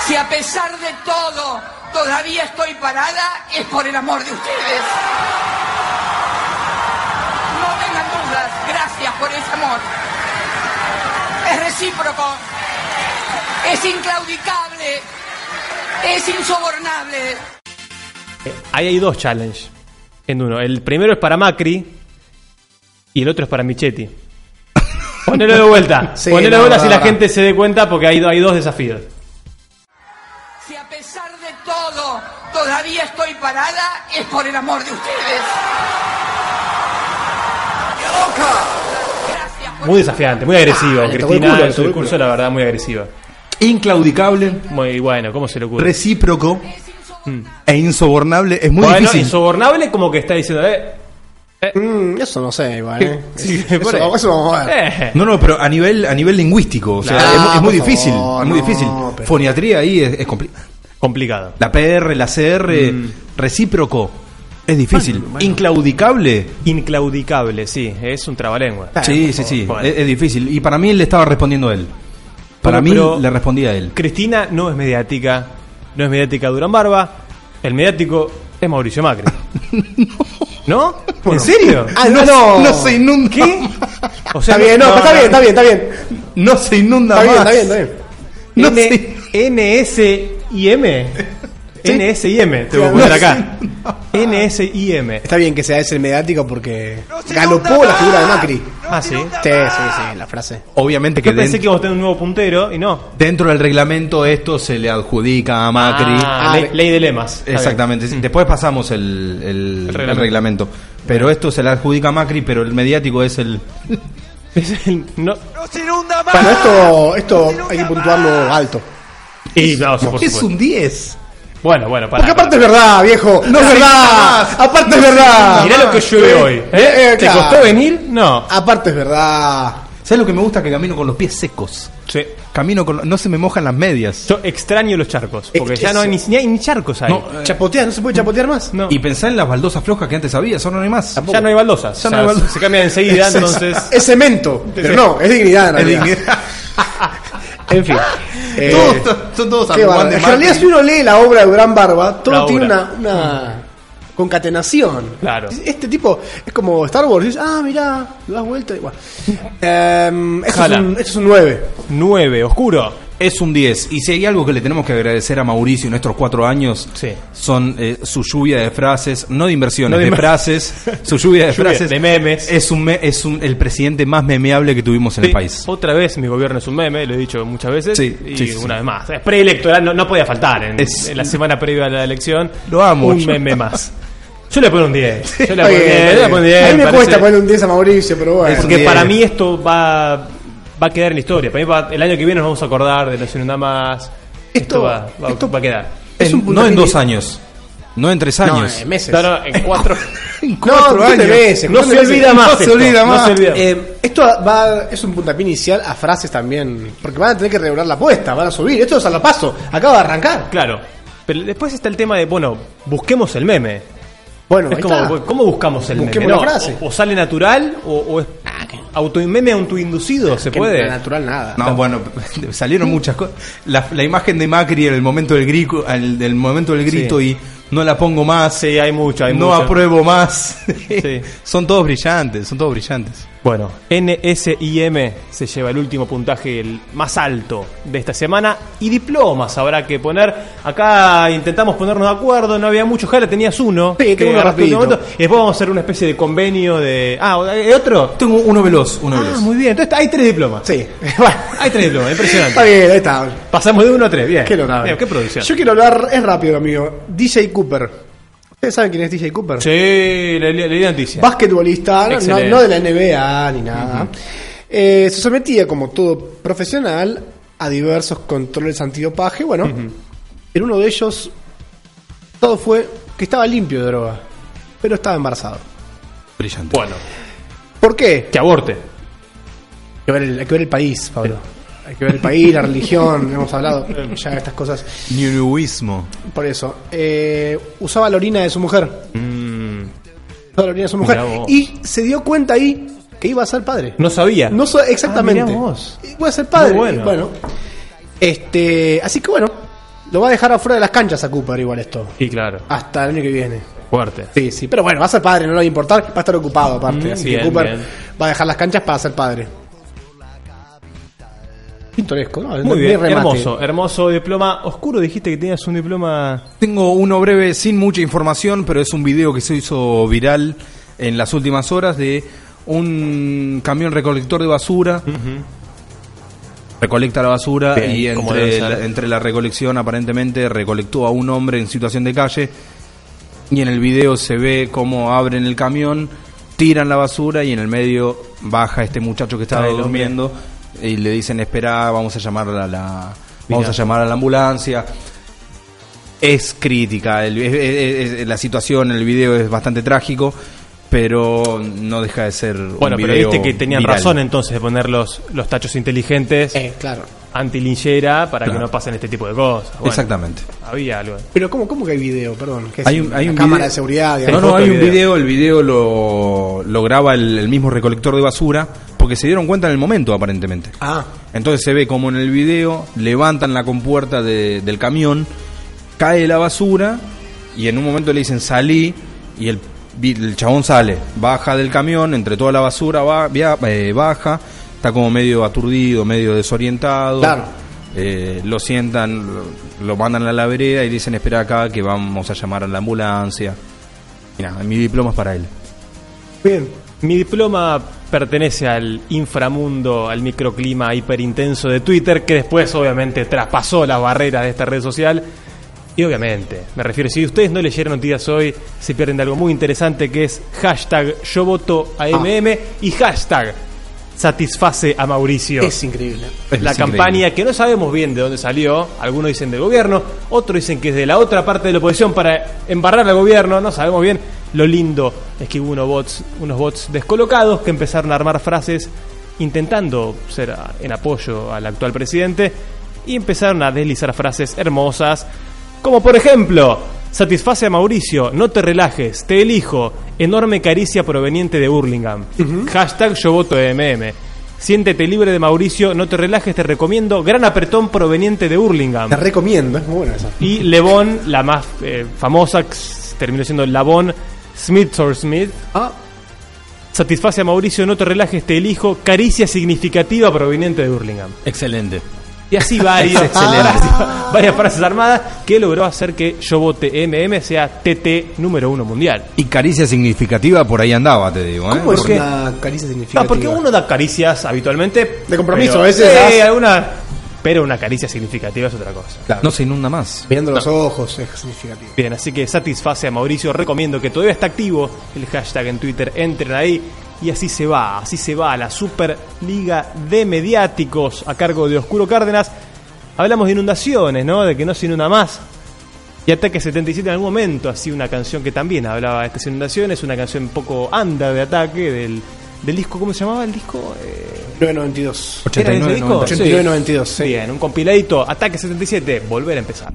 Speaker 1: Si a pesar de todo todavía estoy parada, es por el amor de ustedes. No tengan dudas, gracias por ese amor. Es recíproco. es inclaudicable, es insobornable.
Speaker 3: Ahí hay dos challenges en uno. El primero es para Macri y el otro es para Michetti. Ponelo de vuelta.
Speaker 4: Sí,
Speaker 3: Ponelo
Speaker 4: no,
Speaker 3: de vuelta
Speaker 4: no,
Speaker 3: si la
Speaker 4: no.
Speaker 3: gente se dé cuenta porque hay, do- hay dos desafíos.
Speaker 1: Si a pesar de todo todavía estoy parada, es por el amor de ustedes.
Speaker 3: Muy desafiante, muy agresivo.
Speaker 2: Ah, le tocó el
Speaker 3: Cristina
Speaker 2: culo,
Speaker 3: en
Speaker 2: le
Speaker 3: su
Speaker 2: tocó el
Speaker 3: discurso, la verdad, muy agresiva.
Speaker 2: Inclaudicable.
Speaker 3: Muy bueno, ¿cómo se le ocurre?
Speaker 2: Recíproco
Speaker 3: Mm.
Speaker 2: e insobornable. Es muy
Speaker 3: bueno,
Speaker 2: difícil.
Speaker 3: insobornable como que está diciendo, eh,
Speaker 4: Mm, eso no sé, igual. ¿eh?
Speaker 3: Sí,
Speaker 4: eso,
Speaker 3: por ahí.
Speaker 4: eso vamos a ver.
Speaker 3: Eh.
Speaker 2: No, no, pero a nivel, a nivel lingüístico. O sea,
Speaker 4: No,
Speaker 2: es mu- es, muy
Speaker 4: por
Speaker 2: difícil.
Speaker 4: favor,
Speaker 2: es muy
Speaker 4: no,
Speaker 2: difícil.
Speaker 4: pero-
Speaker 2: Foniatría ahí es, es compli-
Speaker 3: complicado.
Speaker 2: La PR, la CR, recíproco. Es difícil. Inclaudicable.
Speaker 3: Inclaudicable, sí, es un trabalengua.
Speaker 2: sí, sí, sí.
Speaker 3: Bueno.
Speaker 2: Es, es difícil. Y para mí le estaba respondiendo él. Para
Speaker 3: Bueno,
Speaker 2: mí
Speaker 3: pero-
Speaker 2: le respondía a él.
Speaker 3: Cristina no es mediática, no es mediática Durán Barba, el mediático es Mauricio Macri. ¿No? ¿En serio?
Speaker 4: Ah, no, no.
Speaker 2: se inunda.
Speaker 3: ¿Qué?
Speaker 2: Ah,
Speaker 3: O
Speaker 4: Está bien, no, pero está bien, está bien, está bien.
Speaker 2: No se inunda
Speaker 4: Está bien,
Speaker 2: más.
Speaker 4: está bien, está bien.
Speaker 2: No
Speaker 3: N- NSIM. NSIM, te voy
Speaker 4: Claro,
Speaker 3: a poner
Speaker 4: no
Speaker 3: acá. NSIM.
Speaker 4: Está bien que sea ese el mediático porque galopó la figura de Macri.
Speaker 3: Ah, sí.
Speaker 4: Sí, sí, sí, la frase.
Speaker 2: Obviamente que
Speaker 3: Yo pensé
Speaker 2: den-
Speaker 3: que íbamos a tener un nuevo puntero y no.
Speaker 2: dentro del reglamento esto se le adjudica a Macri.
Speaker 3: Ah, ley, ley de lemas. Está bien.
Speaker 2: Exactamente. sí. Después pasamos el, el- el
Speaker 3: reglamento.
Speaker 2: reglamento. Pero esto se le adjudica a Macri, pero el mediático es el...
Speaker 3: Es el- no.
Speaker 4: Bueno, esto, esto hay que puntuarlo alto.
Speaker 3: Y no, sí, por
Speaker 2: Es
Speaker 3: supuesto.
Speaker 2: un 10.
Speaker 3: Bueno, bueno, para.
Speaker 4: Porque aparte es verdad, viejo. No es verdad. Aparte es verdad.
Speaker 3: Mirá lo que llueve hoy. ¿eh?
Speaker 4: Eh, eh,
Speaker 3: ¿Te
Speaker 4: claro.
Speaker 3: costó venir? No.
Speaker 4: Aparte es verdad.
Speaker 2: ¿Sabes lo que me gusta? Que camino con los pies secos.
Speaker 3: Sí.
Speaker 2: Camino con... No se me mojan las medias.
Speaker 3: Yo extraño los charcos. Porque
Speaker 4: Es-
Speaker 3: ya no hay ni,
Speaker 4: eso.
Speaker 3: ni hay ni charcos ahí.
Speaker 2: No, eh,
Speaker 4: Chapotear, no se puede chapotear más.
Speaker 3: No.
Speaker 2: Y pensá en las baldosas flojas que antes había, son no hay más.
Speaker 3: ya no hay baldosas.
Speaker 2: eh, Ya no
Speaker 3: O sea,
Speaker 2: hay baldosas.
Speaker 3: Se cambia enseguida,
Speaker 4: Es-
Speaker 3: entonces.
Speaker 4: Es cemento. Pero no, es dignidad. en
Speaker 2: Es
Speaker 4: realidad.
Speaker 2: dignidad.
Speaker 4: En fin. Eh,
Speaker 2: Todos- to- son todos
Speaker 4: qué
Speaker 2: San Juan
Speaker 4: bárbaro.
Speaker 2: de
Speaker 4: En
Speaker 2: Macri.
Speaker 4: realidad, si uno lee la obra de Durán Barba, todo
Speaker 3: La
Speaker 4: tiene
Speaker 3: obra.
Speaker 4: una, una concatenación.
Speaker 3: Claro.
Speaker 4: Este tipo es como Star Wars. dices, ah, mirá, lo das vuelta. y bueno. Em, esto, es
Speaker 3: Jala.
Speaker 4: un, esto es un 9.
Speaker 3: 9, oscuro.
Speaker 2: Es un 10. Y si hay algo que le tenemos que agradecer a Mauricio en estos cuatro años,
Speaker 3: Sí.
Speaker 2: son eh, su lluvia de frases, no de inversiones,
Speaker 3: No de
Speaker 2: de,
Speaker 3: inver-
Speaker 2: frases, su lluvia de
Speaker 3: Lluvia
Speaker 2: frases.
Speaker 3: de memes.
Speaker 2: Es, un me- es un- el presidente más memeable que tuvimos en el
Speaker 3: Sí,
Speaker 2: país.
Speaker 3: Otra vez mi gobierno es un meme, lo he dicho muchas veces.
Speaker 2: Sí,
Speaker 3: y
Speaker 2: sí, sí, sí.
Speaker 3: una vez más. Es preelectoral, no, no podía faltar en,
Speaker 2: Es-
Speaker 3: en la semana previa a la elección.
Speaker 2: Lo amo,
Speaker 3: Un
Speaker 2: yo.
Speaker 3: meme más. Yo le pongo un 10. Yo le
Speaker 4: Está
Speaker 3: pongo un
Speaker 4: bien,
Speaker 3: 10.
Speaker 4: está
Speaker 3: yo le
Speaker 4: bien.
Speaker 3: pongo un
Speaker 4: a mí
Speaker 3: 10,
Speaker 4: me
Speaker 3: parece-
Speaker 4: cuesta poner un 10 a Mauricio, pero bueno.
Speaker 2: Es un
Speaker 3: Porque
Speaker 2: 10.
Speaker 3: para mí esto va, va a quedar en la historia. Para mí va- el año que viene nos vamos a acordar de la Ciudad Más. Esto,
Speaker 4: Esto-
Speaker 3: va, va-
Speaker 4: esto-
Speaker 3: va a quedar.
Speaker 4: es
Speaker 2: En-
Speaker 4: un
Speaker 2: no en
Speaker 4: puntapié-
Speaker 2: dos años, no en tres
Speaker 4: No,
Speaker 2: años.
Speaker 4: eh, meses.
Speaker 3: No, no, en cuatro.
Speaker 4: No,
Speaker 2: cuatro
Speaker 4: cuestión de
Speaker 2: años.
Speaker 4: meses,
Speaker 3: No
Speaker 4: cuestión de
Speaker 3: se
Speaker 4: meses.
Speaker 3: olvida más
Speaker 4: No se
Speaker 3: esto,
Speaker 4: olvida
Speaker 3: no
Speaker 4: más.
Speaker 3: se olvida.
Speaker 4: Eh, esto va, es un puntapié inicial a frases también. Porque van a tener que regular la apuesta, van a subir. Esto es a la paso. Acaba de arrancar.
Speaker 3: claro. Pero después está el tema de, bueno, busquemos el meme.
Speaker 4: Bueno,
Speaker 3: Es
Speaker 4: ahí
Speaker 3: como,
Speaker 4: está.
Speaker 3: ¿Cómo buscamos el
Speaker 4: Busquemos
Speaker 3: meme?
Speaker 4: la frase. Ah,
Speaker 3: O, o sale natural o, o es auto-meme autoinducido, ¿se
Speaker 4: Que
Speaker 3: puede?
Speaker 4: no era natural nada.
Speaker 2: No, bueno, salieron muchas cosas. La, la imagen de Macri en el momento del, grico, al- del momento del grito
Speaker 3: Sí.
Speaker 2: y no la pongo más,
Speaker 3: Sí, hay mucho, hay
Speaker 2: no
Speaker 3: mucho.
Speaker 2: apruebo más.
Speaker 3: Sí.
Speaker 2: son todos brillantes, son todos brillantes.
Speaker 3: Bueno, NSIM se lleva el último puntaje, el más alto de esta semana. Y diplomas habrá que poner. Acá intentamos ponernos de acuerdo, no había mucho. Jala, tenías uno.
Speaker 4: Sí, tengo uno
Speaker 3: agarraste en
Speaker 4: rapidito.
Speaker 3: último momento. Y después vamos a hacer una especie de convenio de. Ah, ¿el otro?
Speaker 2: Tengo uno veloz, uno
Speaker 3: Ah,
Speaker 2: veloz.
Speaker 3: muy bien. Entonces hay tres diplomas.
Speaker 4: Sí. Bueno,
Speaker 3: Hay tres diplomas,
Speaker 4: está
Speaker 3: impresionante.
Speaker 4: bien, ahí está.
Speaker 3: Pasamos de uno a tres, bien.
Speaker 4: Eh, Qué notable.
Speaker 3: Bien, qué producción.
Speaker 4: Yo quiero hablar, es rápido, amigo. DJ Cooper. ¿Ustedes saben quién es DJ Cooper?
Speaker 3: Sí, le, le- le di la noticia.
Speaker 4: Basquetbolista, no- no,
Speaker 3: Excelente.
Speaker 4: no de la NBA ni nada. Eh, se sometía, como todo profesional, a diversos controles antidopaje. Bueno, en uno de ellos, todo fue que estaba limpio de droga, pero estaba embarazado.
Speaker 2: Brillante.
Speaker 3: Bueno,
Speaker 4: ¿Por qué?
Speaker 3: que aborte.
Speaker 4: Hay que ver el, hay que ver el país, Pablo. Hay que ver el país, la religión, hemos hablado ya de estas cosas.
Speaker 2: Neruismo.
Speaker 4: Por eso, eh, usaba la orina de su mujer. Usaba la orina de su mujer.
Speaker 3: Mm. Mirá vos.
Speaker 4: Y se dio cuenta ahí que iba a ser padre.
Speaker 3: No sabía.
Speaker 4: No so- exactamente.
Speaker 3: Ah, mirá vos.
Speaker 4: Voy a ser padre.
Speaker 3: Muy bueno.
Speaker 4: Y bueno. Este, así que bueno, lo va a dejar afuera de las canchas a Cooper igual esto.
Speaker 3: Y claro,
Speaker 4: Hasta el año que viene.
Speaker 3: fuerte.
Speaker 4: Sí, sí, pero bueno, va a ser padre, no le va a importar, va a estar ocupado aparte,
Speaker 3: Mm,
Speaker 4: así
Speaker 3: bien,
Speaker 4: que Cooper
Speaker 3: bien.
Speaker 4: va a dejar las canchas para ser padre. Pintoresco, ¿no?
Speaker 3: Muy
Speaker 4: Mi
Speaker 3: bien,
Speaker 4: remate.
Speaker 3: hermoso, hermoso diploma. Oscuro, dijiste que tenías un diploma.
Speaker 2: Tengo uno breve sin mucha información, pero es un video que se hizo viral en las últimas horas de un camión recolector de basura. Recolecta la basura
Speaker 3: Bien,
Speaker 2: y
Speaker 3: como debe
Speaker 2: entre
Speaker 3: ser.
Speaker 2: la, entre la recolección aparentemente recolectó a un hombre en situación de calle. Y en el video se ve cómo abren el camión, tiran la basura y en el medio baja este muchacho que estaba
Speaker 3: Está el hombre.
Speaker 2: durmiendo y le dicen espera, vamos a llamar a la vamos
Speaker 3: Mira.
Speaker 2: a llamar a la ambulancia. Es crítica, el- es- es- es- la situación en el video es bastante trágico, pero no deja de ser
Speaker 3: Bueno,
Speaker 2: un
Speaker 3: pero
Speaker 2: video
Speaker 3: viste que tenían
Speaker 2: viral. Eh.
Speaker 3: razón entonces de poner los, los tachos inteligentes.
Speaker 4: Eh, claro.
Speaker 3: Anti-linchera para que
Speaker 2: Claro.
Speaker 3: no pasen este tipo de cosas. Bueno,
Speaker 2: Exactamente.
Speaker 3: Había algo.
Speaker 4: Pero ¿cómo, cómo que hay video? Perdón. que es
Speaker 2: Hay un, hay
Speaker 4: una
Speaker 2: un
Speaker 4: cámara
Speaker 2: video-
Speaker 4: de seguridad.
Speaker 2: No,
Speaker 4: digamos.
Speaker 2: no, hay un video, el video lo, lo graba el, el mismo recolector de basura, porque se dieron cuenta en el momento, aparentemente.
Speaker 4: Ah.
Speaker 2: Entonces se ve como en el video levantan la compuerta de- del camión, cae la basura y en un momento le dicen salí y el, vi- el chabón sale, baja del camión, entre toda la basura va, via- eh, baja, está como medio aturdido, medio desorientado.
Speaker 4: Claro.
Speaker 2: Eh, lo sientan, lo- lo mandan a la vereda y dicen espera acá que vamos a llamar a la ambulancia. Y nada, mi diploma es para él.
Speaker 4: Bien.
Speaker 3: Mi diploma pertenece al inframundo, al microclima hiperintenso de Twitter, que después obviamente traspasó las barreras de esta red social. Y obviamente, me refiero, si ustedes no leyeron noticias hoy, se pierden de algo muy interesante que es hashtag yo voto a MM y hashtag satisface a Mauricio.
Speaker 4: Es increíble.
Speaker 3: la
Speaker 4: Es
Speaker 3: campaña que no sabemos bien de dónde salió, algunos dicen del gobierno, otros dicen que es de la otra parte de la oposición para embarrar al gobierno, no sabemos bien. Lo lindo es que hubo unos bots, unos bots descolocados que empezaron a armar frases intentando ser a- en apoyo al actual presidente y empezaron a deslizar frases hermosas, como por ejemplo, satisface a Mauricio, no te relajes, te elijo, enorme caricia proveniente de Burlingame. Hashtag yo voto MM. Siéntete libre de Mauricio, no te relajes, te recomiendo. Gran apretón proveniente de Hurlingham.
Speaker 4: Te recomiendo, es muy bueno eso.
Speaker 3: Y Levon, la más eh, famosa, que s- terminó siendo Lavon Smith or Smith.
Speaker 4: Ah,
Speaker 3: Satisface a Mauricio, no te relajes, te elijo. Caricia significativa proveniente de Hurlingham.
Speaker 2: Excelente.
Speaker 3: Y así varias,
Speaker 2: Excelente.
Speaker 3: frases- varias frases armadas que logró hacer que Yo Vote MM sea TT número uno mundial. Ah,
Speaker 2: Y caricia significativa por ahí andaba, te digo. ¿eh?
Speaker 4: ¿Cómo es
Speaker 2: Porque-
Speaker 4: una caricia significativa?
Speaker 2: Ah,
Speaker 3: No, porque uno da caricias habitualmente.
Speaker 4: De compromiso,
Speaker 3: pero-
Speaker 4: a veces
Speaker 3: Sí,
Speaker 4: das-
Speaker 3: alguna. Pero una caricia significativa es otra cosa.
Speaker 2: No se inunda más.
Speaker 4: Mirando los ojos es significativo.
Speaker 3: Bien, así que satisface a Mauricio. Recomiendo que todavía está activo el hashtag en Twitter. Entren ahí. Y así se va, así se va la Superliga de Mediáticos a cargo de Oscuro Cárdenas. Hablamos de inundaciones, ¿no? De que no se inunda más. Y Ataque 77 en algún momento, así una canción que también hablaba de estas inundaciones, una canción un poco anda de ataque del, del disco, ¿cómo se llamaba el disco? Eh,
Speaker 4: 992.
Speaker 3: ¿era ese disco?
Speaker 4: 89, 92, sí.
Speaker 3: Bien, un compiladito, Ataque 77, volver a empezar.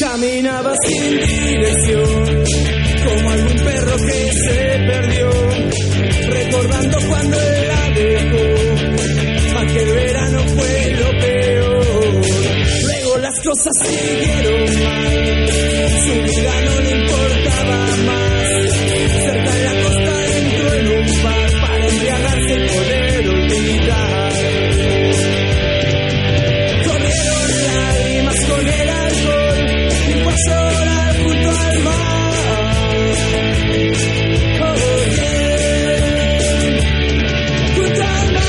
Speaker 1: Caminaba sin dirección, como algún perro que se perdió, recordando cuando la dejó, más que el verano fue lo peor. Luego las cosas siguieron mal, su vida no le importaba más. Cerca de la costa entró en un bar para embriagarse y poder olvidar. Corrieron lágrimas con el alcohol y fue a llorar junto al mar. Oh, yeah. Junto al mar.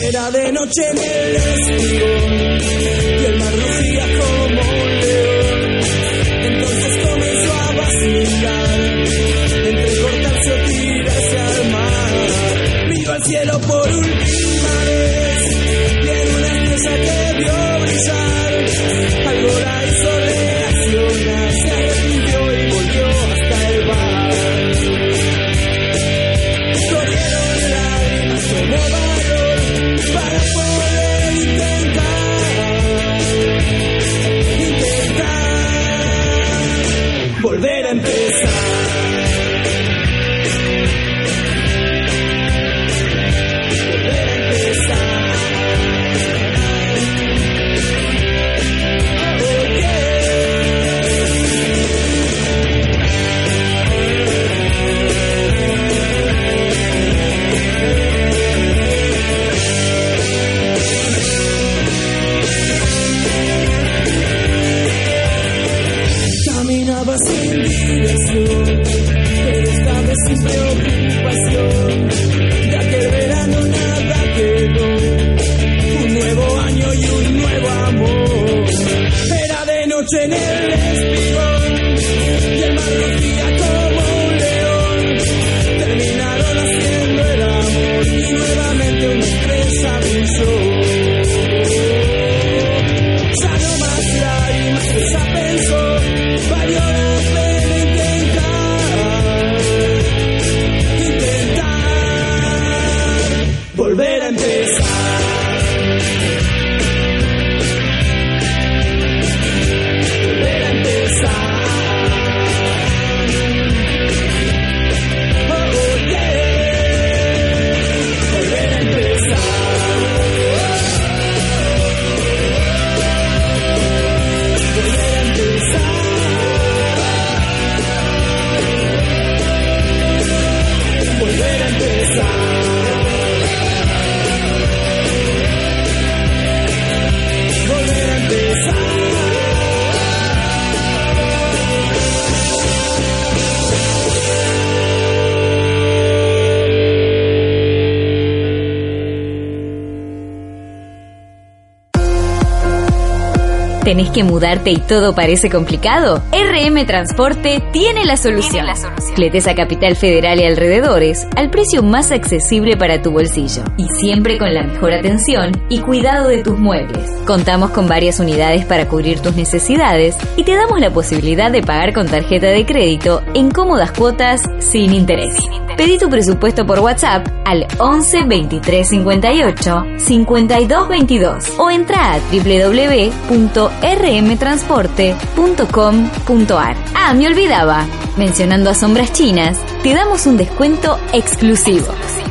Speaker 1: Era de noche en el espigón y el mar rugía como un león. Entonces comenzó a vacilar, entre cortarse o tirarse al mar. Miró al cielo por última vez y en una estrella que vio brillar, algo la hizo reaccionar, se arrepintió y volvió hasta el bar. Corrieron lágrimas como valor para poder intentar, intentar noche en el espigón y el mar lo guía como un león. Terminaron haciendo el amor y nuevamente una estrella brilló. Ya no más lágrimas, ella pensó, valió la pena intentar, intentar volver a empezar. volver a empezar. Oh, yeah. Volver a empezar. Volver a empezar. Volver a empezar. Volver a empezar.
Speaker 12: ¿Tenés que mudarte y todo parece complicado? RM Transporte tiene la solución. Fletes a Capital Federal y alrededores al precio más accesible para tu bolsillo y siempre con la mejor atención y cuidado de tus muebles. Contamos con varias unidades para cubrir tus necesidades y te damos la posibilidad de pagar con tarjeta de crédito en cómodas cuotas sin interés. Pedí tu presupuesto por WhatsApp al 11 23 58 52 22 o entra a www.rmtransporte.com.ar. Ah, me olvidaba. Mencionando a Sombras Chinas, te damos un descuento exclusivo.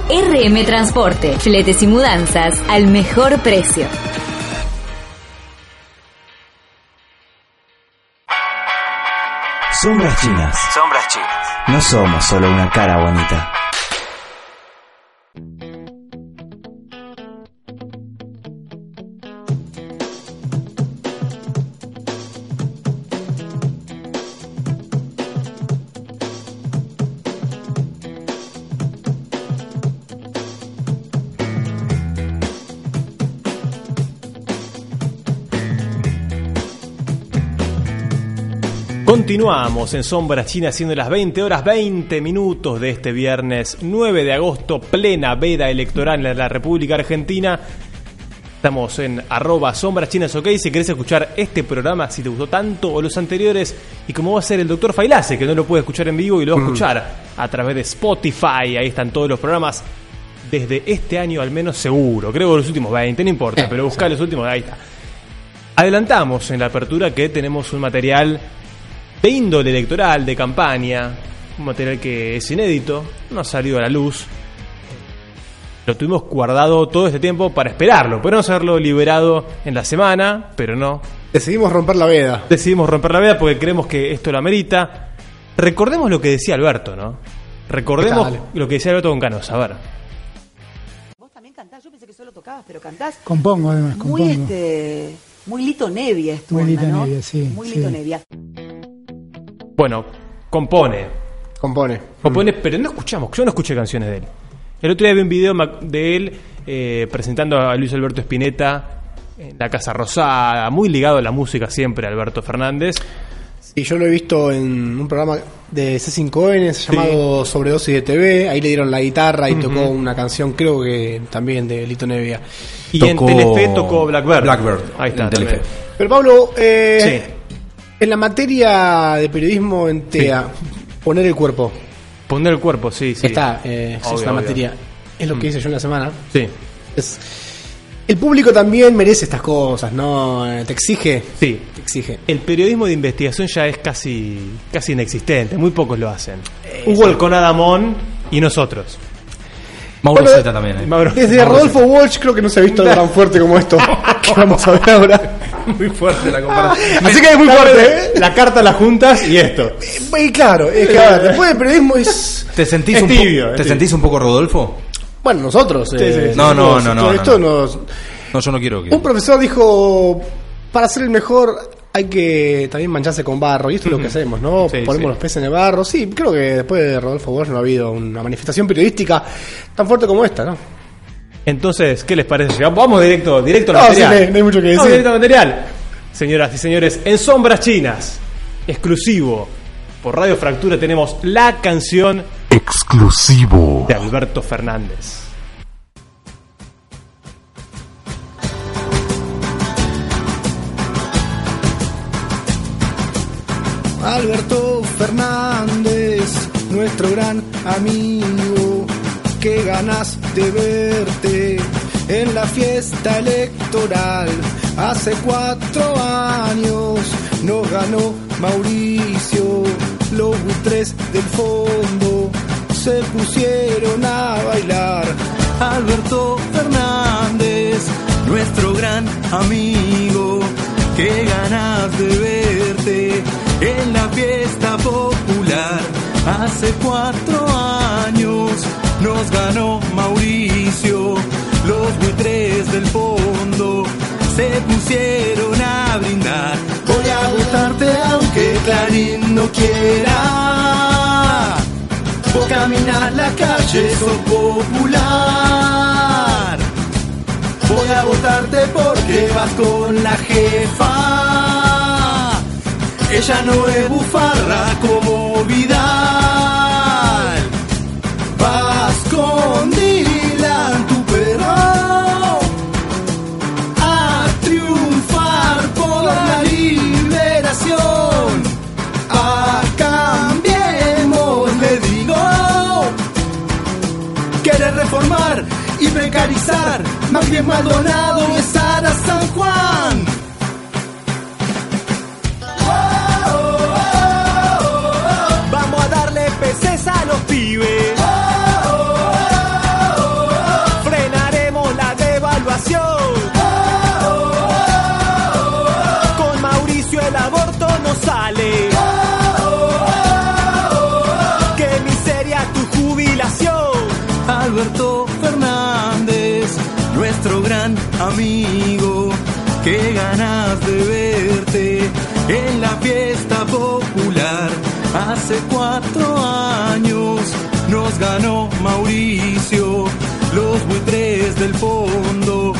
Speaker 12: RM Transporte, fletes y mudanzas al mejor precio.
Speaker 9: Sombras chinas. Sombras chinas. No somos solo una cara bonita.
Speaker 3: Continuamos en Sombra China siendo las 20 horas 20 minutos de este viernes 9 de agosto, plena veda electoral en la República Argentina. Estamos en arroba Sombra Chinas OK. Si querés escuchar este programa, si te gustó tanto o los anteriores, y como va a ser el doctor Failase, que no lo puede escuchar en vivo y lo va a escuchar a través de Spotify, ahí están todos los programas. Desde este año al menos seguro, creo que los últimos 20, no importa, pero buscar los últimos, ahí está. Adelantamos en la apertura que tenemos un material de índole electoral, de campaña, un material que es inédito, no ha salido a la luz. Lo tuvimos guardado todo este tiempo para esperarlo. Podemos haberlo liberado en la semana, pero no.
Speaker 4: Decidimos romper la veda.
Speaker 3: Decidimos romper la veda porque creemos que esto lo amerita. Recordemos lo que decía Alberto, ¿no? Recordemos
Speaker 6: Dale.
Speaker 3: lo que decía Alberto con Canosa. A ver.
Speaker 6: Cantás, yo pensé que solo tocabas, pero cantás
Speaker 13: Compongo además, compongo.
Speaker 6: muy este muy Lito Nevia es tu
Speaker 13: Muy
Speaker 6: onda,
Speaker 13: Lito
Speaker 6: ¿no?
Speaker 13: Nevia, sí,
Speaker 6: Muy
Speaker 13: sí.
Speaker 6: Lito Nevia.
Speaker 3: Bueno, compone.
Speaker 4: Compone. Mm.
Speaker 3: Compone, pero no escuchamos, yo no escuché canciones de él. El otro día vi un video ma- de él eh, presentando a Luis Alberto Spinetta en la Casa Rosada, muy ligado a la música siempre, Alberto Fernández.
Speaker 4: Sí, yo lo he visto en un programa de C5N llamado Sobredosis de TV. Ahí le dieron la guitarra y
Speaker 3: Ujú.
Speaker 4: tocó una canción, creo que también de Lito Nevia.
Speaker 3: Y en Telefe tocó Blackbird. Blackbird. Ahí está,
Speaker 4: en Telefe.
Speaker 3: también.
Speaker 4: Pero Pablo, eh, en la materia de periodismo entera, poner el cuerpo.
Speaker 3: Poner el cuerpo, sí, sí.
Speaker 4: Está, eh,
Speaker 3: Obvio,
Speaker 4: es la
Speaker 3: obvio.
Speaker 4: materia. Es
Speaker 2: Mm.
Speaker 4: lo que hice yo en la semana.
Speaker 3: Sí.
Speaker 4: Es- el público también merece estas cosas, ¿no? Eh, Te exige.
Speaker 3: Sí.
Speaker 4: Te exige.
Speaker 3: El periodismo de investigación ya es casi, casi inexistente, muy pocos lo hacen.
Speaker 4: Hubo
Speaker 3: Hugo el con Adamón y nosotros.
Speaker 2: Mauro
Speaker 4: Bueno,
Speaker 2: Zeta también. ¿eh?
Speaker 4: Desde Rodolfo Walsh creo que no se ha visto algo tan fuerte como esto que vamos a ver ahora.
Speaker 2: Muy fuerte la comparación.
Speaker 4: Así que es muy fuerte, ¿eh?
Speaker 3: La carta a las juntas y esto.
Speaker 4: Y claro, es que a ver, después del periodismo es...
Speaker 2: ¿Te sentís,
Speaker 4: Es
Speaker 2: un, po-
Speaker 4: tibio, es
Speaker 2: ¿te
Speaker 4: tibio.
Speaker 2: sentís un poco Rodolfo?
Speaker 4: Bueno, nosotros... eh,
Speaker 2: Sí, sí, sí. No, no,
Speaker 4: nosotros,
Speaker 2: no, no,
Speaker 4: esto-
Speaker 2: no,
Speaker 4: esto nos-
Speaker 2: No, yo no quiero que.
Speaker 4: Un profesor dijo, para ser el mejor hay que también mancharse con barro, y esto es lo que hacemos, ¿no? Ponemos
Speaker 3: sí.
Speaker 4: los peces en el barro. Sí, creo que después de Rodolfo Walsh no ha habido una manifestación periodística tan fuerte como esta, ¿no?
Speaker 3: Entonces, ¿qué les parece? Llegamos- Vamos directo, directo al
Speaker 4: No, sí,
Speaker 3: material.
Speaker 4: no hay- no hay mucho que
Speaker 3: Vamos
Speaker 4: decir.
Speaker 3: directo al material. Señoras y señores, en Sombras Chinas, exclusivo por Radio Fractura, tenemos la canción
Speaker 5: Exclusivo.
Speaker 3: de Alberto Fernández.
Speaker 13: Alberto Fernández, nuestro gran amigo, qué ganas de verte en la fiesta electoral. Hace cuatro años nos ganó Mauricio, los buitres del fondo se pusieron a bailar. Alberto Fernández, nuestro gran amigo, qué ganas de verte en la fiesta popular. Hace cuatro años nos ganó Mauricio, los buitres del fondo se pusieron a brindar. Voy a votarte aunque Clarín no quiera. Vos caminar la calle, sos popular. Voy a votarte porque vas con la jefa. Ella no es bufarra como Vidal. Vas con Dylan, tu perro. A triunfar por la liberación. A cambiemos, le digo. Quiere reformar y precarizar. Más bien Maldonado es Sara San Juan. Vamos a darle peces a los pibes. Frenaremos la devaluación. Con Mauricio el aborto no sale. Qué miseria tu jubilación. Alberto Fernández, nuestro gran amigo. Qué ganas de verte en la fiesta popular. Hace cuatro años nos ganó Mauricio. Los buitres del fondo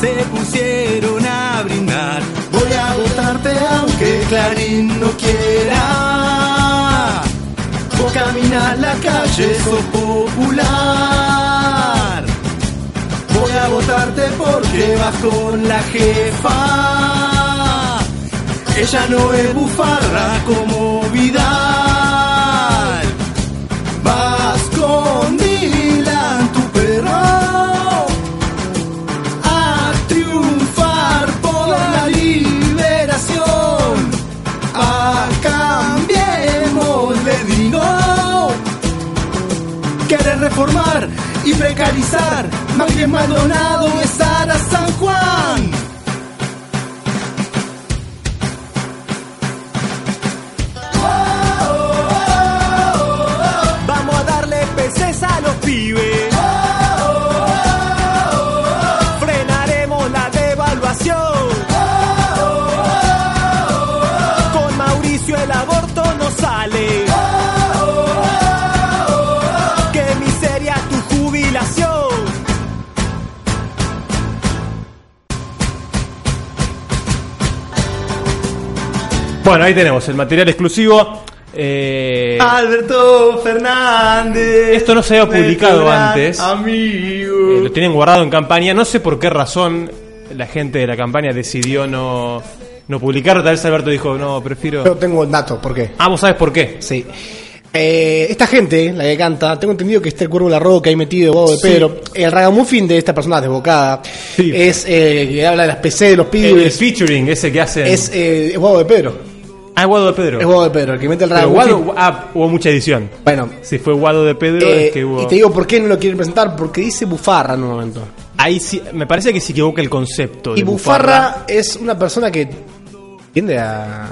Speaker 13: se pusieron a brindar. Voy a votarte aunque Clarín no quiera. Vos caminar la calle, sos popular. Voy a votarte porque vas con la jefa. Ella no es bufarra como Vidal. Vas con Dylan, tu perro. A triunfar por la liberación. A cambiemos, le digo. Quiere reformar y precarizar. Más bien Maldonado es Sara San Juan.
Speaker 3: Vamos a darle peces a los pibes. Frenaremos la devaluación. Con Mauricio el aborto no sale. Qué miseria tu jubilación. Bueno, ahí tenemos el material exclusivo. Eh,
Speaker 4: Ah,
Speaker 13: Alberto Fernández.
Speaker 3: Esto no se había publicado
Speaker 13: nuestro gran
Speaker 3: antes.
Speaker 13: Amigo.
Speaker 3: Eh, lo tienen guardado en campaña. No sé por qué razón la gente de la campaña decidió no, no publicarlo. Tal vez Alberto dijo, no,
Speaker 4: Yo
Speaker 3: prefiero...
Speaker 4: tengo el dato, ¿por qué?
Speaker 3: Ah, vos sabes por qué.
Speaker 4: Sí. Eh, esta gente, la que canta, tengo entendido que está el cuervo de la roca ahí metido, Bobo de
Speaker 3: Sí.
Speaker 4: Pedro. El ragamuffin de esta persona desbocada es eh, que habla de las PC de los
Speaker 3: El, el
Speaker 4: pibes.
Speaker 3: featuring ese que hacen...
Speaker 4: es eh, es Bobo de Pedro.
Speaker 3: ah, Guado de Pedro.
Speaker 4: Es Bobo de Pedro, el que mete el
Speaker 3: Pero Guado-
Speaker 4: ragamuffin.
Speaker 3: ah, hubo mucha edición.
Speaker 4: Bueno.
Speaker 3: Si fue Guado de Pedro,
Speaker 4: Eh,
Speaker 3: es que hubo...
Speaker 4: Y te digo por qué no lo quieren presentar, porque dice bufarra en un momento.
Speaker 3: Ahí sí, me parece que se equivoca el concepto.
Speaker 4: Y
Speaker 3: de
Speaker 4: bufarra, es una persona que tiende a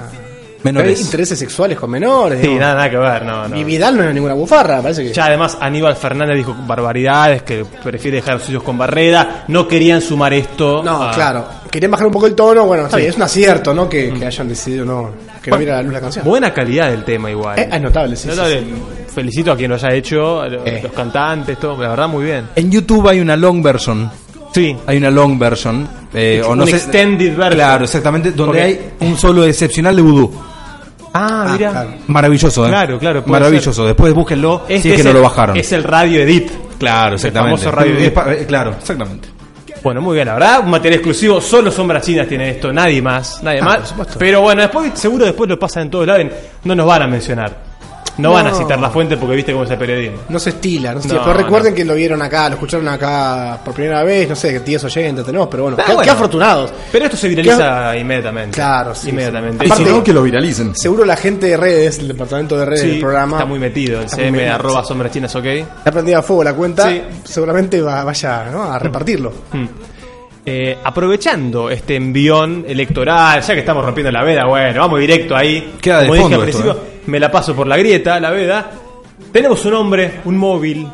Speaker 3: Menores.
Speaker 4: tener intereses sexuales con menores.
Speaker 3: Sí,
Speaker 4: digamos.
Speaker 3: nada, nada que ver, no, no.
Speaker 4: Y Vidal no era ninguna bufarra, parece que.
Speaker 3: Ya además Aníbal Fernández dijo barbaridades, que prefiere dejar los suyos con barrera, no querían sumar esto.
Speaker 4: No,
Speaker 3: a-
Speaker 4: claro. Querían bajar un poco el tono, bueno, está
Speaker 3: ah. Sí. Mm.
Speaker 4: bien, es un acierto, ¿no? Que, que hayan decidido no, que no
Speaker 3: Bueno,
Speaker 4: viera la luz la canción.
Speaker 3: Buena calidad del tema igual.
Speaker 4: Eh, ah, es notable, sí,
Speaker 3: Notable.
Speaker 4: sí,
Speaker 3: Felicito a quien lo haya hecho, a lo- los cantantes, todo, la verdad muy bien.
Speaker 2: En YouTube hay una long version.
Speaker 3: Sí.
Speaker 2: Hay una long version Eh, o
Speaker 3: Un
Speaker 2: no sé-
Speaker 3: extended version.
Speaker 2: Claro, exactamente, donde
Speaker 3: Ok.
Speaker 2: hay un solo excepcional de vudú.
Speaker 3: Ah, mira.
Speaker 2: Maravilloso, ¿eh?
Speaker 3: Claro, claro, puede
Speaker 2: Maravilloso. Después búsquenlo si es que
Speaker 3: Este es
Speaker 2: no
Speaker 3: el-
Speaker 2: lo bajaron.
Speaker 3: Es el Radio Edit.
Speaker 2: Claro, exactamente.
Speaker 3: El famoso Radio
Speaker 2: Es
Speaker 3: Edit.
Speaker 2: pa- eh, claro, exactamente.
Speaker 3: Bueno, muy bien, la verdad, un material exclusivo, solo sombras chinas tiene esto, nadie más, nadie
Speaker 2: Ah,
Speaker 3: más.
Speaker 2: por supuesto.
Speaker 3: Pero bueno, después seguro después lo pasan en todos lados, y no nos van a mencionar. No, van a
Speaker 14: No.
Speaker 3: citar la fuente porque viste cómo es el periodismo.
Speaker 14: No se estila, no se
Speaker 3: No,
Speaker 14: estila. Pero recuerden que lo vieron acá, lo escucharon acá por primera vez, no sé, 10 oyentes tenemos, pero bueno,
Speaker 3: Ah,
Speaker 14: qué, qué
Speaker 3: bueno.
Speaker 14: afortunados.
Speaker 3: Pero esto se viraliza inmediatamente.
Speaker 14: Claro, sí, sí.
Speaker 3: Inmediatamente.
Speaker 14: Aparte-
Speaker 3: Y si no,
Speaker 2: que lo viralicen.
Speaker 14: Seguro la gente de redes, el departamento de redes
Speaker 3: sí,
Speaker 14: del programa,
Speaker 3: Está muy metido, el
Speaker 14: Está muy
Speaker 3: CM
Speaker 14: metido,
Speaker 3: arroba
Speaker 14: sí.
Speaker 3: sombras chinas, ok.
Speaker 14: ha prendido a fuego la cuenta,
Speaker 3: Sí.
Speaker 14: seguramente va- vaya ¿no? a repartirlo.
Speaker 3: Mm. Eh, aprovechando este envión electoral, ya que estamos rompiendo la veda, bueno, vamos directo ahí.
Speaker 2: Queda de
Speaker 3: Como dije
Speaker 2: fondo
Speaker 3: al
Speaker 2: esto, ¿eh?
Speaker 3: principio, me la paso por la grieta, la veda. Tenemos un hombre, un móvil,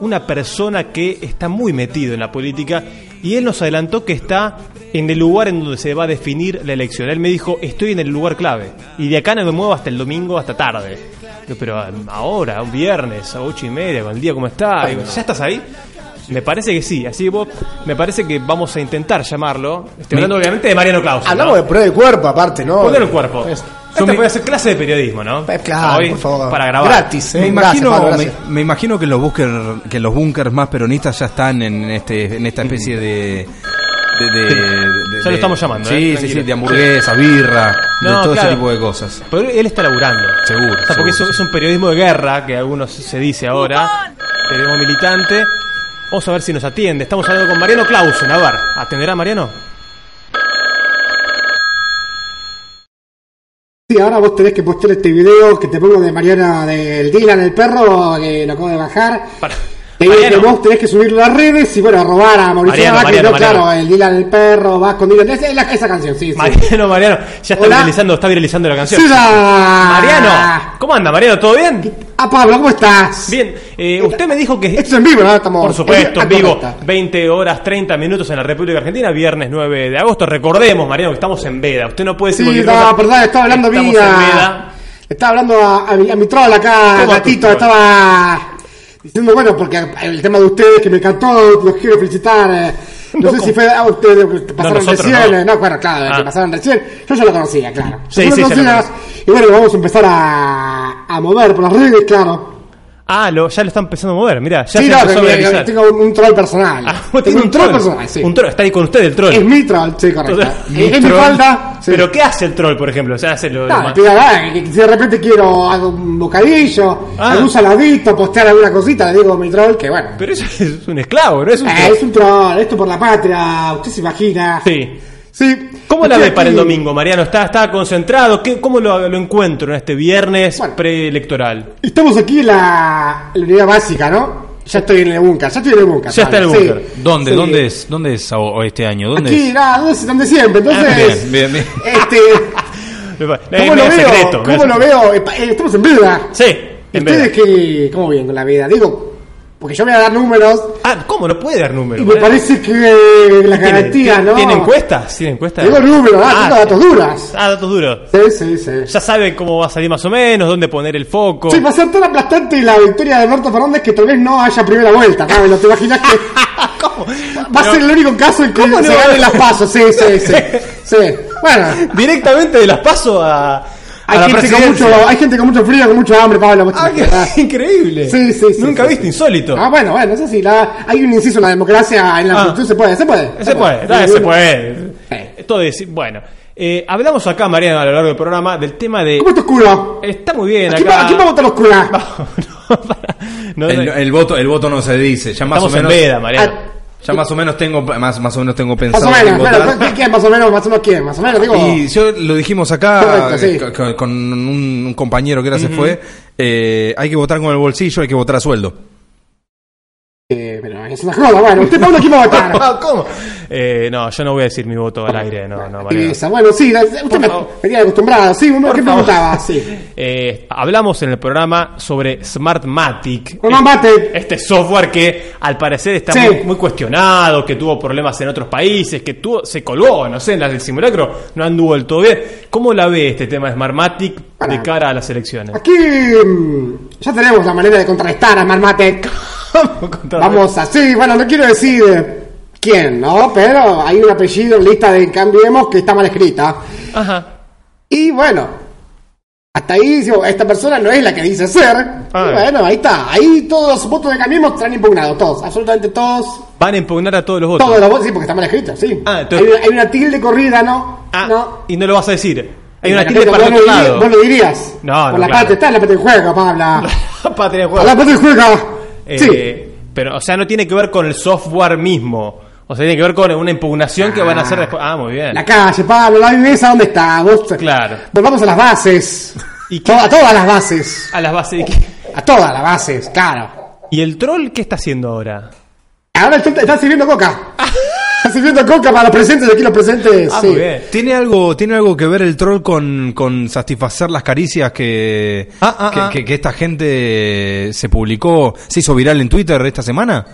Speaker 3: una persona que está muy metido en la política y él nos adelantó que está en el lugar en donde se va a definir la elección. Él me dijo, estoy en el lugar clave y de acá no me muevo hasta el domingo, hasta tarde. Yo, Pero um, ahora, un viernes, a ocho y media, con el día como está, digo, ¿ya estás ahí? Me parece que sí, así que vos, me parece que vamos a intentar llamarlo. Estoy hablando obviamente de Mariano Claus.
Speaker 14: Hablamos de prueba de cuerpo aparte, ¿no?
Speaker 3: Poner el cuerpo. Yo
Speaker 14: me-
Speaker 3: voy a hacer clase de periodismo, ¿no?
Speaker 14: Eh, claro, por favor.
Speaker 3: Para grabar.
Speaker 14: Gratis, eh.
Speaker 2: Me
Speaker 14: Gracias,
Speaker 2: imagino,
Speaker 14: Pablo,
Speaker 2: me,
Speaker 14: gracias.
Speaker 2: me imagino que los búnker, que los bunkers más peronistas ya están en este, en esta especie de, de, de- de-
Speaker 3: Ya lo
Speaker 2: de-
Speaker 3: estamos llamando,
Speaker 2: Sí,
Speaker 3: eh,
Speaker 2: sí, sí,
Speaker 3: tranquilo.
Speaker 2: de hamburguesa, birra,
Speaker 3: No,
Speaker 2: de todo
Speaker 3: claro.
Speaker 2: ese tipo de cosas.
Speaker 3: Pero él está laburando.
Speaker 2: Seguro.
Speaker 3: O sea, porque es
Speaker 2: seguro,
Speaker 3: un, es un periodismo de guerra, que algunos se dice ahora. Periodismo militante. Vamos a ver si nos atiende. Estamos hablando con Mariano Clausen. A ver, ¿atenderá Mariano?
Speaker 4: Sí, ahora vos tenés que postear este video que te pongo de Mariana del Dylan, el perro, que lo acabo de bajar. Te digo que
Speaker 3: Mariano.
Speaker 4: vos tenés que subirlo a las redes y bueno, robar a Mauricio
Speaker 3: Mariano,
Speaker 4: Macri,
Speaker 3: Mariano,
Speaker 4: no,
Speaker 3: Mariano.
Speaker 4: claro, el Dylan, el perro, vas con Dylan, esa, la- esa canción, sí, sí.
Speaker 3: Mariano, Mariano. Ya está
Speaker 4: Hola.
Speaker 3: viralizando, está viralizando la canción.
Speaker 4: Sí, ya.
Speaker 3: Mariano, ¿cómo anda, Mariano? ¿Todo bien?
Speaker 4: Ah, Pablo, ¿cómo estás?
Speaker 3: Bien, eh, usted me dijo que...
Speaker 4: Esto es en vivo, ¿no? Estamos...
Speaker 3: Por supuesto,
Speaker 4: Ah,
Speaker 3: en vivo,
Speaker 4: correcta.
Speaker 3: 20 horas 30 minutos en la República Argentina, viernes 9 de agosto. Recordemos, Mariano, que estamos en veda. Usted no puede decir
Speaker 4: Sí,
Speaker 3: cualquier
Speaker 4: no,
Speaker 3: cosa.
Speaker 4: perdón, estaba hablando
Speaker 3: Estamos en veda.
Speaker 4: mía. Estaba hablando a, a mi, a mi troll acá,
Speaker 3: ¿Cómo a tu
Speaker 4: gatito,
Speaker 3: troll?
Speaker 4: estaba diciendo, bueno, porque el tema de ustedes que me encantó, los quiero felicitar. eh, No,
Speaker 3: No,
Speaker 4: sé
Speaker 3: como-
Speaker 4: si fue a ustedes lo que pasaron
Speaker 3: nosotros
Speaker 4: recién.
Speaker 3: no.
Speaker 4: eh, No. bueno, claro, el
Speaker 3: Ah.
Speaker 4: que pasaron recién. Yo ya lo conocía, claro.
Speaker 3: Sí,
Speaker 4: Yo
Speaker 3: sí, ya lo
Speaker 4: conocía, Y bueno, lo vamos a empezar a, a mover por las redes, claro.
Speaker 3: Ah, lo- ya lo está empezando a mover, mira, ya
Speaker 4: sí,
Speaker 3: se
Speaker 4: no,
Speaker 3: empezó a
Speaker 4: que-
Speaker 3: viralizar.
Speaker 4: tengo un, un troll personal. tengo
Speaker 3: Vos tenés
Speaker 4: un, troll, personal, sí.
Speaker 3: Un troll, está ahí con usted el troll.
Speaker 4: Es mi troll, sí, correcto.
Speaker 3: Entonces,
Speaker 4: Es- es mi
Speaker 3: troll.
Speaker 4: falda. sí.
Speaker 3: Pero ¿qué hace el troll, por ejemplo? O sea, hace lo...
Speaker 4: No,
Speaker 3: lo-
Speaker 4: te digo, ah, que- que si de repente quiero hago un bocadillo,
Speaker 3: Ah.
Speaker 4: algún saladito, postear alguna cosita, le digo a mi troll que bueno.
Speaker 3: Pero eso es un esclavo, ¿no? Es un
Speaker 4: eh,
Speaker 3: troll.
Speaker 4: es un troll, esto por la patria, usted se imagina.
Speaker 3: Sí.
Speaker 4: Sí.
Speaker 3: ¿Cómo la
Speaker 4: Estoy
Speaker 3: ve para el
Speaker 4: aquí.
Speaker 3: domingo, Mariano? ¿Está, está concentrado? ¿Qué, ¿Cómo lo, lo encuentro en este viernes preelectoral?
Speaker 4: Estamos aquí en la, en la unidad básica, ¿no? Ya estoy en el búnker, ya estoy en el búnker.
Speaker 3: Ya está en el
Speaker 4: Pablo,
Speaker 3: búnker.
Speaker 4: sí.
Speaker 2: ¿Dónde,
Speaker 4: Sí.
Speaker 2: dónde es, dónde es a- o- este año? ¿Dónde
Speaker 4: Aquí,
Speaker 2: es?
Speaker 4: nada, donde, donde siempre.
Speaker 3: Ah,
Speaker 4: Entonces,
Speaker 2: Bien, bien, bien.
Speaker 4: este, ¿cómo
Speaker 3: Eh,
Speaker 4: lo
Speaker 3: me da
Speaker 4: veo?
Speaker 3: secreto, me da
Speaker 4: ¿Cómo lo
Speaker 3: secreto.
Speaker 4: veo? Eh, pa- eh, Estamos en vida.
Speaker 3: Sí, en
Speaker 4: ¿Ustedes
Speaker 3: veda.
Speaker 4: qué, cómo vienen con la vida? Digo, porque yo voy a dar números
Speaker 3: Ah, ¿cómo? No puede dar números.
Speaker 4: y me parece que la
Speaker 3: ¿Tiene-
Speaker 4: garantía,
Speaker 3: tiene-
Speaker 4: ¿no?
Speaker 3: ¿Tiene encuestas? ¿Tiene encuestas?
Speaker 4: Tengo números, ah, tengo datos duras.
Speaker 3: Ah, datos duros.
Speaker 4: Sí, sí, sí.
Speaker 3: Ya sabe cómo va a salir más o menos, dónde poner el foco.
Speaker 4: Sí, va a ser tan aplastante la victoria de Alberto Fernández que tal vez no haya primera vuelta, ¿no? ¿Te imaginas que va a ser el único caso en que
Speaker 3: ¿Cómo
Speaker 4: se
Speaker 3: no?
Speaker 4: ganen las pasos? Sí, sí, sí. sí. Bueno,
Speaker 3: Directamente de las paso a, a
Speaker 4: hay
Speaker 3: la
Speaker 4: gente, con
Speaker 3: presidencia.
Speaker 4: mucho, hay gente con mucho frío, con mucho hambre, Pablo. vos
Speaker 3: Ah,
Speaker 4: te-
Speaker 3: qué increíble.
Speaker 4: Sí, sí, sí,
Speaker 3: Nunca
Speaker 4: sí,
Speaker 3: visto,
Speaker 4: sí.
Speaker 3: insólito.
Speaker 4: Ah, bueno, bueno, eso sí, la, hay un inciso en la democracia, en la
Speaker 3: Ah.
Speaker 4: constitución se puede, se puede.
Speaker 3: Se puede, dale, se puede. Todo es- bueno. Eh, hablamos acá, Mariano, a lo largo del programa, del tema de...
Speaker 4: ¿Cómo está oscuro?
Speaker 3: Está muy bien
Speaker 4: ¿A quién, va-
Speaker 3: acá.
Speaker 4: a quién va a votar oscura?
Speaker 3: No,
Speaker 2: el,
Speaker 3: no,
Speaker 2: el voto, el voto no se dice. Ya más
Speaker 3: Estamos
Speaker 2: o menos.
Speaker 3: en veda, Mariano.
Speaker 2: Ya más o menos tengo, más, más o menos tengo
Speaker 4: Más
Speaker 2: pensado.
Speaker 4: o menos,
Speaker 2: en votar.
Speaker 4: claro, ¿quién- ¿quién más o menos, más o menos quién? Más o menos, digo...
Speaker 2: Y yo lo dijimos acá
Speaker 4: Correcto, sí.
Speaker 2: eh, con, con un, un compañero que ahora se fue. eh, hay que votar con el bolsillo, hay que votar a sueldo.
Speaker 4: Eh, pero es una joda, bueno, usted Pablo quién va a votar.
Speaker 3: ¿Cómo? Eh, no, yo no voy a decir mi voto al aire, no, no, Mariano.
Speaker 4: Esa, bueno, sí, la- usted me
Speaker 3: favor.
Speaker 4: venía acostumbrado, sí, ¿qué
Speaker 3: Por favor.
Speaker 4: preguntaba? Sí.
Speaker 3: Eh, hablamos en el programa sobre Smartmatic.
Speaker 4: Smartmatic.
Speaker 3: Este software que al parecer está
Speaker 4: Sí.
Speaker 3: muy, muy cuestionado, que tuvo problemas en otros países, que tuvo, se colgó, no sé, en las del simulacro, no anduvo del todo bien. ¿Cómo la ve este tema de Smartmatic de cara a las elecciones?
Speaker 4: Aquí mm, ya tenemos la manera de contrarrestar a Marmatec.
Speaker 3: Vamos a contar-
Speaker 4: Vamos así, bueno, no quiero decir eh, quién, ¿no? Pero hay un apellido en lista de Cambiemos que está mal escrita.
Speaker 3: Ajá.
Speaker 4: Y bueno, hasta ahí digo, esta persona no es la que dice ser.
Speaker 3: Ah.
Speaker 4: Y bueno, ahí está. Ahí todos los votos de Cambiemos están impugnados, todos, absolutamente todos.
Speaker 3: Van a impugnar a todos los votos.
Speaker 4: Todos los votos, sí, porque está mal escrito, sí.
Speaker 3: Ah,
Speaker 4: hay,
Speaker 3: entonces-
Speaker 4: una, hay una tilde corrida, ¿no? no.
Speaker 3: Ah, Y no lo vas a decir. Hay una
Speaker 4: Acá
Speaker 3: tilde
Speaker 4: tengo,
Speaker 3: para el
Speaker 4: vos
Speaker 3: otro
Speaker 4: lo dirías-
Speaker 3: lado.
Speaker 4: Vos lo dirías.
Speaker 3: No,
Speaker 4: Por
Speaker 3: no,
Speaker 4: la
Speaker 3: claro.
Speaker 4: parte está, la parte de juega, Pabla.
Speaker 3: Patria de
Speaker 4: Por la parte de juega.
Speaker 3: Eh,
Speaker 4: Sí.
Speaker 3: Pero, o sea, no tiene que ver con el software mismo. O sea, tiene que ver con una impugnación que van a hacer después. Ah, muy bien.
Speaker 4: La calle, Pablo, la viveza, ¿dónde está? Vos,
Speaker 3: Claro.
Speaker 4: Volvamos a las bases. To- a todas las bases.
Speaker 3: A las bases.
Speaker 4: A todas las bases, claro.
Speaker 3: ¿Y el troll qué está haciendo ahora?
Speaker 4: Ahora el tonto está sirviendo coca. Está sirviendo coca para los presentes, aquí los presentes.
Speaker 3: Ah,
Speaker 4: sí.
Speaker 2: ¿Tiene algo, ¿Tiene algo que ver el troll con, con satisfacer las caricias que, que,
Speaker 3: ah.
Speaker 2: que- que esta gente se publicó, se hizo viral en Twitter esta semana?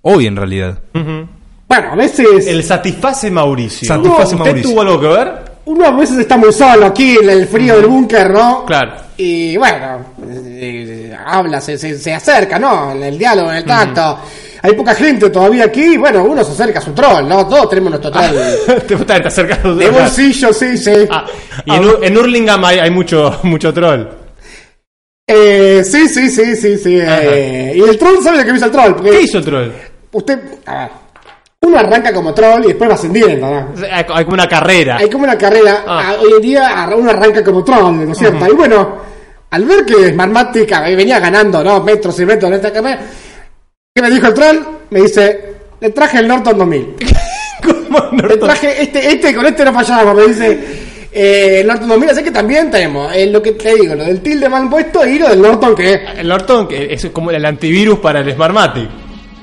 Speaker 2: Hoy en realidad.
Speaker 4: Bueno, a veces.
Speaker 3: El satisface Mauricio.
Speaker 2: Satisface
Speaker 3: ¿Usted
Speaker 2: Mauricio.
Speaker 3: tuvo algo que ver?
Speaker 4: Uno a veces está muy solo aquí en el frío del búnker, ¿no?
Speaker 3: Claro.
Speaker 4: Y bueno, eh, eh, habla, se, se- se acerca, ¿no? En el diálogo, en el tacto. Hay poca gente todavía aquí, y bueno, uno se acerca a su troll, ¿no? Todos tenemos nuestro troll.
Speaker 3: te gusta te acercas a los
Speaker 4: de
Speaker 3: trolls.
Speaker 4: bolsillo, sí, Ah. sí.
Speaker 3: Y en, Ur- en Hurlingham hay, hay mucho, mucho troll.
Speaker 4: Eh, sí, sí, sí, sí, sí. eh, y el troll sabe lo que hizo el troll. Porque
Speaker 3: ¿Qué hizo el troll?
Speaker 4: Usted, a ver, uno arranca como troll y después va ascendiendo, ¿no?
Speaker 3: Hay, hay como una carrera.
Speaker 4: Hay como una carrera. Ah, Hoy en día ar- uno arranca como troll, ¿no es cierto? Y bueno, al ver que Smartmatic eh, venía ganando, ¿no? Metros y metros en esta carrera, ¿qué me dijo el troll? Me dice, le traje el Norton 2000. Le traje este, este, con este no fallábamos, me dice... eh, el Norton 2000, así que también tenemos eh, lo que te digo, lo del tilde mal puesto y lo del Norton que
Speaker 3: El Norton que es como el antivirus para el Smartmatic.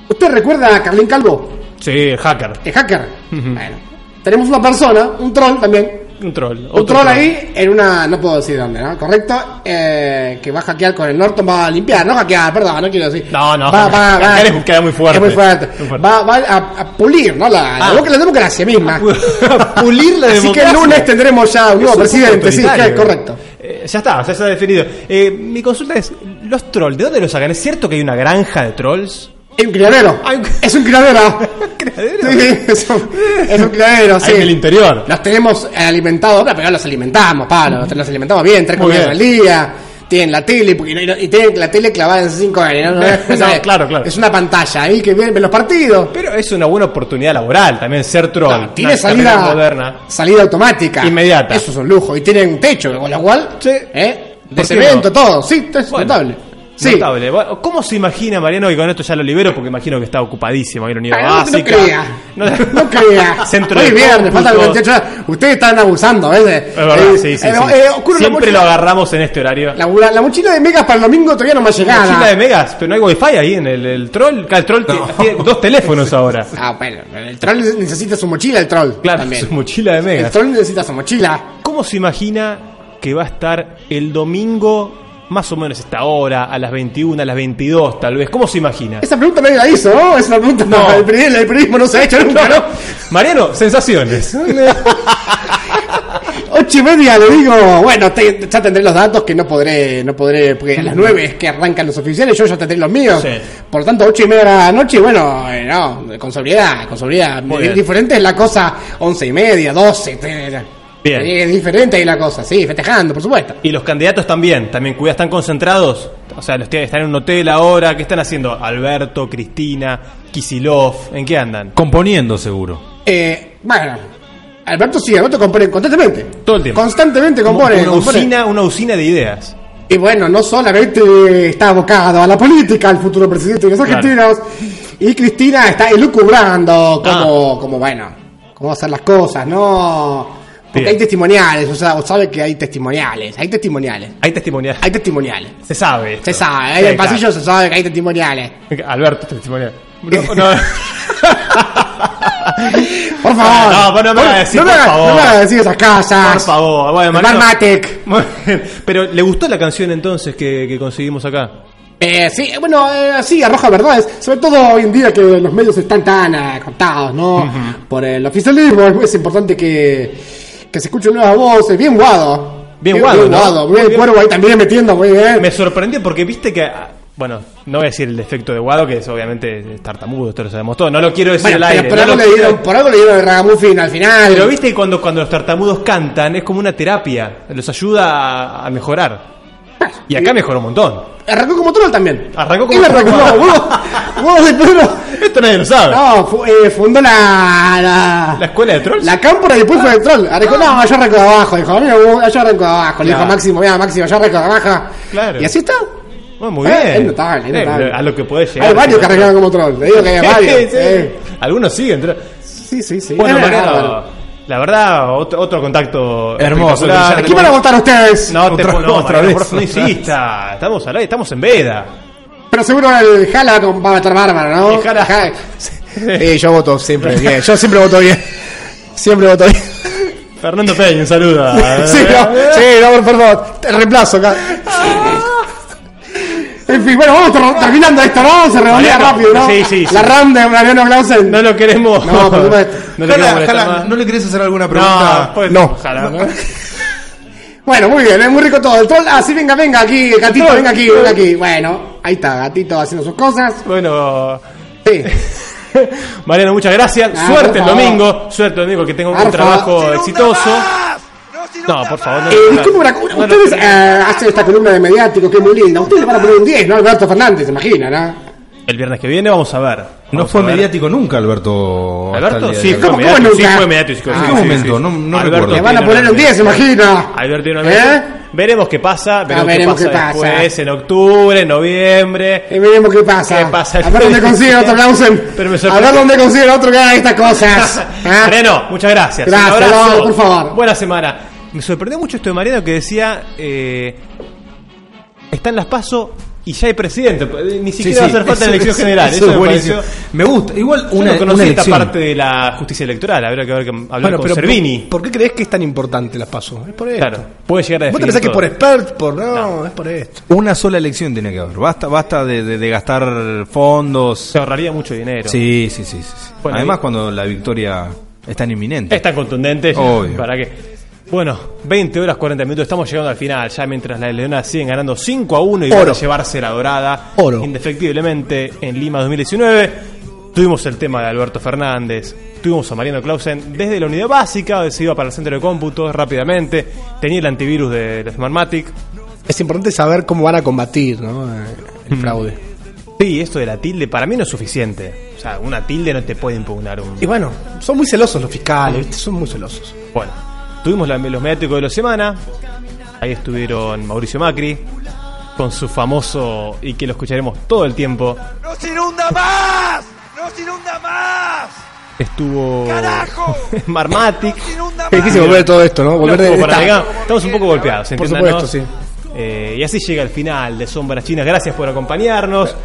Speaker 4: ¿Usted recuerda a Carlín Calvo?
Speaker 3: Sí, el hacker.
Speaker 4: El hacker. Bueno, tenemos una persona, un troll también.
Speaker 3: Un troll.
Speaker 4: un troll, ahí en una. No puedo decir dónde, ¿no? Correcto. Eh, que va a hackear con el Norton, va a limpiar, no hackear, perdón, no quiero decir.
Speaker 3: No, no.
Speaker 4: Va, va, va.
Speaker 3: Hackear es- queda muy fuerte.
Speaker 4: Es muy fuerte.
Speaker 3: Muy fuerte.
Speaker 4: Va, va a, a pulir, ¿no? La, la
Speaker 3: Ah.
Speaker 4: boca- la democracia misma.
Speaker 3: pulir la
Speaker 4: Así que
Speaker 3: democracia.
Speaker 4: el lunes tendremos ya un nuevo
Speaker 3: Es un
Speaker 4: presidente, sí,
Speaker 3: autoritario.
Speaker 4: que- correcto.
Speaker 3: Eh, ya está, ya se ha definido. Eh, mi consulta es: ¿los trolls, de dónde los sacan? ¿Es cierto que hay una granja de trolls?
Speaker 4: Es un criadero. Es un criadero. Sí, es un, es un criadero, sí.
Speaker 3: Ahí en el interior.
Speaker 4: Los tenemos alimentados, pero los alimentamos, Pablo. Los, los alimentamos bien, tres
Speaker 3: Muy
Speaker 4: comidas al
Speaker 3: bien.
Speaker 4: día. Tienen la tele porque- y, no- y tienen la tele clavada en 5 años. ¿no? O sea,
Speaker 3: claro, claro.
Speaker 4: Es una pantalla ahí que vienen los partidos. Ah,
Speaker 3: Pero es una buena oportunidad laboral también ser troll.
Speaker 4: tiene
Speaker 3: Una carrera
Speaker 4: salida-
Speaker 3: moderna.
Speaker 4: Salida automática.
Speaker 3: Inmediata.
Speaker 4: Eso es un lujo. Y tienen un techo, con lo cual. ¿eh? De
Speaker 3: ¿Por qué
Speaker 4: cemento,
Speaker 3: no?
Speaker 4: todo. Sí, es
Speaker 3: Bueno.
Speaker 4: notable. Sí.
Speaker 3: Notable. Bueno, ¿Cómo se imagina Mariano que con esto ya lo libero? Porque imagino que está ocupadísimo, hay una unidad
Speaker 4: Ah, no, no
Speaker 3: básica.
Speaker 4: crea. No, crea.
Speaker 3: Centro
Speaker 4: Hoy
Speaker 3: de
Speaker 4: viernes,
Speaker 3: cómputos.
Speaker 4: faltan 28 horas. Ustedes están abusando, ¿eh? ¿ves?
Speaker 3: Es verdad, sí, sí, sí.
Speaker 4: eh,
Speaker 3: Siempre lo
Speaker 4: agarran.
Speaker 3: agarramos en este horario.
Speaker 4: La, la- la mochila de megas para el domingo todavía no me ha llegado.
Speaker 3: Mochila de megas, pero no hay wifi ahí en el, el troll. Acá El troll tiene- tiene dos teléfonos ahora.
Speaker 4: Ah, bueno, el troll necesita su mochila, el troll.
Speaker 3: Claro,
Speaker 4: también.
Speaker 3: su mochila de
Speaker 4: El
Speaker 3: megas.
Speaker 4: troll necesita su mochila.
Speaker 3: ¿Cómo se imagina que va a estar el domingo, más o menos esta hora, a las 21, a las 22 tal vez? ¿Cómo se imagina?
Speaker 4: Esa pregunta nadie la hizo, ¿no? Es una pregunta. No. El, periodismo, el periodismo no se ha hecho nunca, ¿no?
Speaker 3: Mariano, sensaciones.
Speaker 4: Ocho y media le digo, bueno, te- ya tendré los datos que no podré, no podré, porque a las nueve es que arrancan los oficiales, yo ya tendré los míos. Por lo tanto, ocho y media de la noche, bueno, eh, no, con sobriedad, con sobriedad.
Speaker 3: Muy
Speaker 4: Di-
Speaker 3: bien.
Speaker 4: Diferente es la cosa once y media, doce. te- te-
Speaker 3: Bien.
Speaker 4: Es diferente ahí la cosa, sí, festejando, por supuesto.
Speaker 3: Y los candidatos también, también cuidado, están concentrados. O sea, los tienen- están en un hotel ahora. ¿Qué están haciendo? Alberto, Cristina, Kisilov, ¿en qué andan?
Speaker 2: Componiendo, seguro.
Speaker 4: Eh, bueno, Alberto sí, Alberto compone constantemente.
Speaker 3: Todo el tiempo.
Speaker 4: Constantemente compone.
Speaker 3: una,
Speaker 4: compone.
Speaker 3: usina, una usina de ideas.
Speaker 4: Y bueno, no solamente está abocado a la política, el futuro presidente de los
Speaker 3: Claro.
Speaker 4: argentinos, y Cristina está elucubrando
Speaker 3: Ah.
Speaker 4: cómo, cómo, bueno, cómo hacer las cosas, ¿no? Porque
Speaker 3: Bien.
Speaker 4: hay testimoniales, o sea, vos sabes que hay testimoniales, hay testimoniales,
Speaker 3: Hay testimoniales.
Speaker 4: hay testimoniales.
Speaker 3: Se sabe. esto.
Speaker 4: Se sabe, ahí
Speaker 3: Sí,
Speaker 4: en el
Speaker 3: claro.
Speaker 4: pasillo se sabe que hay testimoniales.
Speaker 3: Alberto, testimonial. No, no,
Speaker 4: Por favor.
Speaker 3: No, no, no me hagas decir,
Speaker 4: no me
Speaker 3: por
Speaker 4: hagas-
Speaker 3: favor.
Speaker 4: no me hagas decir esas casas.
Speaker 3: por favor. Bueno, Mariano-
Speaker 4: Smartmatic.
Speaker 3: Muy bien. Pero, ¿le gustó la canción entonces que, que conseguimos acá?
Speaker 4: Eh, sí, eh, bueno, eh, sí, arroja verdades, sobre todo hoy en día que los medios están tan eh, cortados, ¿no? Por el oficialismo, es importante que, que se escuchen nuevas voces, bien guado.
Speaker 3: Bien guado,
Speaker 4: Bien
Speaker 3: ¿no?
Speaker 4: guado, bien,
Speaker 3: Bien-
Speaker 4: cuervo ahí también metiendo, muy bien.
Speaker 3: Me sorprendió porque viste que ah, Bueno, no voy a decir el defecto de Guado, que es obviamente es tartamudo, esto lo sabemos todo. No lo quiero decir
Speaker 15: Bueno,
Speaker 3: al
Speaker 15: pero
Speaker 3: aire.
Speaker 15: por,
Speaker 3: no
Speaker 15: algo
Speaker 3: lo
Speaker 15: le
Speaker 3: quiero-
Speaker 15: dieron, por algo le dieron el ragamuffin al final.
Speaker 3: Pero viste que cuando, cuando los tartamudos cantan es como una terapia, los ayuda a, a mejorar. Y acá mejoró un montón.
Speaker 15: Arrancó como troll también.
Speaker 3: Arrancó como
Speaker 15: Él arrancó,
Speaker 3: troll.
Speaker 15: vos, vos de Pedro.
Speaker 3: Esto nadie lo sabe.
Speaker 15: No, fu- eh, fundó la, la.
Speaker 3: ¿La escuela de trolls?
Speaker 15: La cámpora y después fue de troll. Arrancó, no, yo arranco de abajo, dijo. Mira, vos, yo arranco de abajo. Le dijo
Speaker 3: Ah. Claro.
Speaker 15: Máximo, mira, Máximo, yo arranco de abajo.
Speaker 3: Claro.
Speaker 15: Y así está.
Speaker 3: Bueno, Ah, muy
Speaker 15: Eh,
Speaker 3: bien.
Speaker 15: es notable, es
Speaker 3: Eh,
Speaker 15: notable.
Speaker 3: A lo que podés llegar.
Speaker 15: Hay varios que arrancaron como troll. Te digo que hay varios.
Speaker 3: Sí, sí.
Speaker 15: eh.
Speaker 3: Algunos siguen. tro-
Speaker 15: Sí, sí, sí.
Speaker 3: Bueno,
Speaker 15: Eh,
Speaker 3: Mariano, la verdad, otro, otro contacto.
Speaker 2: Hermoso,
Speaker 3: espectacular.
Speaker 2: brillante.
Speaker 15: ¿Quién van a votar ustedes?
Speaker 3: No, te
Speaker 2: Otra-
Speaker 3: no,
Speaker 2: otra
Speaker 3: Mariano,
Speaker 2: vez.
Speaker 3: por favor, no insista. Estamos al aire, estamos en veda.
Speaker 15: Pero seguro el Jala con- va a estar bárbaro, ¿no?
Speaker 3: El Jala.
Speaker 15: Ja-
Speaker 4: Eh, yo voto siempre bien. Yo siempre voto bien. Siempre voto bien.
Speaker 3: Fernando Peña, un saludo.
Speaker 4: Sí, no, sí, no, por favor. Te reemplazo acá.
Speaker 15: En fin, bueno, vamos ter- terminando esto, ¿no? Vamos a redondear
Speaker 3: Mariano,
Speaker 15: rápido, ¿no?
Speaker 3: sí, sí, sí.
Speaker 15: La RAM de Mariano Clausen.
Speaker 3: No lo queremos.
Speaker 15: No, por supuesto.
Speaker 3: No lo
Speaker 2: Jala,
Speaker 3: queremos molestar
Speaker 2: Jala,
Speaker 3: más.
Speaker 2: ¿no le querés hacer alguna pregunta?
Speaker 3: No, pues,
Speaker 4: No.
Speaker 3: Jala, ¿no?
Speaker 15: Bueno, muy bien, es muy rico todo. El troll, ah, sí, venga, venga aquí, gatito, venga aquí, venga aquí. Bueno, ahí está, gatito haciendo sus cosas.
Speaker 3: Bueno,
Speaker 15: Sí. Eh,
Speaker 3: Mariano, muchas gracias.
Speaker 15: Ah,
Speaker 3: suerte
Speaker 15: por
Speaker 3: el
Speaker 15: favor.
Speaker 3: domingo. Suerte el domingo, que tenga un
Speaker 15: Arfa.
Speaker 3: trabajo exitoso. No, por favor, no.
Speaker 15: Eh, disculpe una cosa,
Speaker 3: No, no,
Speaker 15: ustedes
Speaker 3: no.
Speaker 15: eh, hacen esta columna de mediático que es muy linda. Ustedes le van a poner un 10, ¿no? Alberto Fernández, se imagina, ¿no?
Speaker 3: El viernes que viene vamos a ver.
Speaker 2: No
Speaker 3: Vamos
Speaker 2: fue
Speaker 3: a ver.
Speaker 2: mediático nunca, Alberto. hasta
Speaker 3: Alberto
Speaker 2: el día
Speaker 3: sí
Speaker 2: de hoy.
Speaker 3: fue
Speaker 15: ¿Cómo-
Speaker 3: mediático,
Speaker 15: cómo
Speaker 3: sí
Speaker 15: nunca?
Speaker 3: fue mediático.
Speaker 2: Ah, ¿en
Speaker 3: sí,
Speaker 2: qué
Speaker 3: sí, sí,
Speaker 2: momento?
Speaker 3: sí.
Speaker 2: No- no
Speaker 3: Alberto
Speaker 2: recuerdo.
Speaker 15: Le
Speaker 3: tiene
Speaker 15: van a
Speaker 3: una
Speaker 15: poner un 10, se
Speaker 3: mediática.
Speaker 15: imagina.
Speaker 3: Alberto
Speaker 2: Ah,
Speaker 3: tiene una
Speaker 15: ¿Eh?
Speaker 3: mediática. Veremos qué pasa, veremos,
Speaker 15: veremos
Speaker 3: qué
Speaker 15: qué
Speaker 3: pasa
Speaker 15: pasa.
Speaker 3: después, en octubre, en noviembre.
Speaker 15: Y veremos qué pasa.
Speaker 3: ¿Qué pasa?
Speaker 15: A ver dónde consiguen otro Clausen.
Speaker 3: Pero me
Speaker 15: A
Speaker 3: sorprende.
Speaker 15: ver dónde consiguen otro que haga estas cosas.
Speaker 2: ¿Ah?
Speaker 15: ¿eh?
Speaker 3: Mariano, muchas gracias. Un
Speaker 15: Gracias,
Speaker 3: abrazo.
Speaker 15: no, por favor.
Speaker 3: Buena semana. Me sorprendió mucho esto de Mariano que decía: eh, Están las PASO y ya hay presidente. Ni siquiera va a hacer falta
Speaker 2: eso-
Speaker 3: la elección
Speaker 2: eso-
Speaker 3: general.
Speaker 2: eso
Speaker 3: Eso, me
Speaker 2: es buenísimo.
Speaker 3: pareció-
Speaker 2: Me gusta. Igual
Speaker 3: Yo
Speaker 2: una,
Speaker 3: no conocí
Speaker 2: una
Speaker 3: esta
Speaker 2: elección.
Speaker 3: parte de la justicia electoral. Habrá que hablar, con- hablar
Speaker 4: Bueno,
Speaker 3: con
Speaker 4: pero
Speaker 3: Cervini.
Speaker 4: ¿por, por qué crees que es tan importante las pasos? Es por esto.
Speaker 3: claro, puede llegar a
Speaker 4: Vos te
Speaker 3: definir
Speaker 4: pensás que es
Speaker 3: todo.
Speaker 4: por expert, por no, es por esto.
Speaker 2: Una sola elección tiene que haber. Basta, basta de, de- de gastar fondos.
Speaker 3: Se ahorraría mucho dinero.
Speaker 2: Sí, sí, sí. sí, sí.
Speaker 3: Bueno,
Speaker 2: Además,
Speaker 3: y-
Speaker 2: cuando la victoria es tan inminente.
Speaker 3: Es tan contundente.
Speaker 2: Obvio.
Speaker 3: ¿Para qué? Bueno, 20 horas 40 minutos, estamos llegando al final. Ya mientras las Leonas siguen ganando 5 a 1 y van a
Speaker 4: Oro.
Speaker 3: llevarse la dorada.
Speaker 4: Oro.
Speaker 3: Indefectiblemente en Lima 2019. Tuvimos el tema de Alberto Fernández. Tuvimos a Mariano Clausen desde la unidad básica. Se iba para el centro de cómputo rápidamente. Tenía el antivirus de, de Smartmatic.
Speaker 4: Es importante saber cómo van a combatir ¿no? Eh, el fraude.
Speaker 3: Mm. Sí, esto de la tilde para mí no es suficiente. O sea, una tilde no te puede impugnar un.
Speaker 4: Y bueno, son muy celosos los fiscales, ¿viste? son muy celosos.
Speaker 3: Bueno, tuvimos la- los mediáticos de la semana. Ahí estuvieron Mauricio Macri con su famoso y que lo escucharemos todo el tiempo.
Speaker 13: ¡Nos inunda más! ¡Nos inunda más!
Speaker 3: Estuvo
Speaker 13: ¡Carajo!
Speaker 3: Marmatic.
Speaker 4: Es difícil volver de todo esto, ¿no? Volver de
Speaker 3: Como para
Speaker 4: esta-
Speaker 3: llegar- Estamos un poco golpeados,
Speaker 4: Por
Speaker 3: entiéndanos.
Speaker 4: supuesto,
Speaker 3: Eh, y así llega el final de Sombras Chinas. Gracias por acompañarnos.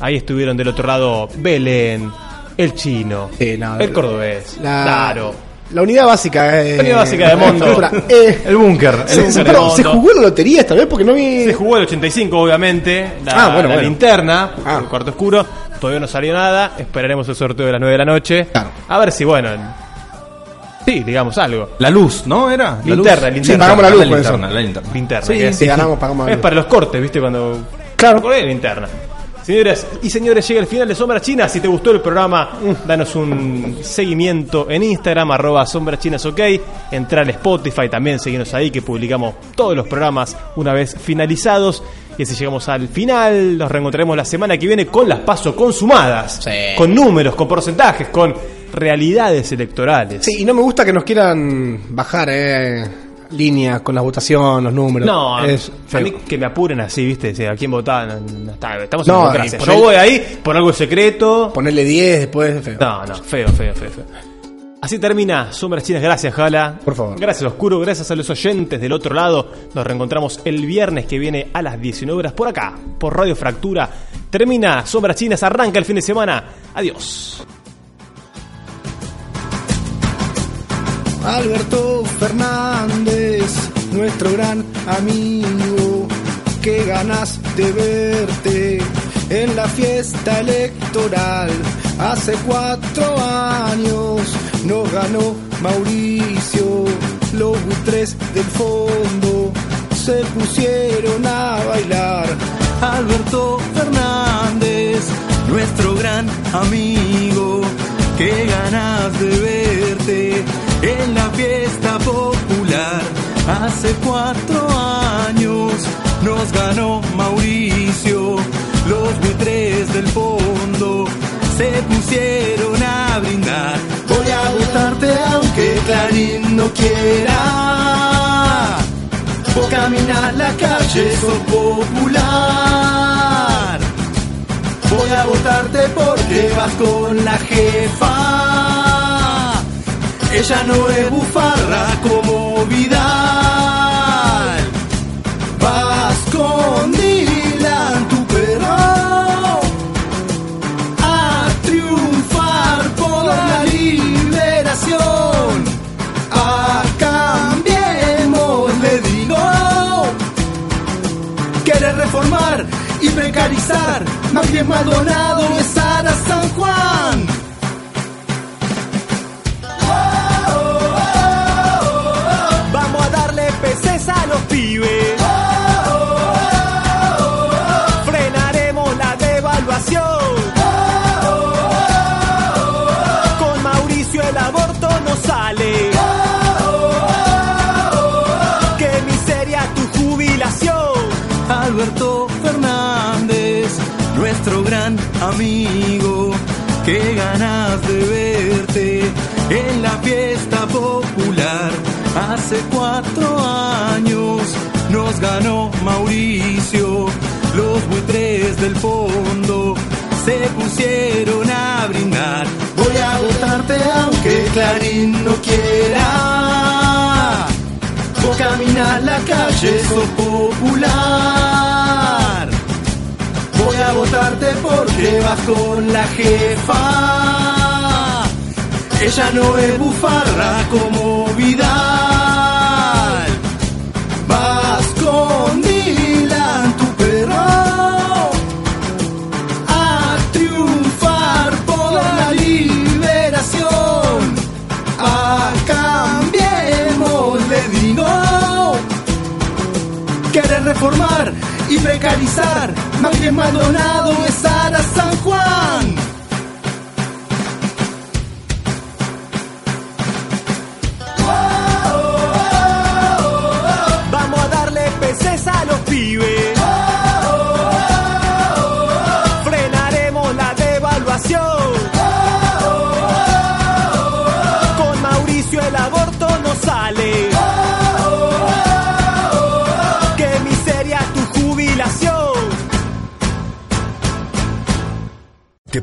Speaker 3: Ahí estuvieron del otro lado Belén, el chino,
Speaker 4: Sí, no,
Speaker 3: el cordobés,
Speaker 4: la-
Speaker 3: claro.
Speaker 4: La unidad básica. eh,
Speaker 3: La unidad básica de Mondo.
Speaker 4: factura. Eh,
Speaker 2: El búnker.
Speaker 4: se,
Speaker 3: búnker de
Speaker 4: pero,
Speaker 3: Mondo.
Speaker 4: ¿se jugó la lotería esta vez porque no vi.
Speaker 3: Se jugó el 85, obviamente. La,
Speaker 4: Ah, bueno,
Speaker 3: la
Speaker 4: bueno.
Speaker 3: linterna,
Speaker 4: Ah.
Speaker 3: el cuarto oscuro. Todavía no salió nada. Esperaremos el sorteo de las 9 de la noche.
Speaker 4: Claro.
Speaker 3: A ver si, bueno. el- Sí, digamos algo.
Speaker 2: La luz, ¿no? ¿Era? La
Speaker 3: Linterna,
Speaker 2: luz.
Speaker 3: linterna.
Speaker 4: Sí, pagamos la luz con eso.
Speaker 2: linterna, la linterna.
Speaker 3: Linterna.
Speaker 4: Sí,
Speaker 3: que es-
Speaker 4: si ganamos, pagamos la
Speaker 3: Es
Speaker 4: luz.
Speaker 3: para los cortes, ¿viste? Cuando.
Speaker 4: Claro.
Speaker 3: Por ahí la linterna. Señoras y señores, llega el final de Sombra China. Si te gustó el programa, danos un seguimiento en Instagram, arroba sombrachinasok. Entra al Spotify también, seguimos ahí, que publicamos todos los programas una vez finalizados. Y así llegamos al final. Nos reencontraremos la semana que viene con las pasos consumadas. Con números, con porcentajes, con realidades electorales.
Speaker 4: Sí, y no me gusta que nos quieran bajar eh, líneas con la votación, los números.
Speaker 3: No,
Speaker 4: Es
Speaker 3: a
Speaker 4: feo.
Speaker 3: mí que me apuren así, ¿viste? Si, ¿A quién votaban? No, no, está, estamos en
Speaker 4: No,
Speaker 3: democracia.
Speaker 4: y
Speaker 3: Yo
Speaker 4: poner-
Speaker 3: voy ahí por algo secreto.
Speaker 4: Ponerle 10 después es feo.
Speaker 3: No, no, feo, feo, feo, feo. Así termina Sombras Chinas. Gracias, Jala.
Speaker 4: Por favor.
Speaker 3: Gracias, Oscuro. Gracias a los oyentes del otro lado. Nos reencontramos el viernes que viene a las 19 horas por acá, por Radio Fractura. Termina Sombras Chinas. Arranca el fin de semana. Adiós.
Speaker 13: Alberto Fernández, nuestro gran amigo. Qué ganas de verte en la fiesta electoral. Hace cuatro años nos ganó Mauricio. Los buitres del fondo se pusieron a bailar. Alberto Fernández. amigo, qué ganas de verte en la fiesta popular. Hace cuatro años nos ganó Mauricio, los buitres del fondo se pusieron a brindar. Voy a votarte aunque Clarín no quiera. Por caminar la calle soy popular. Voy a votarte porque vas con la jefa. Ella no es bufarra como Vidal. Vas con Dylan, tu perro. A triunfar por la liberación. A cambiemos, le digo. Quiere reformar y precarizar. Más bien Maldonado es Sara San Juan. Vamos a darle peces a los pibes. Oh, Frenaremos la devaluación. Oh, Con Mauricio el aborto no sale. Oh, ¡Qué miseria tu jubilación! Alberto Fernández, nuestro gran amigo, qué ganas de verte en la fiesta popular. Hace cuatro años nos ganó Mauricio, los buitres del fondo se pusieron a brindar. Voy a votarte aunque Clarín no quiera. Vos caminás la calle, sos popular. Voy a votarte porque vas con la jefa. Ella no es bufarra como Vidal. Vas con Dylan, tu perro. A triunfar por la liberación. A cambiemos, le digo. Quiere reformar y precarizar. Más bien Maldonado es Sara San Juan. Vamos a darle peces a los pibes. Frenaremos la devaluación. Con Mauricio el aborto no sale. ¡Qué miseria tu jubilación!
Speaker 16: ¿Te